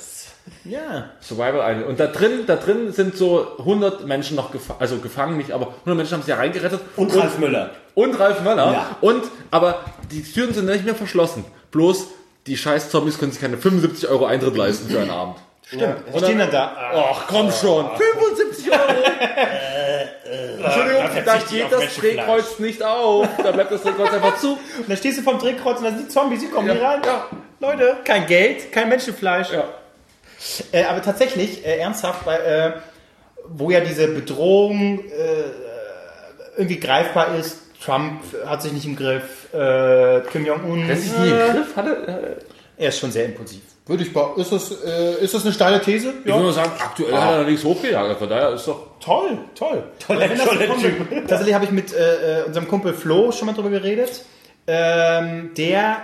Speaker 2: Ja.
Speaker 1: Survival Island. Und da drin, da drin sind so 100 Menschen noch gefangen, also gefangen nicht, aber 100 Menschen haben sich ja reingerettet.
Speaker 3: Und Ralf Müller.
Speaker 1: Und Ralf Möller.
Speaker 3: Ja.
Speaker 1: Und, aber die Türen sind nicht mehr verschlossen. Bloß die scheiß Zombies können sich keine 75 Euro Eintritt leisten für einen Abend.
Speaker 2: Stimmt. Die stehen dann da. Oh.
Speaker 1: Ach komm schon, 75 <laughs> Euro. Äh, Entschuldigung, da
Speaker 2: verzichte ich
Speaker 1: geht
Speaker 2: auf
Speaker 1: das
Speaker 2: Menschen
Speaker 1: Drehkreuz nicht auf. Da bleibt das Drehkreuz einfach zu.
Speaker 2: Und da stehst du vom Drehkreuz und da sind die Zombies, die kommen
Speaker 1: Ja,
Speaker 2: hier rein.
Speaker 1: ja.
Speaker 2: Leute, kein Geld, kein Menschenfleisch.
Speaker 1: Ja.
Speaker 2: Äh, aber tatsächlich, äh, ernsthaft, weil, äh, wo ja diese Bedrohung äh, irgendwie greifbar ist, Trump hat sich nicht im Griff, äh, Kim Jong-un.
Speaker 1: Wenn ich nie im Griff äh, hatte,
Speaker 2: Er ist schon sehr impulsiv. Würde ich ba- ist das, äh, ist das eine steile These?
Speaker 1: ich würde nur sagen, aktuell hat er noch nichts hochgejagt. Von daher ist doch
Speaker 2: Toll, toll. Toller, toller Typ. <laughs> Tatsächlich habe ich mit äh, äh, unserem Kumpel Flo schon mal drüber geredet. Ähm, der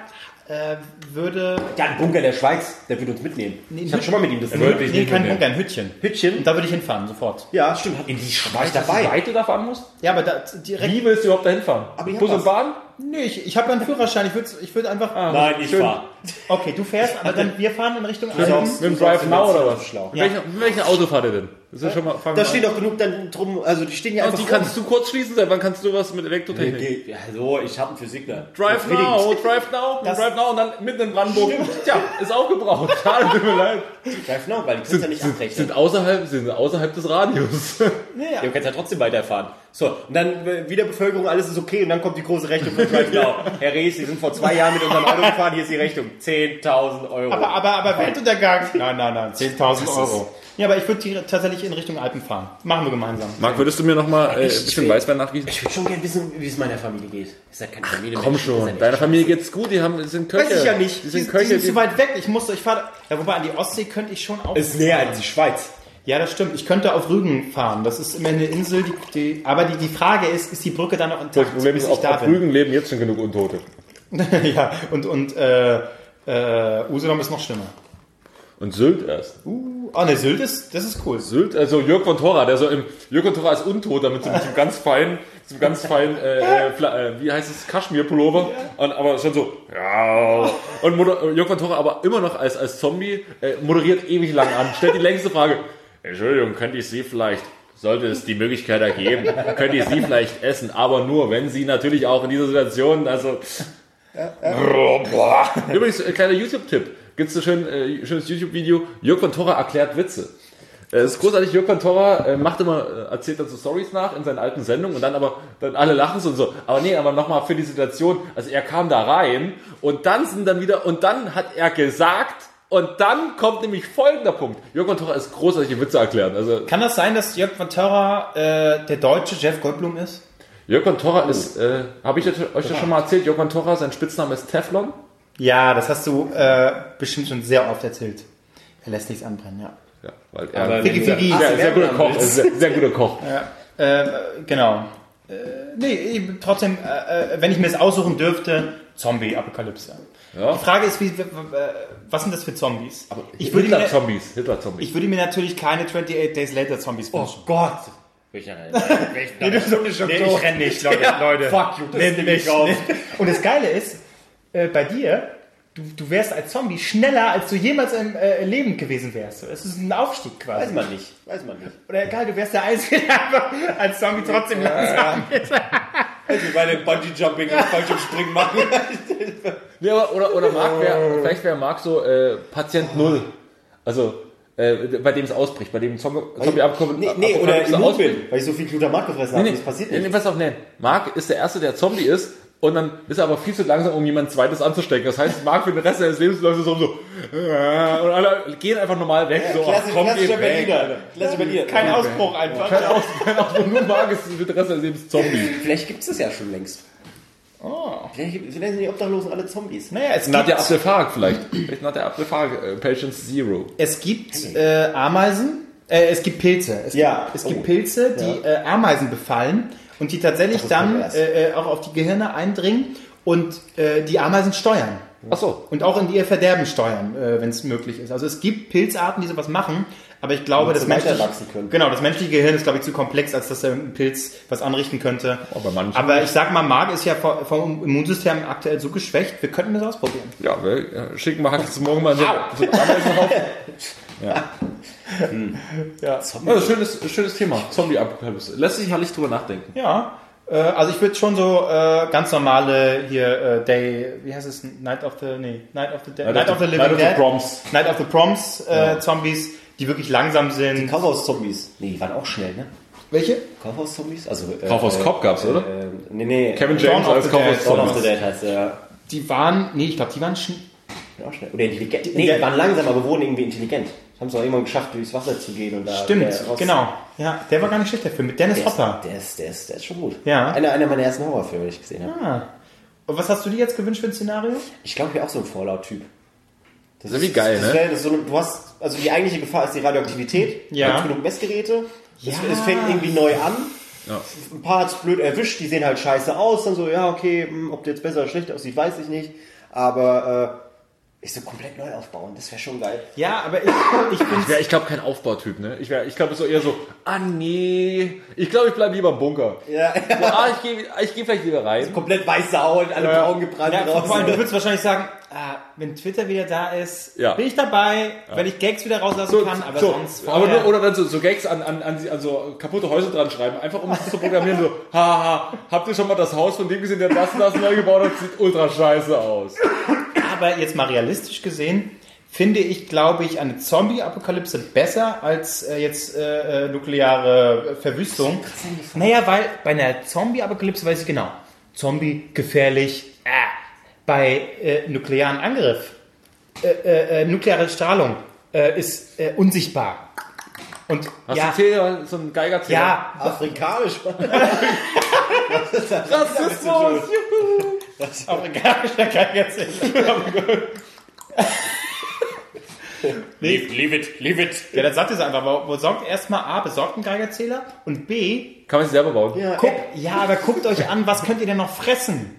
Speaker 2: äh, würde.
Speaker 3: Ja, ein Bunker der Schweiz, der wird uns mitnehmen. ich habe schon mal mit ihm das
Speaker 1: Würde ich
Speaker 2: Nee,
Speaker 1: nicht
Speaker 2: kein
Speaker 1: mitnehmen.
Speaker 2: Bunker, ein Hütchen.
Speaker 3: Hütchen.
Speaker 2: Und da würde ich hinfahren, sofort.
Speaker 3: Ja, stimmt. In die Schweiz
Speaker 1: Wie
Speaker 3: dabei.
Speaker 1: weit du da fahren musst?
Speaker 2: Ja, aber da direkt.
Speaker 1: Wie willst du überhaupt dahin fahren?
Speaker 3: Aber ich hab
Speaker 1: Bus und
Speaker 3: was.
Speaker 1: Bahn?
Speaker 2: Nee, ich, ich habe einen Führerschein. Ich würde ich würd einfach.
Speaker 3: Nein, ich
Speaker 1: Schön.
Speaker 3: fahr.
Speaker 2: Okay, du fährst, aber dann wir fahren in Richtung Alpen.
Speaker 1: Mit dem Drive Now oder was?
Speaker 3: Schlau.
Speaker 1: Mit welcher- mit welchem Auto fahrt ihr denn? Das ist ja schon mal, fangen wir
Speaker 3: Da
Speaker 1: an.
Speaker 3: steht doch genug dann drum, also die stehen ja
Speaker 1: Und
Speaker 3: einfach
Speaker 1: die
Speaker 3: rum.
Speaker 1: kannst du kurz schließen, seit wann kannst du was mit Elektrotechnik?
Speaker 3: Nee, ja, so, ich habe einen Physikler.
Speaker 1: Drive
Speaker 3: Unbedingt.
Speaker 1: now, drive now,
Speaker 2: Das-
Speaker 1: drive now und dann mitten in Brandenburg. Tja, ist aufgebraucht. Schade, tut mir leid.
Speaker 3: Drive now, weil die kannst ja nicht abrechnen.
Speaker 1: Sind außerhalb, sind außerhalb des Radius.
Speaker 3: Ja, du kannst ja trotzdem weiterfahren. So, und dann äh, wieder Bevölkerung, alles ist okay und dann kommt die große Rechnung von Drive
Speaker 1: <laughs>
Speaker 3: now. Herr Rees, Sie sind vor zwei Jahren mit unserem Auto gefahren, hier ist die Rechnung. 10.000 Euro.
Speaker 2: Aber, aber, aber Weltuntergang. Nein, nein, nein. 10.000 Euro. Ja, aber ich würde tatsächlich in Richtung Alpen fahren. Machen wir gemeinsam.
Speaker 1: Marc, würdest du mir nochmal ein
Speaker 3: bisschen
Speaker 1: Weißwein nachgießen?
Speaker 3: ich würde schon gerne wissen, wie es meiner Familie geht. Ist ja keine Familie.
Speaker 1: Komm
Speaker 3: Mensch, ist ja
Speaker 1: schon,
Speaker 3: nicht.
Speaker 1: deiner Familie geht's gut, die haben, die sind Köche.
Speaker 3: Weiß ich ja nicht.
Speaker 1: Die
Speaker 2: Die,
Speaker 1: sind
Speaker 2: die
Speaker 1: Köche.
Speaker 2: sind
Speaker 1: Die
Speaker 2: zu weit weg. Ich muss, ich fahre. Ja, wobei an die Ostsee könnte ich schon auch.
Speaker 3: Ist näher als die Schweiz.
Speaker 2: Ja, das stimmt. Ich könnte auf Rügen fahren. Das ist immer eine Insel, die, die aber die, die Frage ist, ist die Brücke dann noch intakt,
Speaker 1: das Problem ist,
Speaker 2: bis ich
Speaker 1: auf,
Speaker 2: da
Speaker 1: auf
Speaker 2: bin?
Speaker 1: Rügen leben jetzt schon genug Untote.
Speaker 2: <laughs> ja, und, und äh, äh, Usedom ist noch schlimmer.
Speaker 1: Und Sylt erst.
Speaker 2: Uh, oh, ne, Sylt ist, das ist cool.
Speaker 1: Sylt, also Jörg von Tora, der so im Jörg von Tora ist untot, damit so mit so einem ganz feinen, so einem ganz feinen, äh, äh, Fla- äh, wie heißt es, Kaschmir-Pullover, und aber schon so, ja. Und moder- Jörg von Tora aber immer noch als, als Zombie äh, moderiert ewig lang an, stellt die längste Frage. Entschuldigung, könnte ich Sie vielleicht, sollte es die Möglichkeit ergeben, könnte ich Sie vielleicht essen, aber nur, wenn Sie natürlich auch in dieser Situation, also Oh, Übrigens, äh, kleiner YouTube-Tipp. Gibt es ein schön, äh, schönes YouTube-Video? Jörg von Torra erklärt Witze. Äh, Es ist großartig, Jörg von Torra äh, macht immer, äh, erzählt dann so Stories nach in seinen alten Sendungen und dann aber, dann alle lachen so und so. Aber nee, aber nochmal für die Situation, also er kam da rein und dann sind dann wieder, und dann hat er gesagt, und dann kommt nämlich folgender Punkt. Jörg von Torra ist großartige Witze erklären. Also
Speaker 2: Kann das sein, dass Jörg von Terra äh, der deutsche Jeff Goldblum ist?
Speaker 1: Jörg von Torra ist, äh, habe ich jetzt- euch das schon mal erzählt, Jörg von Torra, sein Spitzname ist Teflon.
Speaker 2: Ja, das hast du äh, bestimmt schon sehr oft erzählt. Er lässt nichts anbrennen, ja.
Speaker 1: Ja, weil er
Speaker 3: Aber
Speaker 1: ein
Speaker 3: wenn
Speaker 2: Figi,
Speaker 3: du-
Speaker 2: Figi.
Speaker 3: Ach,
Speaker 1: sehr, sehr guter
Speaker 3: Werbung
Speaker 1: Koch
Speaker 3: willst.
Speaker 1: ist, sehr, sehr guter Koch.
Speaker 2: Äh, genau. Äh, nee, eben trotzdem, äh, äh, wenn ich mir es aussuchen dürfte, Zombie-Apokalypse.
Speaker 1: Ja.
Speaker 2: Die Frage ist, wie, w- w- äh, was sind das für Zombies? ich, würde mir,
Speaker 1: Hitler-Zombies, Hitler-Zombies.
Speaker 2: ich würde mir natürlich keine 28 Days Later Zombies wünschen.
Speaker 3: Gott. <laughs>
Speaker 2: nee, <laughs> du bist schon nee, ich renn nicht, Leute. Leute.
Speaker 3: Fuck you, das
Speaker 2: Nenn
Speaker 3: nehm ich
Speaker 2: mich
Speaker 3: raus.
Speaker 2: nicht. Und das Geile ist, äh, bei dir, du, du wärst als Zombie schneller, als du jemals im äh, Leben gewesen wärst. Es ist ein Aufstieg quasi.
Speaker 3: Weiß man nicht. Weiß man nicht.
Speaker 2: Oder egal, du wärst der Einzige, <laughs> der einfach als Zombie trotzdem <laughs> langsam ist.
Speaker 3: Also bei den Bungee-Jumping und Fallschirmspringen machen.
Speaker 1: Nee, aber, oder, oder Marc
Speaker 3: Oh.
Speaker 1: wär, vielleicht wäre Marc so äh, Patient Null. Also, äh, bei dem es ausbricht, bei dem Zombie, Zombie abkommt.
Speaker 3: Nee, nee oder im Mund bin, weil ich so viel Glutamat gefressen habe. Das passiert
Speaker 1: Nee,
Speaker 3: nicht.
Speaker 1: pass auf, nee. Marc ist der Erste, der Zombie ist. Und dann ist er aber viel zu langsam, um jemand Zweites anzustecken. Das heißt, Marc für den Rest seines Lebens läuft so rum, so. äh, Und alle gehen einfach normal weg. So, ach,
Speaker 3: Klassisch-
Speaker 1: komm, geh
Speaker 3: Klassischer
Speaker 1: weg.
Speaker 3: Berliner. Klassischer Berliner.
Speaker 2: Kein Ausbruch einfach.
Speaker 1: Genau, nur Marc ist für den Rest seines Lebens Zombie.
Speaker 3: Vielleicht gibt es das ja schon längst.
Speaker 1: Ah.
Speaker 3: Oh. Vielleicht, vielleicht sind die Obdachlosen alle Zombies. ne?
Speaker 2: Naja, es
Speaker 1: Nach der
Speaker 2: gibt,
Speaker 1: Abdelfark vielleicht. Vielleicht nach der Abdelfark, äh, Patient Zero.
Speaker 2: es gibt äh, Ameisen, äh, es gibt Pilze. Es
Speaker 3: Ja.
Speaker 2: gibt, es gibt
Speaker 3: Oh.
Speaker 2: Pilze, die äh, Ameisen befallen und die tatsächlich
Speaker 3: Das ist
Speaker 2: dann
Speaker 3: pervers.
Speaker 2: äh, äh, auch auf die Gehirne eindringen und äh, die Ameisen steuern.
Speaker 1: Ach so.
Speaker 2: Und auch in ihr Verderben steuern, äh, wenn es möglich ist. Also es gibt Pilzarten, die sowas machen, aber ich glaube, das
Speaker 3: sie weiter
Speaker 2: menschliche,
Speaker 3: wachsen können.
Speaker 2: genau, das menschliche Gehirn ist, glaube ich, zu komplex, als dass ein Pilz was anrichten könnte.
Speaker 1: Aber manche-
Speaker 2: aber ich sag mal, Mark ist ja vor- vom Immunsystem aktuell so geschwächt, wir könnten das ausprobieren.
Speaker 1: Ja, wir äh, schicken wir Hackels morgen mal so, so Ameisen rauf.
Speaker 2: Ja.
Speaker 1: Also, schönes, schönes Thema. Zombie-Apokalypse. Lässt sich herrlich drüber nachdenken.
Speaker 2: Ja. Äh, also ich würde schon so äh, ganz normale hier äh, Day, wie heißt es? Night of the, nee, Night of the Dead, Night, of the Living
Speaker 1: Night of the
Speaker 2: Dead,
Speaker 1: Proms.
Speaker 2: Night of the Proms äh, Zombies, die wirklich langsam sind.
Speaker 3: Kaufhaus-Zombies. Nee, die waren auch schnell, ne?
Speaker 2: Welche?
Speaker 3: Kaufhaus-Zombies? Also, äh,
Speaker 1: Kaufhaus Cop gab's, oder?
Speaker 3: Äh, nee, nee.
Speaker 1: Kevin
Speaker 2: Dawn
Speaker 1: James
Speaker 2: of
Speaker 1: als
Speaker 2: the
Speaker 1: Kaufhaus
Speaker 2: Dead,
Speaker 3: Dawn of the
Speaker 1: Zombies.
Speaker 3: Dead heißt der, ja.
Speaker 2: Die waren, nee, ich glaube, die waren schon,
Speaker 3: Auch schnell. Oder intelligent. Nee, die waren langsam, aber wurden irgendwie intelligent. Haben es auch irgendwann geschafft, durchs Wasser zu gehen und da.
Speaker 2: stimmt,
Speaker 3: der raus-
Speaker 2: genau. Ja, der war gar nicht schlecht, der Film, mit Dennis
Speaker 3: Der ist,
Speaker 2: Hopper.
Speaker 3: der, ist, der, ist, der ist schon gut.
Speaker 2: Ja.
Speaker 3: Einer, einer meiner ersten Horrorfilme, die ich gesehen habe.
Speaker 2: Ah. Und was hast du dir jetzt gewünscht für ein Szenario?
Speaker 3: Ich glaube, ich bin auch so ein Fallout-Typ. Das
Speaker 1: ist irgendwie geil,
Speaker 3: das, das
Speaker 1: ne?
Speaker 3: wär- Das ist so eine, du hast, also die eigentliche Gefahr ist die Radioaktivität.
Speaker 2: Ja.
Speaker 3: Du hast genug Messgeräte.
Speaker 2: Ja.
Speaker 3: Es, es fängt irgendwie neu an.
Speaker 1: Ja.
Speaker 3: Ein paar hat's blöd erwischt, die sehen halt scheiße aus. Dann so, ja, okay, hm, ob der jetzt besser oder schlechter aussieht, weiß ich nicht. Aber äh, ich so komplett neu aufbauen, das wäre schon geil.
Speaker 2: Ja, aber ich, <laughs> ich bin
Speaker 1: Ich wär, ich glaube, kein Aufbautyp, ne? Ich, wär- ich glaube, es ist so eher so, ah nee, ich glaube, ich bleibe lieber im Bunker.
Speaker 3: Ja. <laughs>
Speaker 1: So, ah, ich gehe ich geh vielleicht lieber rein.
Speaker 3: Komplett weiße Haut, alle
Speaker 1: Ja.
Speaker 3: Brauen gebrannt
Speaker 2: Ja,
Speaker 3: raus.
Speaker 2: vor allem, du würdest wahrscheinlich sagen, ah, wenn Twitter wieder da ist,
Speaker 1: Ja.
Speaker 2: bin ich dabei, weil ich Gags wieder rauslassen kann, aber
Speaker 1: so,
Speaker 2: sonst
Speaker 1: aber
Speaker 2: vorher-
Speaker 1: nur, oder dann so, so Gags an, an, an, an so kaputte Häuser dran schreiben, einfach um es zu programmieren, so, <laughs> haha, habt ihr schon mal das Haus von dem gesehen, der das und das neu gebaut hat, sieht ultra scheiße aus.
Speaker 2: Aber jetzt mal realistisch gesehen, finde ich, glaube ich, eine Zombie-Apokalypse besser als äh, jetzt äh, äh, nukleare äh, Verwüstung. Naja, weil bei einer Zombie-Apokalypse weiß ich genau, Zombie gefährlich. Äh, bei äh, nuklearen Angriff, äh, äh, äh, nukleare Strahlung äh, ist äh, unsichtbar. Und
Speaker 1: Hast du
Speaker 2: ja,
Speaker 1: einen Zähler, so einen Geigerzähler?
Speaker 2: ja, <laughs>
Speaker 3: Afrikanisch. <laughs>
Speaker 1: Rassismus!
Speaker 2: Afrikanischer <laughs> Geigerzähler. leave, leave it, leave it. Ja, dann sagt ihr es einfach. Aber besorgt erstmal A, besorgt einen Geigerzähler und B,
Speaker 1: Kann man sich selber bauen? Ja.
Speaker 2: guckt, ja, aber guckt euch an, was könnt ihr denn noch fressen?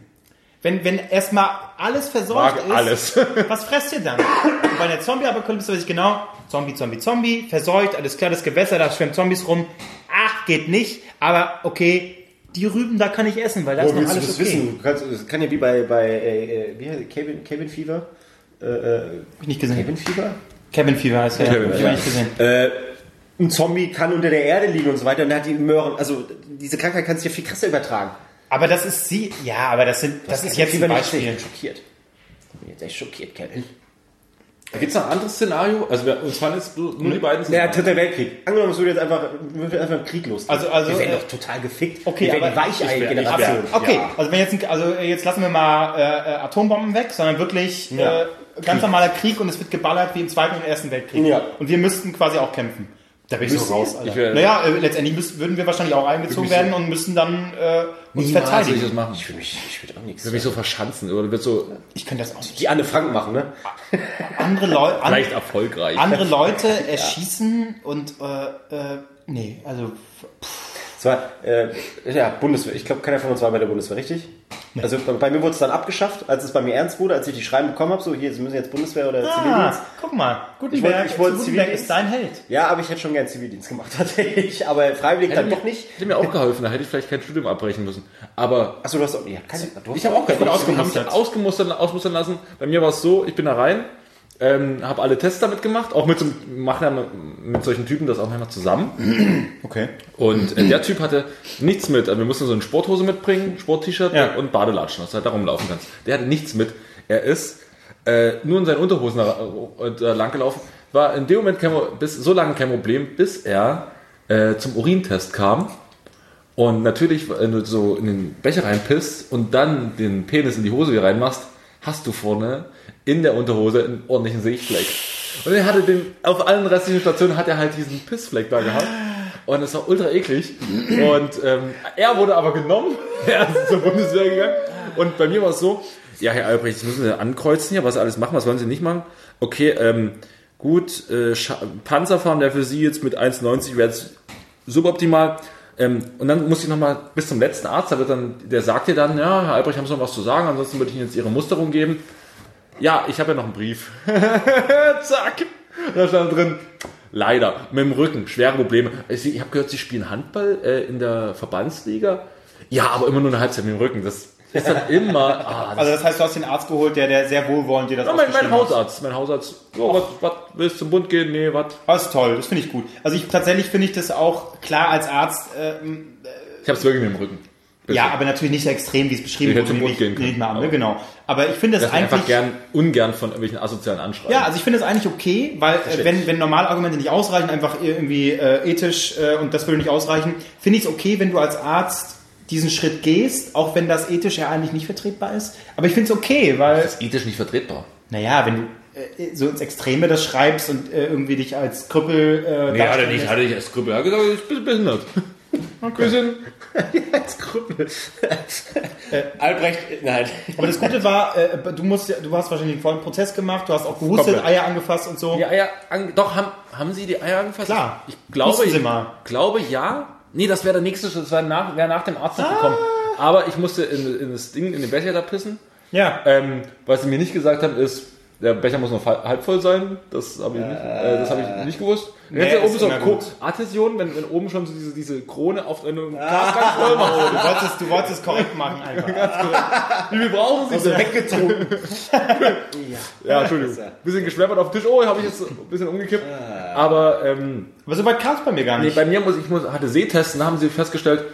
Speaker 2: Wenn, wenn erstmal alles versorgt
Speaker 1: Mag
Speaker 2: ist,
Speaker 1: alles.
Speaker 2: <laughs> was fresst ihr dann? Und bei einer Zombie-Apokalypse weiß ich genau, Zombie, Zombie, Zombie, verseucht, alles klar, das Gewässer, da schwimmen Zombies rum. Ach, geht nicht, aber okay, die Rüben, da kann ich essen, weil da ist
Speaker 3: Wo
Speaker 2: noch
Speaker 3: willst du
Speaker 2: alles okay.
Speaker 3: das wissen? Du kannst, das kann ja wie bei, bei äh, äh, wie heißt, Cabin, Cabin Fever. Äh, äh,
Speaker 2: Hab ich nicht gesehen.
Speaker 3: Cabin Fever? Äh,
Speaker 2: Kevin Fever heißt der.
Speaker 1: Kevin
Speaker 2: Hab ich
Speaker 1: Fever.
Speaker 2: nicht gesehen.
Speaker 3: Ein Zombie kann unter der Erde liegen und so weiter und er hat die Möhren. Also diese Krankheit kannst du ja viel krasser übertragen.
Speaker 2: Aber das ist sie. Ja, aber das sind. Das, ist jetzt ein
Speaker 3: Ich
Speaker 2: Beispiel.
Speaker 3: bin schockiert. Ich bin jetzt echt schockiert, Kevin.
Speaker 1: Gibt es noch ein anderes Szenario? Also wir, uns fallen jetzt nur, nur die beiden
Speaker 3: Ja, dritter Weltkrieg. Angenommen, es würde jetzt einfach, würde einfach ein Krieg los.
Speaker 2: Also- also,
Speaker 3: wir werden
Speaker 2: äh,
Speaker 3: doch total gefickt.
Speaker 2: okay,
Speaker 3: wir werden
Speaker 2: aber
Speaker 3: die
Speaker 1: ich wär- ich wär-
Speaker 3: Weichei-Generation.
Speaker 2: Okay,
Speaker 3: Ja.
Speaker 2: also wenn jetzt ein- also jetzt lassen wir mal äh, äh, Atombomben weg, sondern wirklich
Speaker 3: Ja.
Speaker 2: äh, ganz normaler Krieg und es wird geballert wie im Zweiten und Ersten Weltkrieg.
Speaker 3: Ja.
Speaker 2: Und wir müssten quasi auch kämpfen. Da bin ich so raus, Alter.
Speaker 1: Ich wär-
Speaker 2: naja, äh, letztendlich müsst, würden wir wahrscheinlich auch eingezogen werden und müssen dann äh, uns
Speaker 1: Niemals würde ich
Speaker 2: verteidigen.
Speaker 1: das machen.
Speaker 3: Ich will mich, ich will auch nichts.
Speaker 1: Ich will mich so verschanzen oder wird so
Speaker 2: Ich könnte das auch nicht.
Speaker 3: Die Anne Frank machen, ne?
Speaker 2: Andere, Leu an
Speaker 1: leicht erfolgreich.
Speaker 2: andere
Speaker 1: <laughs>
Speaker 2: Leute erschießen und äh, äh, nee, also
Speaker 3: Zwar, äh, ja, Bundeswehr. Ich glaube, keiner von uns war bei der Bundeswehr, richtig? Also bei, bei mir wurde es dann abgeschafft, als es bei mir ernst wurde, als ich die Schreiben bekommen habe, so hier, Sie müssen jetzt Bundeswehr oder Zivildienst.
Speaker 2: Ah, guck mal,
Speaker 3: wollte-
Speaker 2: Gutenberg,
Speaker 3: ich wollte
Speaker 2: zu Gutenberg
Speaker 3: Zivildienst.
Speaker 2: ist dein Held.
Speaker 3: Ja, aber ich hätte schon gern Zivildienst gemacht, <laughs> tatsächlich. Aber freiwillig dann doch nicht.
Speaker 1: Hätte mir auch geholfen, da hätte ich vielleicht kein Studium abbrechen müssen. Aber
Speaker 3: Achso, du hast auch. Ja, keine, du hast
Speaker 1: ich habe auch kein
Speaker 2: bin
Speaker 1: ausgemustert.
Speaker 2: ausgemustert.
Speaker 1: ausgemustert ausmustern lassen. Bei mir war es so, ich bin da rein, ähm, habe alle Tests damit gemacht, auch mit so einem- machen ja mit solchen Typen das auch manchmal zusammen.
Speaker 2: Okay.
Speaker 1: Und äh, der Typ hatte nichts mit. Also wir mussten so eine Sporthose mitbringen, Sport-T-Shirt
Speaker 2: Ja.
Speaker 1: und Badelatschen, dass du halt da rumlaufen kannst. Der hatte nichts mit. Er ist äh, nur in seinen Unterhosen da, äh, da lang gelaufen. War in dem Moment kein, Pro- bis, so lange kein Problem, bis er äh, zum Urintest kam. Und natürlich, wenn du so in den Becher reinpisst und dann den Penis in die Hose wieder reinmachst, hast du vorne in der Unterhose einen ordentlichen Seefleck. Und er hatte den, auf allen restlichen Stationen hat er halt diesen Pissfleck da gehabt. Und es war ultra eklig. Und ähm, er wurde aber genommen. <laughs> Er ist zur Bundeswehr gegangen. Und bei mir war es so, ja, Herr Albrecht, das müssen Sie ankreuzen hier, was Sie alles machen, was wollen Sie nicht machen? Okay, ähm, gut, äh, Scha- Panzerfahren wäre für Sie jetzt mit 1,90 wäre jetzt suboptimal. Ähm, und dann muss ich nochmal bis zum letzten Arzt, da wird dann, der sagt dir dann, ja, Herr Albrecht, haben Sie noch was zu sagen, ansonsten würde ich Ihnen jetzt Ihre Musterung geben. ja, ich habe ja noch einen Brief. <laughs> Zack. Da stand drin, leider, mit dem Rücken, schwere Probleme. Also Ich, ich habe gehört, sie spielen Handball äh, in der Verbandsliga. Ja, aber immer nur eine Halbzeit mit dem Rücken. Das ist dann immer... Ah, das
Speaker 2: Also das heißt, du hast den Arzt geholt, der, der sehr wohlwollend dir das
Speaker 1: ja, mein, mein
Speaker 2: ausgeschrieben hat.
Speaker 1: Hausarzt, mein Hausarzt. Oh, was, was, willst du zum Bund gehen? Nee, was?
Speaker 2: Das Ah, ist toll, das finde ich gut. Also ich tatsächlich finde ich das auch klar als Arzt, ähm,
Speaker 1: Ich hab's wirklich mit dem Rücken.
Speaker 2: ja, aber natürlich nicht so extrem, wie es beschrieben
Speaker 1: Ich hätte zum
Speaker 2: wurde. nehme
Speaker 1: Mund
Speaker 2: ich-
Speaker 1: gehen
Speaker 2: nehme
Speaker 1: können.
Speaker 2: ich mal an, ne? genau. Aber ich finde das,
Speaker 1: Das ist
Speaker 2: eigentlich
Speaker 1: einfach gern, ungern von irgendwelchen asozialen Anschreiben.
Speaker 2: Ja, also ich finde es eigentlich okay, weil äh, wenn, wenn normale Argumente nicht ausreichen, einfach irgendwie äh, ethisch äh, und das würde nicht ausreichen, finde ich es okay, wenn du als Arzt diesen Schritt gehst, auch wenn das ethisch ja eigentlich nicht vertretbar ist. Aber ich finde es okay, weil,
Speaker 1: ist ethisch nicht vertretbar.
Speaker 2: naja, wenn du äh, so ins Extreme das schreibst und äh, irgendwie dich als Krüppel... Äh,
Speaker 1: Nee, hat er
Speaker 2: darstellen
Speaker 1: nicht,
Speaker 2: lässt.
Speaker 1: hat er nicht als Krüppel. Er hat gesagt, ich bin behindert. Bisschen,
Speaker 3: Als Krüppel.
Speaker 5: Albrecht, nein.
Speaker 2: Aber das Gute war, äh, du musst, ja- du hast wahrscheinlich einen vollen Prozess gemacht, du hast auch gehustet,
Speaker 1: Komplett.
Speaker 2: Eier angefasst und so.
Speaker 1: die Eier an, doch, haben, haben sie die Eier angefasst?
Speaker 2: Klar.
Speaker 1: Ich glaube,
Speaker 2: Mussten sie
Speaker 1: ich
Speaker 2: mal.
Speaker 1: glaube ja. Nee, das wäre der nächste Schritt. Das wäre nach, wäre nach dem Arzt noch gekommen.
Speaker 2: Ah.
Speaker 1: Aber ich musste in, in das Ding, in den Becher da pissen.
Speaker 2: Ja.
Speaker 1: Ähm, was sie mir nicht gesagt haben, ist, der Becher muss noch fa- halb voll sein. Das habe ich, nicht- äh, das hab ich nicht gewusst. Nee,
Speaker 2: nee,
Speaker 1: Jetzt ja
Speaker 2: ist
Speaker 1: oben so
Speaker 2: immer
Speaker 1: Ko-
Speaker 2: gut. Ah.
Speaker 1: Adhäsion, wenn, wenn oben schon so diese, diese Krone auf einem Glas ganz voll machen.
Speaker 2: Oh, Du wolltest, es- du <laughs> wolltest es korrekt machen einfach.
Speaker 1: Wir brauchen sie. denn?
Speaker 5: Weggetrunken.
Speaker 1: Ja, Entschuldigung. Bisschen geschleppert auf den Tisch. Oh, habe ich jetzt ein bisschen umgekippt. Aber ähm,
Speaker 2: Aber so weit kam es bei mir gar
Speaker 1: nee,
Speaker 2: nicht.
Speaker 1: bei mir muss ich muss, hatte Sehtests und da haben sie festgestellt,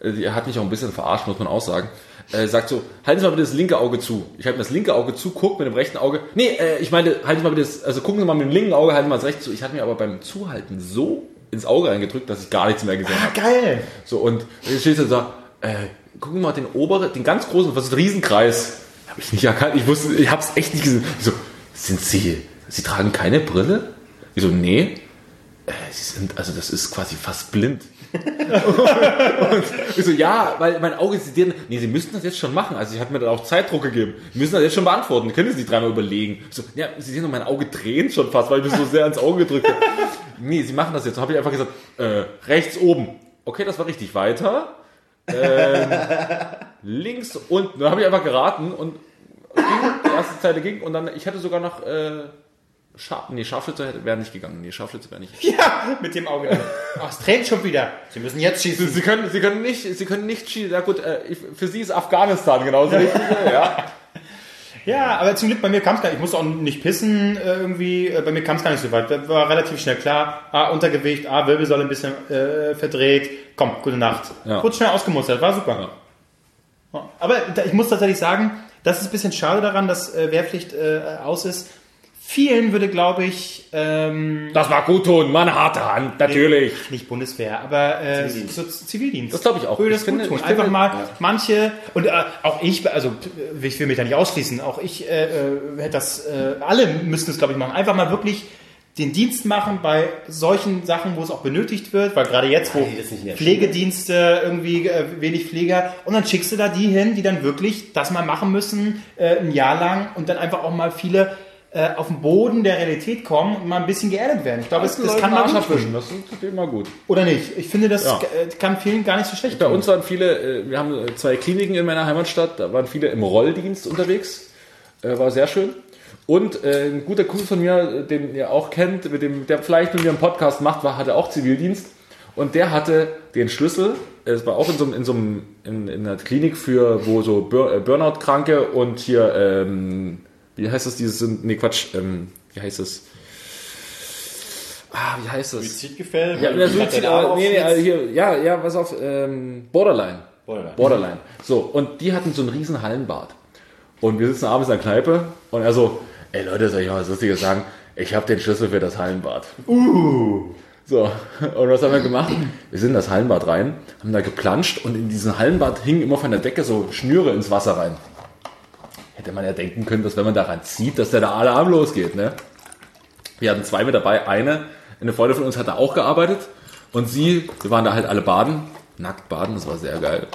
Speaker 1: äh, die- er hat mich auch ein bisschen verarscht, muss man auch sagen. Äh, sagt so, halten Sie mal bitte das linke Auge zu. Ich halte mir das linke Auge zu, guck mit dem rechten Auge. Nee, äh, ich meine, halten Sie mal bitte das, also gucken Sie mal mit dem linken Auge, halten Sie mal das rechte zu. Ich hatte mir aber beim Zuhalten so ins Auge reingedrückt, dass ich gar nichts mehr gesehen habe.
Speaker 2: Geil.
Speaker 1: So, und dann stehst du da, äh, guck mal den oberen, den ganz großen, was ist Riesenkreis? Habe ich nicht erkannt, ich wusste, ich hab's echt nicht gesehen. Ich so, sind Sie, Sie tragen keine Brille? Ich so, nee. Äh, Sie sind, also das ist quasi fast blind. und ich so, ja, weil mein Auge sieht dir, nee, Sie müssten das jetzt schon machen. Also ich hatte mir dann auch Zeitdruck gegeben. Sie müssen das jetzt schon beantworten, können Sie sich dreimal überlegen. Ich so, ja, Sie sehen doch, mein Auge tränt schon fast, weil ich mir so sehr ans Auge gedrückt habe. Nee, sie machen das jetzt. Dann habe ich einfach gesagt, äh, rechts oben. Okay, das war richtig. Weiter. Ähm, links unten. Dann habe ich einfach geraten und ging, die erste Zeile ging und dann, ich hätte sogar noch, äh, Schar nee, Scharfschütze hätte- wäre nicht gegangen. Nee, Scharfschütze wäre nicht.
Speaker 2: <laughs> Ja, mit dem Auge. Ach, es trägt schon wieder. Sie müssen jetzt
Speaker 1: Sie,
Speaker 2: schießen.
Speaker 1: sie, können, sie können nicht, sie können nicht schießen. Ja gut, äh, ich, für sie ist Afghanistan genauso richtig.
Speaker 2: <laughs>
Speaker 1: ja.
Speaker 2: Ja, aber zum Glück bei mir kam es gar nicht. Ich musste auch nicht pissen äh, irgendwie. Äh, Bei mir kam es gar nicht so weit. Das War relativ schnell klar. Ah, Untergewicht, ah, Wirbelsäule ein bisschen äh, verdreht. Komm, gute Nacht.
Speaker 1: Ja.
Speaker 2: Wurde schnell ausgemustert, war super. Ja. Aber da, ich muss tatsächlich sagen, das ist ein bisschen schade daran, dass äh, Wehrpflicht äh, aus ist. Vielen würde, glaube ich, ähm,
Speaker 1: Das war gut tun, Mann, harte Hand, natürlich.
Speaker 2: nicht Bundeswehr, aber äh, Zivildienst. So Zivildienst.
Speaker 1: Das glaube ich auch.
Speaker 2: Würde
Speaker 1: Ich
Speaker 2: das
Speaker 1: finde-
Speaker 2: gut tun.
Speaker 1: ich
Speaker 2: Einfach
Speaker 1: finde-
Speaker 2: mal manche und äh, auch ich, also äh, ich will mich da nicht ausschließen, auch ich äh, äh, hätte das, äh, alle müssten es glaube ich machen. Einfach mal wirklich den Dienst machen bei solchen Sachen, wo es auch benötigt wird, weil gerade jetzt, wo
Speaker 5: Nein, das ist nicht in der
Speaker 2: Pflegedienste irgendwie äh, wenig Pfleger und dann schickst du da die hin, die dann wirklich das mal machen müssen, äh, ein Jahr lang und dann einfach auch mal viele äh, auf den Boden der Realität kommen und mal ein bisschen geerdet werden. Ich glaube, das, das kann man
Speaker 1: Arsch
Speaker 2: gut tun.
Speaker 1: abwischen. Das ist immer gut.
Speaker 2: Oder nicht? Ich finde, das
Speaker 1: Ja.
Speaker 2: äh, kann vielen gar nicht so schlecht
Speaker 1: Bei
Speaker 2: tun.
Speaker 1: uns waren viele, äh, wir haben äh, zwei Kliniken in meiner Heimatstadt, da waren viele im Rolldienst unterwegs. Äh, War sehr schön. Und äh, ein guter Kumpel von mir, äh, den ihr auch kennt, mit dem der vielleicht mit mir einen Podcast macht, war, hatte auch Zivildienst. Und der hatte den Schlüssel, es war auch in so, einem- in, so einem, in, in einer Klinik für, wo so Bur äh, Burnout-Kranke und hier, ähm, wie heißt das, dieses, sind- nee Quatsch, ähm, wie heißt das? Ah, wie heißt das?
Speaker 5: Suizidgefälle?
Speaker 1: Ja, der Suizid, aber, nee, nee, also hier, ja, ja, pass auf, ähm, Borderline.
Speaker 5: Borderline.
Speaker 1: So, und die hatten so einen riesen Hallenbad. Und wir sitzen abends in der Kneipe und er so, ey Leute, soll ich mal was Lustiges sagen? Ich habe den Schlüssel für das Hallenbad. Uh. So, und was haben wir gemacht? Wir sind in das Hallenbad rein, haben da geplanscht und in diesem Hallenbad hingen immer von der Decke so Schnüre ins Wasser rein. Hätte man ja denken können, dass wenn man daran zieht, dass der da Alarm losgeht, ne? Wir hatten zwei mit dabei. Eine, eine Freundin von uns hat da auch gearbeitet. Und sie, wir waren da halt alle baden. Nackt baden, das war sehr geil.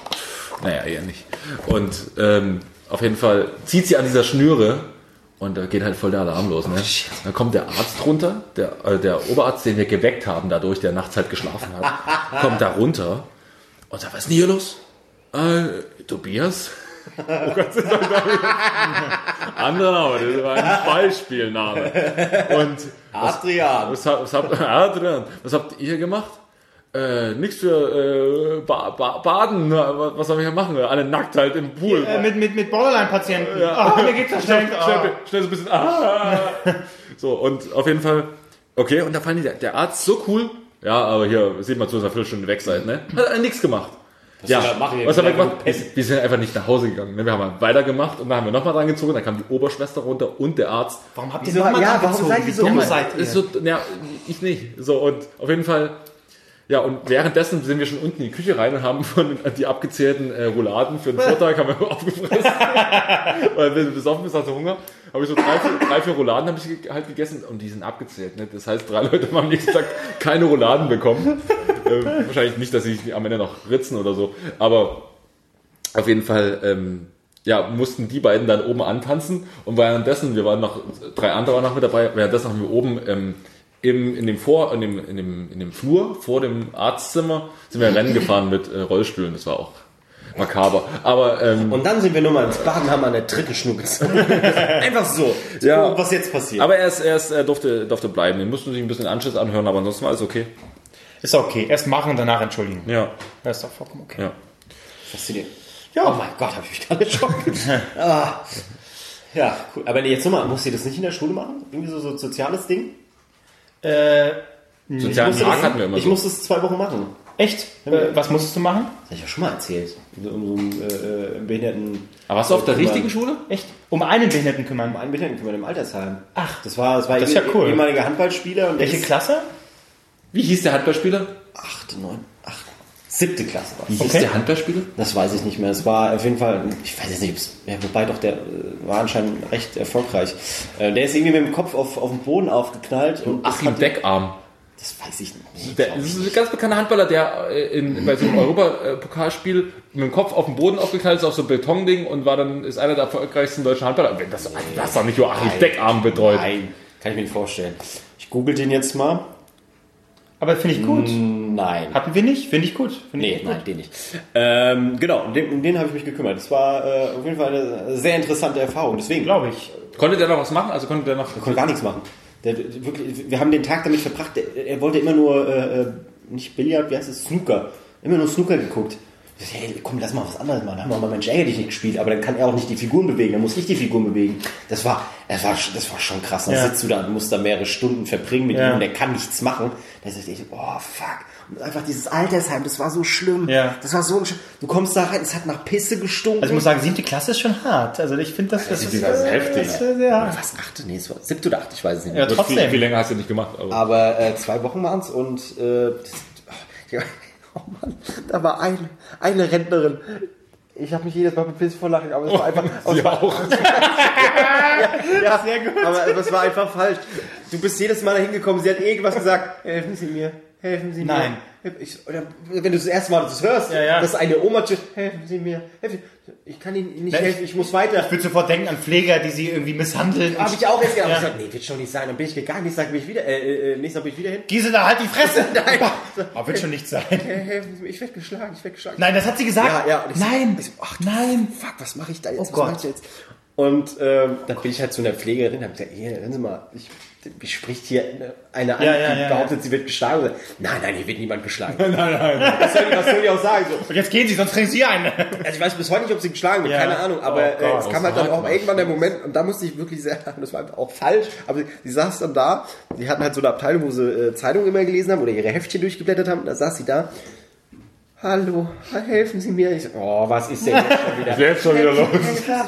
Speaker 1: Naja, eher nicht. Und ähm, auf jeden Fall zieht sie an dieser Schnüre und da geht halt voll der Alarm los. Ne? Dann kommt der Arzt runter, der, äh, der Oberarzt, den wir geweckt haben dadurch, der nachts halt geschlafen hat, kommt da runter und sagt, was ist denn hier los? Äh, Tobias? Oh Gott sei Dank. darf ich- Anderer Name, das war ein Beispielname. Und
Speaker 3: Adrian.
Speaker 1: was, hab- was habt <laughs> ah, Adrian, was habt ihr gemacht? Äh, nix für äh, ba ba Baden, Na, wa- was soll ich hier machen? Alle nackt halt im Pool.
Speaker 2: Äh, mit, mit, mit Borderline-Patienten. Ah, mir geht's so schlecht.
Speaker 1: schnell,
Speaker 2: Ah.
Speaker 1: schnell so ein bisschen. Ah. So, und auf jeden Fall, okay, und da fand ich der, der Arzt so cool. Ja, aber hier, sieht man zu, dass ihr Viertelstunde weg seid, ne? Hat er nichts gemacht. Was ja,
Speaker 3: soll er machen? Wir
Speaker 1: was
Speaker 3: sind
Speaker 1: haben wir gemacht?
Speaker 3: einfach
Speaker 1: Wir, wir sind einfach nicht nach Hause gegangen. Ne? Wir haben halt weitergemacht und dann haben wir nochmal dran gezogen. Dann kam die Oberschwester runter und der Arzt.
Speaker 2: Warum habt ihr
Speaker 7: Wieso-
Speaker 2: nochmal
Speaker 7: ja, warum
Speaker 2: angezogen?
Speaker 7: seid ihr
Speaker 2: Wie
Speaker 7: so-
Speaker 2: dumm
Speaker 7: Ja,
Speaker 2: seid ihr?
Speaker 1: Ist so, ja, ich nicht. So, und auf jeden Fall, ja, und währenddessen sind wir schon unten in die Küche rein und haben von die abgezählten äh, Rouladen für den Vortag haben wir <laughs> aufgefressen. Weil wenn du besoffen bist, hast du Hunger. Habe ich so drei, vier, drei, vier Rouladen habe ich ge- halt gegessen und die sind abgezählt. Ne? Das heißt, drei Leute haben am nächsten Tag keine Rouladen bekommen. äh, wahrscheinlich nicht, dass sie sich am Ende noch ritzen oder so. Aber auf jeden Fall ähm, ja, mussten die beiden dann oben antanzen und währenddessen, wir waren noch, drei andere waren noch mit dabei, währenddessen haben wir oben ähm, im, in, dem vor, in, dem, in, dem, in dem Flur vor dem Arztzimmer sind wir Rennen gefahren mit äh, Rollstühlen, das war auch makaber. Aber ähm,
Speaker 7: Und dann sind wir nur mal ins Baden, haben an der Tritte schnuckert. Einfach so.
Speaker 1: ja,
Speaker 3: Was jetzt passiert?
Speaker 1: aber er, ist, er, ist, er durfte, durfte bleiben, den mussten sich ein bisschen Anschluss anhören, aber ansonsten war alles okay.
Speaker 2: Ist okay. Erst machen und danach entschuldigen.
Speaker 1: Ja,
Speaker 2: Das ist doch vollkommen okay.
Speaker 1: ja.
Speaker 3: Faszinierend. Ja, oh mein Gott, habe ich mich gerade erschrocken. <laughs> ah. Ja, cool. Aber nee, jetzt nochmal, muss sie das nicht in der Schule machen? Irgendwie so, so ein soziales Ding?
Speaker 2: Äh,
Speaker 1: Sozialen
Speaker 3: Musste
Speaker 1: Tag
Speaker 3: das-
Speaker 1: hatten wir immer
Speaker 3: ich
Speaker 1: so.
Speaker 3: musste es zwei Wochen machen.
Speaker 2: echt? Äh, was musstest du machen?
Speaker 3: Das habe ich ja schon mal erzählt. In so in so einem äh, behinderten...
Speaker 1: Aber warst du auf der
Speaker 3: Äh,
Speaker 1: richtigen Schule?
Speaker 2: Echt? Um einen Behinderten kümmern.
Speaker 3: einen Behinderten kümmern im Altersheim. Ach, das war, das war
Speaker 2: das ist ja
Speaker 3: eh-
Speaker 2: cool.
Speaker 3: ehemaliger Handballspieler und
Speaker 2: Welche
Speaker 3: jetzt-
Speaker 2: Klasse?
Speaker 1: Wie hieß der Handballspieler?
Speaker 3: Achte, neun, acht, siebte Klasse war es.
Speaker 1: Wie hieß
Speaker 2: Okay.
Speaker 1: der Handballspieler?
Speaker 3: Das weiß ich nicht mehr. Es war auf jeden Fall, ich weiß jetzt nicht, ob's- ja, wobei doch der äh, war anscheinend recht erfolgreich. Äh, Der ist irgendwie mit dem Kopf auf, auf den Boden aufgeknallt und das,
Speaker 1: Achim Deckarm.
Speaker 3: das weiß ich nicht.
Speaker 1: Der, das ist ein ganz bekannter Handballer, der äh, in, bei so einem Europapokalspiel mit dem Kopf auf den Boden aufgeknallt ist, auf so ein Betonding und war dann, ist einer der erfolgreichsten deutschen Handballer. Wenn das, also, das hat nicht Joachim Deckarm betreut.
Speaker 3: Nein, kann ich mir nicht vorstellen. Ich google den jetzt mal.
Speaker 2: Aber finde ich gut.
Speaker 3: Nein.
Speaker 2: Hatten wir nicht? Finde ich gut. Finde ich
Speaker 3: Nee,
Speaker 2: echt gut.
Speaker 3: nein, den nicht. Ähm, genau, um den, um den habe ich mich gekümmert. Das war äh, auf jeden Fall eine sehr interessante Erfahrung. Deswegen,
Speaker 2: Glaube ich.
Speaker 1: Konnte der noch was machen? Also konnte der noch.
Speaker 3: Er konnte gar nichts machen. Der, der- wirklich, wir haben den Tag damit verbracht, er, er wollte immer nur, äh, äh, nicht Billard, wie heißt es, Snooker. Immer nur Snooker geguckt. Ich dachte, hey, komm, lass mal was anderes machen. Da haben wir mal Mensch, ärger dich nicht gespielt. Aber dann kann er auch nicht die Figuren bewegen, dann muss ich die Figuren bewegen. Das war, das war, das war schon krass. Dann
Speaker 2: Ja.
Speaker 3: sitzt du da und musst da mehrere Stunden verbringen mit
Speaker 2: Ja.
Speaker 3: ihm und der kann nichts machen. Da dachte ich, oh, fuck. Und einfach dieses Altersheim, das war so schlimm.
Speaker 2: Ja.
Speaker 3: Das war so ein, Sch- du kommst da rein, es hat nach Pisse gestunken.
Speaker 2: Also ich muss sagen, siebte Klasse ist schon hart. Also ich finde das, das ist,
Speaker 1: Klasse ist
Speaker 2: äh,
Speaker 1: heftig.
Speaker 2: Das ist sehr hart.
Speaker 3: was, achte? Nee, es war siebte oder achte, ich weiß es nicht. mehr.
Speaker 2: Ja,
Speaker 1: also Viel, viel
Speaker 2: trotzdem.
Speaker 1: länger hast du nicht gemacht. Aber.
Speaker 3: Aber äh, zwei Wochen waren es und äh, das, ja, <laughs> oh Mann, da war ein, eine Rentnerin. Ich habe mich jedes Mal bepisst vor Lachen, aber es
Speaker 2: <laughs>
Speaker 3: war einfach. aber es war,
Speaker 1: auch.
Speaker 3: <laughs> ja,
Speaker 2: sehr gut.
Speaker 3: Aber, aber es war einfach falsch. Du bist jedes Mal da hingekommen, sie hat irgendwas gesagt. Helfen Sie mir, helfen Sie
Speaker 2: Nein.
Speaker 3: mir. Ich, oder, wenn du das erste Mal das hörst,
Speaker 2: Ja, ja.
Speaker 3: dass eine Oma tschüss, helfen Sie mir, helfen Sie. Ich kann Ihnen nicht
Speaker 2: Na, ich-
Speaker 3: helfen, ich muss weiter.
Speaker 2: Ich würde sofort denken an Pfleger, die sie irgendwie misshandeln.
Speaker 3: Habe ich auch erst gedacht.
Speaker 2: Ja.
Speaker 3: Ich gesagt, nee, wird schon nicht sein. Dann bin ich gegangen. Ich sag, bin ich wieder, äh, äh, nächstes Mal bin ich wieder hin.
Speaker 2: Gisela, halt die Fresse!
Speaker 3: Nein.
Speaker 2: Oh, wird schon nicht sein.
Speaker 3: Hey, helfen Sie mir, ich werde geschlagen, ich werde geschlagen.
Speaker 2: Nein, das hat sie gesagt.
Speaker 3: Ja, ja, und ich-
Speaker 2: nein,
Speaker 3: ich- ach,
Speaker 2: nein.
Speaker 3: fuck, was mache ich da jetzt?
Speaker 2: Oh
Speaker 3: was
Speaker 2: Gott.
Speaker 3: mache ich da jetzt? Und ähm, dann bin ich halt zu einer Pflegerin, hab gesagt, hier, hören Sie mal, ich, ich spricht hier eine- eine an,
Speaker 2: Ja, ja,
Speaker 3: die
Speaker 2: ja,
Speaker 3: behauptet, sie wird geschlagen. Ich sag, Nein, nein, hier wird niemand geschlagen.
Speaker 2: <laughs>
Speaker 3: nein, nein, nein. Was soll, ich- was soll ich auch sagen? So.
Speaker 2: Und jetzt gehen sie, sonst kriegen sie <laughs> einen.
Speaker 3: Also ich weiß bis heute nicht, ob sie geschlagen wird,
Speaker 2: Ja.
Speaker 3: keine Ahnung, aber
Speaker 2: Oh Gott,
Speaker 3: äh, es kam halt dann auch irgendwann der Moment, und da musste ich wirklich sehr, <laughs> das war einfach auch falsch, aber sie, sie saß dann da, die hatten halt so eine Abteilung, wo sie äh, Zeitungen immer gelesen haben oder ihre Heftchen durchgeblättert haben, und da saß sie da, hallo, helfen Sie mir. Ich so, oh, was ist denn jetzt schon wieder?
Speaker 1: Selbst schon wieder los.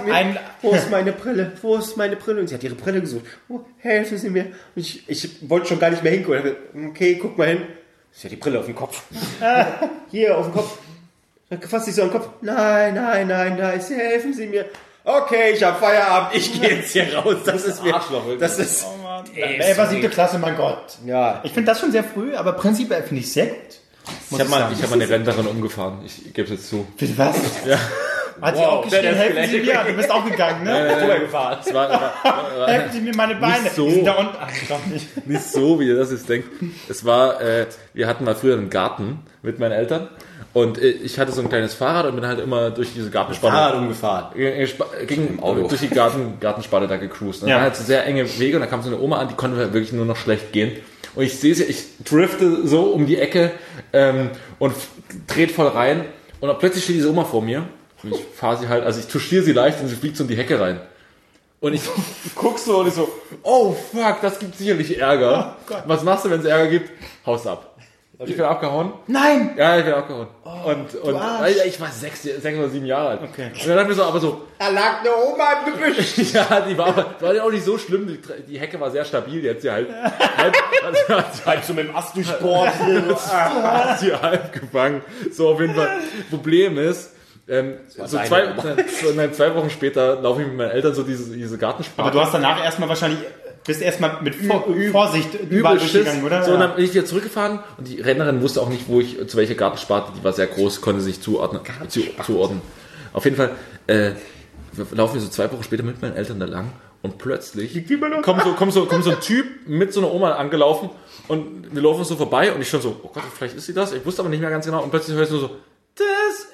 Speaker 2: Ein-
Speaker 3: Ein, wo ist meine Brille? Wo ist meine Brille? Und sie hat ihre Brille gesucht. Oh, helfen Sie mir. Und ich, ich wollte schon gar nicht mehr hingucken. Ich hab gesagt, Okay, guck mal hin. Sie hat die Brille auf dem Kopf. Hier, auf dem Kopf. Dann fasst sie so am Kopf. Nein, nein, nein, nein. Sie helfen Sie mir. Okay, ich hab Feierabend. Ich gehe jetzt hier raus. Das ist mir...
Speaker 1: Arschloch, wirklich.
Speaker 3: Das ist...
Speaker 2: Ey, Ey, war siebte Klasse, mein Gott.
Speaker 3: Ja.
Speaker 2: Ich finde das schon sehr früh, aber prinzipiell finde ich sehr gut.
Speaker 1: Ich habe mal, ich hab mal eine Rentnerin umgefahren. Ich gebe es jetzt zu.
Speaker 2: Bitte was? Hat sie auch geschrien, helfen Sie mir, du bist auch gegangen, ne?
Speaker 5: Äh,
Speaker 1: rübergefahren. Es war, war, war, war
Speaker 2: Helfen Sie mir meine Beine.
Speaker 1: Nicht so.
Speaker 2: Die sind da unten. Ach, doch
Speaker 1: <laughs>
Speaker 2: nicht.
Speaker 1: nicht so, wie ihr das jetzt denkt. Es war, äh, wir hatten mal früher einen Garten mit meinen Eltern und äh, ich hatte so ein kleines Fahrrad und bin halt immer durch diese Gartenspanne.
Speaker 5: Fahrrad umgefahren.
Speaker 1: Äh, spa- ging durch die Garten, Gartenspanne da gecruised. Und
Speaker 2: Ja.
Speaker 1: Dann halt so sehr enge Wege und da kam so eine Oma an, die konnte halt wirklich nur noch schlecht gehen. Und ich sehe sie, ich drifte so um die Ecke ähm, und f- dreht voll rein und dann plötzlich steht diese Oma vor mir und ich fahre sie halt, also ich touchiere sie leicht und sie fliegt so in die Hecke rein. Und
Speaker 2: <laughs>
Speaker 1: ich guck so und ich so, oh fuck, das gibt sicherlich Ärger.
Speaker 2: Oh
Speaker 1: Was machst du, wenn es Ärger gibt? Haust ab. Ich bin abgehauen.
Speaker 2: Nein!
Speaker 1: Ja, ich bin abgehauen. und und Alter, ich war sechs, sechs oder sieben Jahre alt.
Speaker 2: Oh, Okay.
Speaker 1: Und dann dachte ich mir so, aber so,
Speaker 5: Da lag eine Oma im
Speaker 1: <laughs>
Speaker 5: Gebüsch.
Speaker 1: ja, die war, aber, die war ja auch nicht so schlimm. Die, die Hecke war sehr stabil. Die hat sie halb, halb, also hat sie
Speaker 5: Halt so mit dem Ast durchbohrt.
Speaker 1: hat sie halb gefangen. So auf jeden Fall. Problem ist, ähm, so
Speaker 5: deine
Speaker 1: zwei,
Speaker 5: Oma.
Speaker 1: so, nein, zwei Wochen später laufe ich mit meinen Eltern so diese, diese
Speaker 2: Aber du
Speaker 1: Gartensparte.
Speaker 2: hast danach erstmal wahrscheinlich, bist erstmal mit Vor
Speaker 1: Ü-
Speaker 2: Vorsicht überall durchgegangen, oder?
Speaker 1: So, und
Speaker 2: Ja.
Speaker 1: dann bin ich wieder zurückgefahren und die Rennerin wusste auch nicht, wo ich, zu welcher Gartensparte, die war sehr groß, konnte sich zuordnen. Zu, zuordnen. Auf jeden Fall äh, wir laufen wir so zwei Wochen später mit meinen Eltern da lang und plötzlich kommt so, kommt, so, kommt so ein Typ mit so einer Oma angelaufen und wir laufen so vorbei und ich schon so, oh Gott, vielleicht ist sie das? Ich wusste aber nicht mehr ganz genau und plötzlich hörst du so, das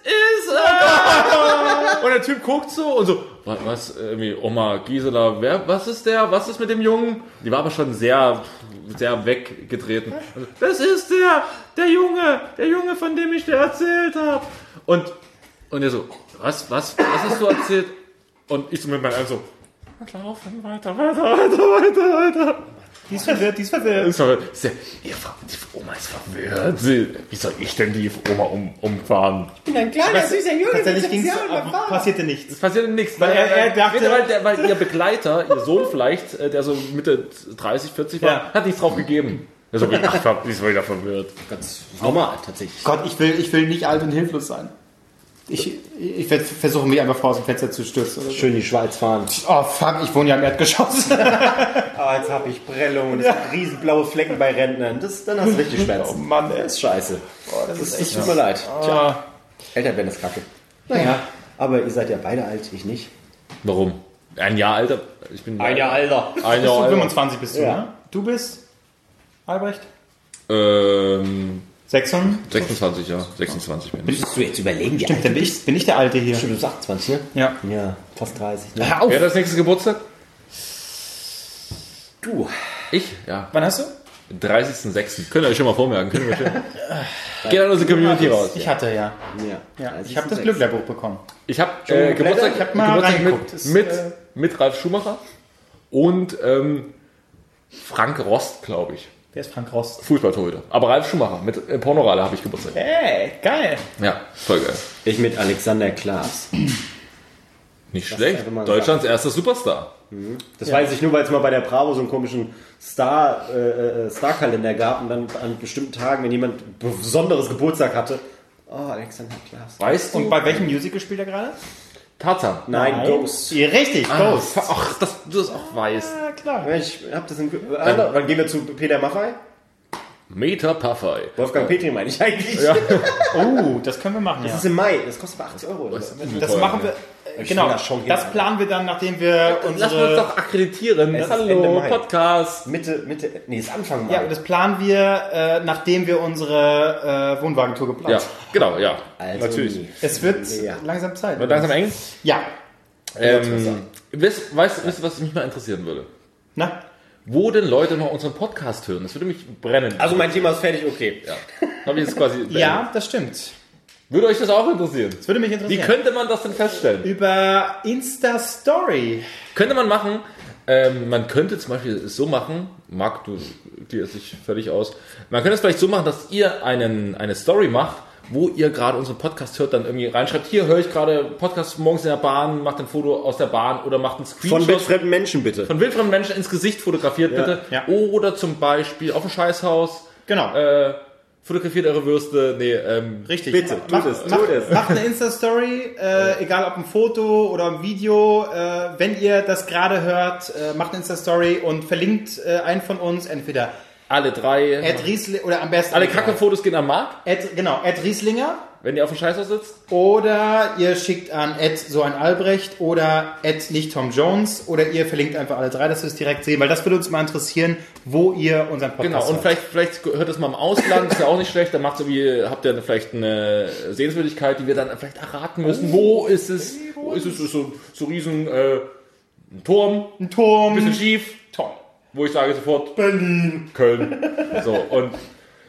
Speaker 1: ist er! Und der Typ guckt so und so, was, was irgendwie, Oma Gisela, wer, was ist der, was ist mit dem Jungen? Die war aber schon sehr, sehr weggetreten. Und so, Das ist der, der Junge, der Junge, von dem ich dir erzählt habe. Und, und er so, was, was, was hast du erzählt? Und ich so mit meinen Eltern so, laufen, weiter, weiter, weiter, weiter, weiter.
Speaker 2: Die ist verwirrt, die ist verwirrt.
Speaker 1: Ist verwirrt. Ist ja, ihr ver- die Oma ist verwirrt. Sie, wie soll ich denn die Oma um, umfahren?
Speaker 5: Ein kleiner, süßer Junge.
Speaker 2: Tatsächlich ging's,
Speaker 5: beim
Speaker 2: aber passierte nichts.
Speaker 1: Es passierte nichts.
Speaker 2: Weil er- er dachte-
Speaker 1: Bitte, weil, der, weil ihr Begleiter, ihr Sohn vielleicht, äh, der so Mitte 30, 40 war,
Speaker 2: Ja.
Speaker 1: hat nichts drauf gegeben. Er so, ach, ich hab, die ist wieder verwirrt.
Speaker 5: <laughs> Ganz normal, tatsächlich.
Speaker 2: Gott, ich will, ich will nicht alt und hilflos sein. Ich, ich werd versuchen, mich einfach vor aus dem Fenster zu stürzen. Oder so.
Speaker 5: Schön die Schweiz fahren.
Speaker 2: Oh fuck, ich wohne ja im Erdgeschoss.
Speaker 5: Ah, jetzt habe ich Prellung und es gibt riesenblaue Flecken bei Rentnern. Das, dann hast du <laughs> richtig Schmerzen.
Speaker 2: Oh Mann, ey.
Speaker 5: Das Oh ist scheiße. das ist echt, tut mir leid.
Speaker 2: Ja.
Speaker 5: Eltern werden das kacke. Naja, aber ihr seid ja beide alt, ich nicht.
Speaker 1: Warum? Ein Jahr alter? Ich bin
Speaker 5: Alter.
Speaker 1: Ein
Speaker 2: Bist
Speaker 1: Jahr
Speaker 2: du
Speaker 1: alter.
Speaker 2: 25 bist du,
Speaker 5: Ja.
Speaker 2: ne? Du bist Albrecht?
Speaker 1: Ähm,
Speaker 2: 26?
Speaker 1: 26, ja. 26 bin ich.
Speaker 5: Müsstest du jetzt überlegen, wie
Speaker 2: Stimmt, dann bin ich, bin ich der Alte hier.
Speaker 5: Stimmt, du bist 28, ne?
Speaker 2: Ja.
Speaker 5: Ja, fast 30. Ne?
Speaker 2: Hör auf!
Speaker 1: Wer hat das nächste Geburtstag?
Speaker 5: Du,
Speaker 1: Ich? Ja.
Speaker 2: Wann hast du?
Speaker 1: 30.06. Könnt ihr euch schon mal vormerken. Könnt ihr euch schon. <laughs> Geht an unsere Community raus.
Speaker 2: Ich hatte ja.
Speaker 5: ja.
Speaker 2: ja.
Speaker 5: Also
Speaker 2: Ich habe
Speaker 5: bist
Speaker 2: das
Speaker 5: du
Speaker 2: Glücklerbuch bekommen.
Speaker 1: Ich habe äh,
Speaker 2: geblättert?
Speaker 1: Geburtstag,
Speaker 2: Ich hab mal
Speaker 1: Geburtstag
Speaker 2: reingeguckt.
Speaker 1: mit,
Speaker 2: Ist,
Speaker 1: mit,
Speaker 2: äh,
Speaker 1: mit Ralf Schumacher und ähm, Frank Rost, glaube ich.
Speaker 2: Wer ist Frank Rost?
Speaker 1: Fußballtorhüter. Aber Ralf Schumacher mit äh, Pornorale habe ich Geburtstag.
Speaker 2: Ey, geil!
Speaker 1: Ja, voll geil.
Speaker 5: sechs. Ich mit Alexander Klaas.
Speaker 1: Nicht schlecht.
Speaker 5: hätte man
Speaker 1: Deutschlands erster Superstar.
Speaker 5: Das weiß ich nur, weil es mal bei der Bravo so einen komischen Star, äh, äh, Star-Kalender gab und dann an bestimmten Tagen, wenn jemand besonderes Geburtstag hatte. Oh, Alexander Klaas.
Speaker 1: Weißt du?
Speaker 2: Und bei welchem Musical spielt er gerade?
Speaker 1: Tarzan.
Speaker 5: Nein, Ghost.
Speaker 2: Ja, richtig, Ghost.
Speaker 1: Ach, dass du das auch weißt.
Speaker 2: Ja, klar.
Speaker 5: Ich hab das im Ge- äh, Wann gehen wir zu Peter Maffay?
Speaker 1: Meta Paffei.
Speaker 5: Wolfgang Petri meine ich eigentlich.
Speaker 2: Oh, das können wir machen,
Speaker 5: Das
Speaker 2: ja.
Speaker 5: ist im Mai, das kostet aber 80 Euro. Oder so.
Speaker 2: Das machen wir. äh, Genau,
Speaker 5: will da schon hin,
Speaker 2: das
Speaker 5: Alter.
Speaker 2: planen wir dann, nachdem wir
Speaker 1: Lass uns
Speaker 2: unsere.
Speaker 1: doch akkreditieren.
Speaker 5: Es ist Ende
Speaker 1: Hallo,
Speaker 5: Mai.
Speaker 1: Podcast.
Speaker 5: Mitte, Mitte, nee, ist Anfang Mai.
Speaker 2: Ja, das planen wir, äh, nachdem wir unsere äh, Wohnwagentour
Speaker 1: Ja,
Speaker 2: geplant haben.
Speaker 1: genau, ja.
Speaker 5: also
Speaker 1: natürlich.
Speaker 5: nie.
Speaker 2: Es wird
Speaker 5: Ja.
Speaker 2: langsam Zeit.
Speaker 1: Wird langsam eng.
Speaker 2: Ja.
Speaker 1: Ähm, wisst, weißt, wisst, ihr, was mich mal interessieren würde?
Speaker 2: Na?
Speaker 1: wo denn Leute noch unseren Podcast hören. Das würde mich brennen.
Speaker 5: Also mein Thema ist fertig, okay.
Speaker 1: ja. Habe ich jetzt quasi.
Speaker 2: Ja, das stimmt.
Speaker 1: Würde euch das auch interessieren?
Speaker 2: Das würde mich
Speaker 1: Wie
Speaker 2: interessieren.
Speaker 1: könnte man das denn feststellen?
Speaker 2: Über Insta-Story.
Speaker 1: Könnte man machen, ähm, man könnte zum Beispiel es so machen, Marc, du dir sich völlig aus, man könnte es vielleicht so machen, dass ihr einen, eine Story macht, wo ihr gerade unseren Podcast hört, dann irgendwie reinschreibt, hier höre ich gerade Podcast morgens in der Bahn, macht ein Foto aus der Bahn oder macht einen Screenshot.
Speaker 5: Von wildfremden Menschen bitte.
Speaker 1: von wildfremden Menschen ins Gesicht fotografiert, bitte.
Speaker 2: ja.
Speaker 1: Oder zum Beispiel auf dem Scheißhaus.
Speaker 2: Genau.
Speaker 1: Äh, fotografiert eure Würste. Nee, ähm,
Speaker 2: Richtig.
Speaker 5: Bitte,
Speaker 2: Mach-
Speaker 5: tut es, tut
Speaker 2: mach,
Speaker 5: es.
Speaker 2: Macht eine Insta-Story, äh, egal ob ein Foto oder ein Video. Äh, wenn ihr das gerade hört, äh, macht eine Insta-Story und verlinkt äh, einen von uns, entweder
Speaker 1: alle drei.
Speaker 2: Ed Riesling oder am besten
Speaker 1: alle Kacke-Fotos gehen am Markt.
Speaker 2: Ed, genau, Ed Rieslinger
Speaker 1: wenn ihr auf dem Scheißhaus sitzt.
Speaker 2: Oder ihr schickt an Ed so ein Albrecht oder Ed nicht Tom Jones oder ihr verlinkt einfach alle drei, dass wir es direkt sehen, weil das würde uns mal interessieren, wo ihr unseren Podcast
Speaker 1: Genau, und
Speaker 2: hört.
Speaker 1: vielleicht, vielleicht hört es mal im Ausland, ist ja auch nicht schlecht. Dann macht so wie, habt ihr vielleicht eine Sehenswürdigkeit, die wir dann vielleicht erraten müssen. Wo ist es? Oh. Wo ist es? Ist so, so riesen äh, ein Turm, ein
Speaker 2: Ein Turm.
Speaker 1: bisschen schief. Toll. Wo ich sage sofort Berlin, Köln. So, und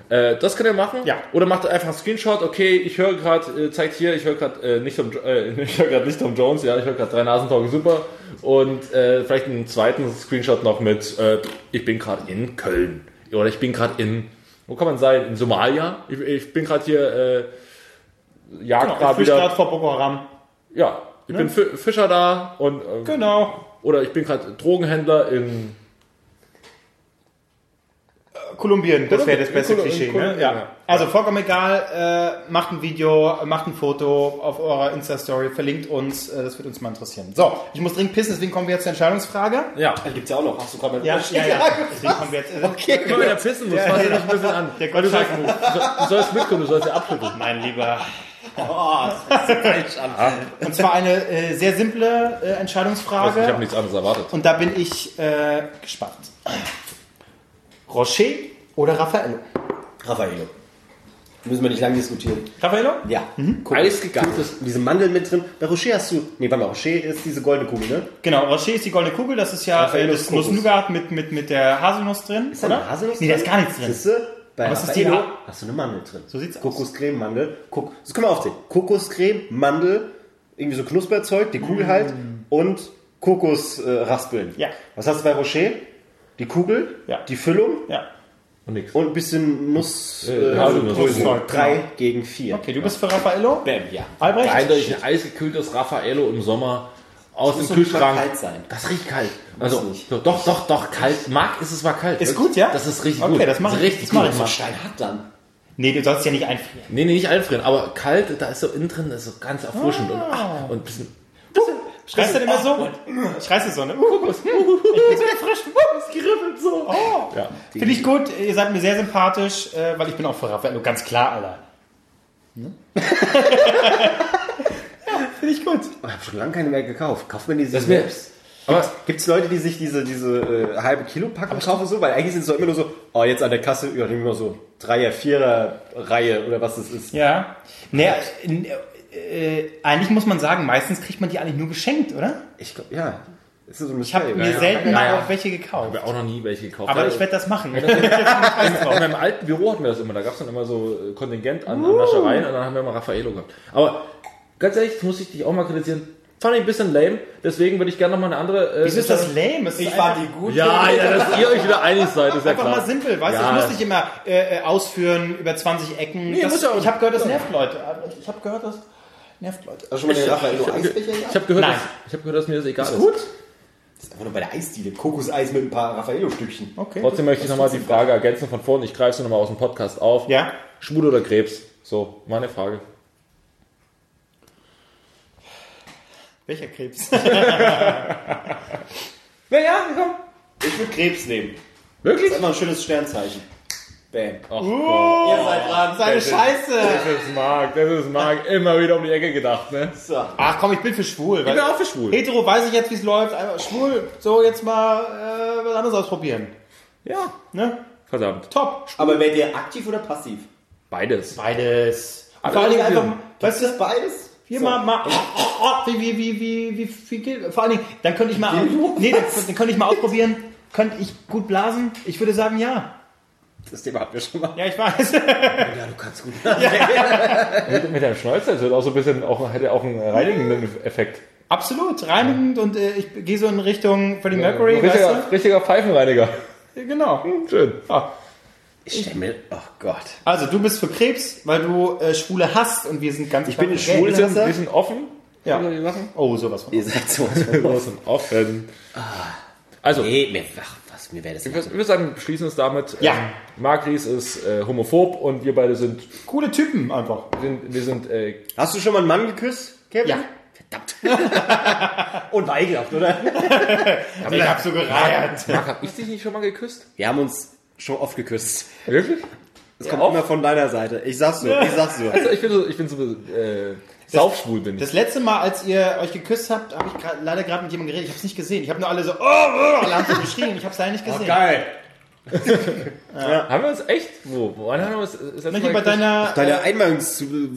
Speaker 1: äh, das könnt ihr machen.
Speaker 2: Ja.
Speaker 1: Oder macht einfach einen Screenshot. Okay, ich höre gerade, äh, zeigt hier, ich höre gerade äh, nicht, Tom Jo- äh, <laughs> ich hör grad nicht Tom Jones, ja, ich höre gerade drei Nasentalken, super. Und äh, vielleicht einen zweiten Screenshot noch mit, äh, ich bin gerade in Köln. Oder ich bin gerade in, wo kann man sein? In Somalia? Ich, ich bin gerade hier, äh, jagt
Speaker 2: Genau, ich
Speaker 1: gerade
Speaker 2: fisch Ne?
Speaker 1: wieder.
Speaker 2: gerade vor Boko Haram.
Speaker 1: Ja, ich bin Fi- Fischer da und äh,
Speaker 2: Genau.
Speaker 1: oder ich bin gerade Drogenhändler in
Speaker 2: Kolumbien, das wäre das
Speaker 1: Kolumbien,
Speaker 2: beste
Speaker 1: Kolumbien,
Speaker 2: Klischee. Ne?
Speaker 1: Kolumbien,
Speaker 2: Ja.
Speaker 1: ja.
Speaker 2: Also vollkommen egal, äh, macht ein Video, macht ein Foto auf eurer Insta-Story, verlinkt uns, äh, das wird uns mal interessieren. So, ich muss dringend pissen, deswegen kommen wir jetzt zur Entscheidungsfrage.
Speaker 1: Ja.
Speaker 5: Da gibt's ja auch noch. Hast du gerade mal
Speaker 2: Ja, ja, ja. Deswegen kommen wir jetzt. Okay.
Speaker 1: Wenn man ja pissen muss, fass dich ein bisschen an.
Speaker 2: Der
Speaker 1: Weil du, sagst,
Speaker 2: Gottschalk-Move.
Speaker 1: du sollst mitkommen, du sollst ja abschütteln.
Speaker 2: Mein Lieber.
Speaker 5: falsch an.
Speaker 2: Und zwar eine äh, sehr simple äh,
Speaker 1: Ich habe
Speaker 2: Entscheidungsfrage.
Speaker 1: nichts anderes erwartet.
Speaker 2: Und da bin ich äh, gespannt. Rocher oder Raffaello?
Speaker 5: Raffaello. Müssen wir nicht lange diskutieren.
Speaker 2: Raffaello?
Speaker 5: Ja.
Speaker 2: Mhm.
Speaker 5: Guck,
Speaker 1: Eisgegangen.
Speaker 3: Diese Mandeln mit drin. Bei Rocher hast du. Nee, bei Rocher ist diese goldene Kugel, ne?
Speaker 2: Genau, Rocher ist die goldene Kugel, das ist ja äh,
Speaker 3: Raffaello
Speaker 2: das
Speaker 3: ist
Speaker 2: Nuss
Speaker 3: Kokos.
Speaker 2: Nougat mit, mit, mit der Haselnuss drin.
Speaker 3: Ist da eine Haselnuss
Speaker 2: Nee, da ist gar nichts drin.
Speaker 3: Siehste, bei
Speaker 2: Was
Speaker 3: was
Speaker 2: ist
Speaker 3: ist
Speaker 2: die
Speaker 3: Hast du eine Mandel drin?
Speaker 2: So sieht's aus.
Speaker 3: Kokoscreme, Mandel. Kok das können wir aufzählen. Kokoscreme, Mandel, irgendwie so Knusperzeug, die Kugel halt und Kokosraspeln. Äh, Raspeln.
Speaker 2: Mm. Ja.
Speaker 3: Was hast du bei Rocher? Die Kugel,
Speaker 2: Ja.
Speaker 3: die Füllung
Speaker 2: Ja.
Speaker 1: Und nix.
Speaker 3: und ein bisschen Nuss.
Speaker 1: Äh, Haselnuss.
Speaker 3: Größen.
Speaker 2: Nusszeug,
Speaker 3: Drei gegen vier.
Speaker 2: Okay, du bist für Raffaello?
Speaker 5: Bam, ja.
Speaker 2: Albrecht?
Speaker 1: Eindeutig ein eisgekühltes Raffaello im Sommer aus dem
Speaker 5: muss doch nicht mal
Speaker 1: Kühlschrank.
Speaker 5: kalt sein.
Speaker 1: Das ist richtig kalt. Also,
Speaker 5: nicht.
Speaker 1: doch, doch, doch, doch, kalt. Mag ist es mal kalt.
Speaker 2: Ist gut, ja?
Speaker 1: Das ist richtig
Speaker 2: Okay,
Speaker 1: gut.
Speaker 2: das mach
Speaker 1: ist
Speaker 2: ich.
Speaker 1: richtig
Speaker 2: Das mach
Speaker 1: gut.
Speaker 2: ich
Speaker 5: So steinhart dann.
Speaker 2: Nee, du sollst ja nicht einfrieren.
Speaker 1: Nee, nee, nicht einfrieren, aber kalt, da ist so innen drin, das ist so ganz erfrischend und,
Speaker 2: Ah.
Speaker 1: ach, und ein bisschen.
Speaker 2: Schreist du denn immer so? Ich reiße so, ne? Kokos. Ich bin so frisch. Es geriffelt so. Oh.
Speaker 1: Ja.
Speaker 2: Finde ich gut, ihr seid mir sehr sympathisch, äh, weil ich bin auch für Raffaello, ganz klar, Alter. ja, finde ich gut.
Speaker 3: Ich habe schon lange keine mehr gekauft. Kauft man die
Speaker 1: Das mir, aber
Speaker 3: Gibt es Leute, die sich diese, diese äh, halbe Kilo-Packung kaufen so? Weil eigentlich sind es doch immer nur so, oh, jetzt an der Kasse, ja, nehmen wir so Dreier, Vierer-Reihe oder was es ist.
Speaker 2: Ja. Naja, äh, äh, eigentlich muss man sagen, meistens kriegt man die eigentlich nur geschenkt, oder?
Speaker 3: Ich glaube, ja. Ist so ein
Speaker 2: Ich habe
Speaker 3: Mysterium.
Speaker 2: mir
Speaker 1: ja,
Speaker 2: selten
Speaker 1: ja,
Speaker 2: mal
Speaker 1: ja.
Speaker 2: auch welche gekauft.
Speaker 1: ich habe auch noch nie welche gekauft. Also,
Speaker 2: Aber
Speaker 1: Ja,
Speaker 2: ich werde das machen. Da bin ich jetzt schon heiß
Speaker 1: In
Speaker 2: drauf.
Speaker 1: meinem alten Büro hatten wir das immer. Da gab es dann immer so äh, Kontingent an, an Naschereien und dann haben wir immer Raffaello gehabt. Aber ganz ehrlich, das muss ich dich auch mal kritisieren. Fand ich ein bisschen lame, deswegen würde ich gerne nochmal eine andere. Äh,
Speaker 2: Wieso ist das lame? Es ist einfach-
Speaker 5: gut.
Speaker 1: Ja, ja, <laughs> dass ihr euch wieder einig seid, ist ja
Speaker 2: Einfach mal
Speaker 1: klar.
Speaker 2: simpel, weißt du?
Speaker 1: Ja.
Speaker 2: Ich muss nicht immer äh, äh, ausführen über 20 Ecken.
Speaker 1: Nee,
Speaker 2: das,
Speaker 1: muss ja auch
Speaker 2: ich habe gehört, das nervt Leute. Ah, Ich habe gehört, das nervt Leute.
Speaker 5: Hast du schon mal den Raffaello Eisbecher
Speaker 1: Ich
Speaker 5: gehabt?
Speaker 1: habe gehört,
Speaker 2: Nein.
Speaker 1: dass, ich hab gehört, dass mir das egal ist.
Speaker 5: Das ist einfach nur bei der Eisdiele. Kokoseis mit ein paar Raffaello-Stückchen.
Speaker 2: Okay.
Speaker 1: Trotzdem möchte ich nochmal die Frage ergänzen von vorhin. Ich greife sie nochmal aus dem Podcast auf.
Speaker 2: Ja.
Speaker 1: Schwul oder Krebs? So, meine Frage.
Speaker 2: Welcher
Speaker 1: <laughs>
Speaker 2: Krebs? <laughs>
Speaker 1: Naja, komm.
Speaker 5: Ich würde Krebs nehmen.
Speaker 1: Wirklich?
Speaker 5: Das ist immer ein schönes Sternzeichen. Bam.
Speaker 1: Ach,
Speaker 5: Ihr seid dran.
Speaker 2: Seine Scheiße.
Speaker 1: Das ist Marc, das ist Marc. Immer wieder um die Ecke gedacht, ne?
Speaker 5: So.
Speaker 2: Ach komm, ich bin für schwul.
Speaker 1: Ich
Speaker 2: weil-
Speaker 1: bin auch für schwul.
Speaker 2: Hetero weiß ich jetzt, wie es läuft. Einfach schwul, so jetzt mal äh, was anderes ausprobieren.
Speaker 1: Ja.
Speaker 2: Ne?
Speaker 1: Verdammt.
Speaker 2: Top.
Speaker 5: Aber werdet ihr aktiv oder passiv?
Speaker 1: Beides.
Speaker 2: Beides. Und vor allen Dingen einfach, weißt du,
Speaker 5: das beides?
Speaker 2: hier
Speaker 5: So.
Speaker 2: mal, mal oh, oh, oh, wie, wie, wie, wie, wie, wie geht, vor allen Dingen, dann könnte ich mal, nee, dann, dann könnte ich mal ausprobieren, könnte ich gut blasen? Ich würde sagen, ja.
Speaker 3: Das Thema hatten wir schon mal.
Speaker 2: Ja, ich weiß. <laughs>
Speaker 3: Ja, du kannst gut. <laughs>
Speaker 1: Mit, mit deinem Schnäuzer das wird auch so ein bisschen, auch, hätte auch einen reinigenden Effekt.
Speaker 2: Absolut, reinigend und äh, ich gehe so in Richtung Freddie Mercury,
Speaker 1: richtiger,
Speaker 2: weißt
Speaker 1: richtiger Pfeifenreiniger. Hm,
Speaker 2: du? Genau.
Speaker 1: Schön. Ah,
Speaker 2: Ja.
Speaker 3: Ich stell mir, oh Gott.
Speaker 2: Also du bist für Krebs, weil du äh, Schwule hast und wir sind ganz Ich
Speaker 3: bin ein Schwuler.
Speaker 1: Bisschen, bisschen offen.
Speaker 2: Ja.
Speaker 1: Die Sachen.
Speaker 2: Oh, sowas von.
Speaker 3: Ihr seid sowas von
Speaker 1: Bisschen offen. Also,
Speaker 3: Ah.
Speaker 5: Nee, mir, ach, was, mir wäre das
Speaker 1: wir wir sagen, wir schließen es damit.
Speaker 2: Ja.
Speaker 1: Ähm, Marc Ries ist äh, homophob und wir beide sind,
Speaker 2: Coole Typen einfach.
Speaker 1: sind wir sind äh,
Speaker 3: Hast du schon mal einen Mann geküsst, Kevin?
Speaker 2: Ja.
Speaker 3: <laughs> Und war ekelhaft, oder?
Speaker 2: Ich hab so gereiert.
Speaker 1: Marc, hab ich dich nicht schon mal geküsst?
Speaker 3: Wir haben uns schon oft geküsst.
Speaker 1: Wirklich?
Speaker 3: Es kommt immer von deiner Seite. Ich sag's nur, ich sag's nur.
Speaker 1: Also ich bin so, ich bin so äh, saufschwul bin ich.
Speaker 2: Das letzte Mal, als ihr euch geküsst habt, habe ich grad, leider gerade mit jemandem geredet. Ich habe es nicht gesehen. Ich habe nur alle so, oh, oh, alle haben so geschrien. Ich habe es leider nicht gesehen.
Speaker 3: <laughs> Oh, Geil.
Speaker 1: Haben wir uns echt? Wo? Wo haben wir uns das letzte
Speaker 2: Nicht bei
Speaker 1: geküsst?
Speaker 2: deiner...
Speaker 3: Deine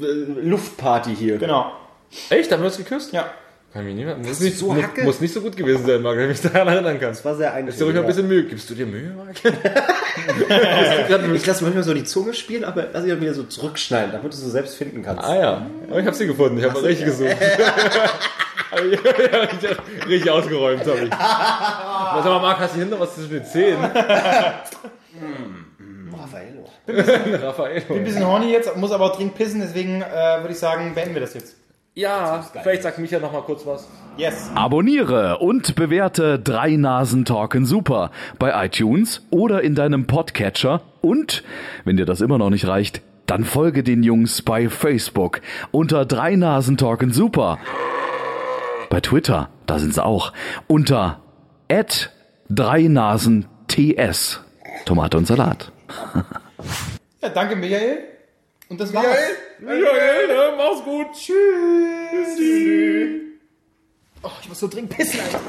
Speaker 3: Einwangs-Luftparty hier.
Speaker 2: Genau.
Speaker 1: Echt? Haben wir uns geküsst?
Speaker 2: Ja.
Speaker 1: Kann mich nicht mehr. Muss nicht,
Speaker 3: so
Speaker 1: mu-
Speaker 3: Hacke?
Speaker 1: muss nicht so gut gewesen sein, Marc, wenn ich mich daran erinnern kann.
Speaker 3: Das war sehr
Speaker 1: Ist dir ruhig mal ein bisschen
Speaker 3: eintönig.
Speaker 1: Mühe. Gibst du dir Mühe, Marc?
Speaker 3: Ich lasse manchmal so die Zunge spielen, aber lass ich dann wieder so zurückschneiden, damit du so selbst finden kannst.
Speaker 1: Ah ja. Aber ich habe sie gefunden. Ich habe richtig gesucht. <laughs> Hab ich- ja, richtig- richtig ausgeräumt habe ich. Sag mal, Marc, hast du hinter was zwischen den Zähnen?
Speaker 3: Raffaello.
Speaker 1: Raphael.
Speaker 2: Bin ein bisschen horny jetzt, muss aber auch dringend pissen. Deswegen äh, würde ich sagen, beenden wir das jetzt.
Speaker 1: Ja, vielleicht sagt Micha noch mal kurz was.
Speaker 2: Yes.
Speaker 8: Abonniere und bewerte drei Nasen Talken Super bei iTunes oder in deinem Podcatcher und wenn dir das immer noch nicht reicht, dann folge den Jungs bei Facebook unter drei Nasen Talken Super. Bei Twitter, da sind sie auch, unter @dreinasen_ts. Tomate und Salat.
Speaker 2: Ja, danke Michael. Und das war's.
Speaker 1: Michael, ne? mach's gut. Tschüss.
Speaker 2: Oh, ich muss so dringend pissen, Alter.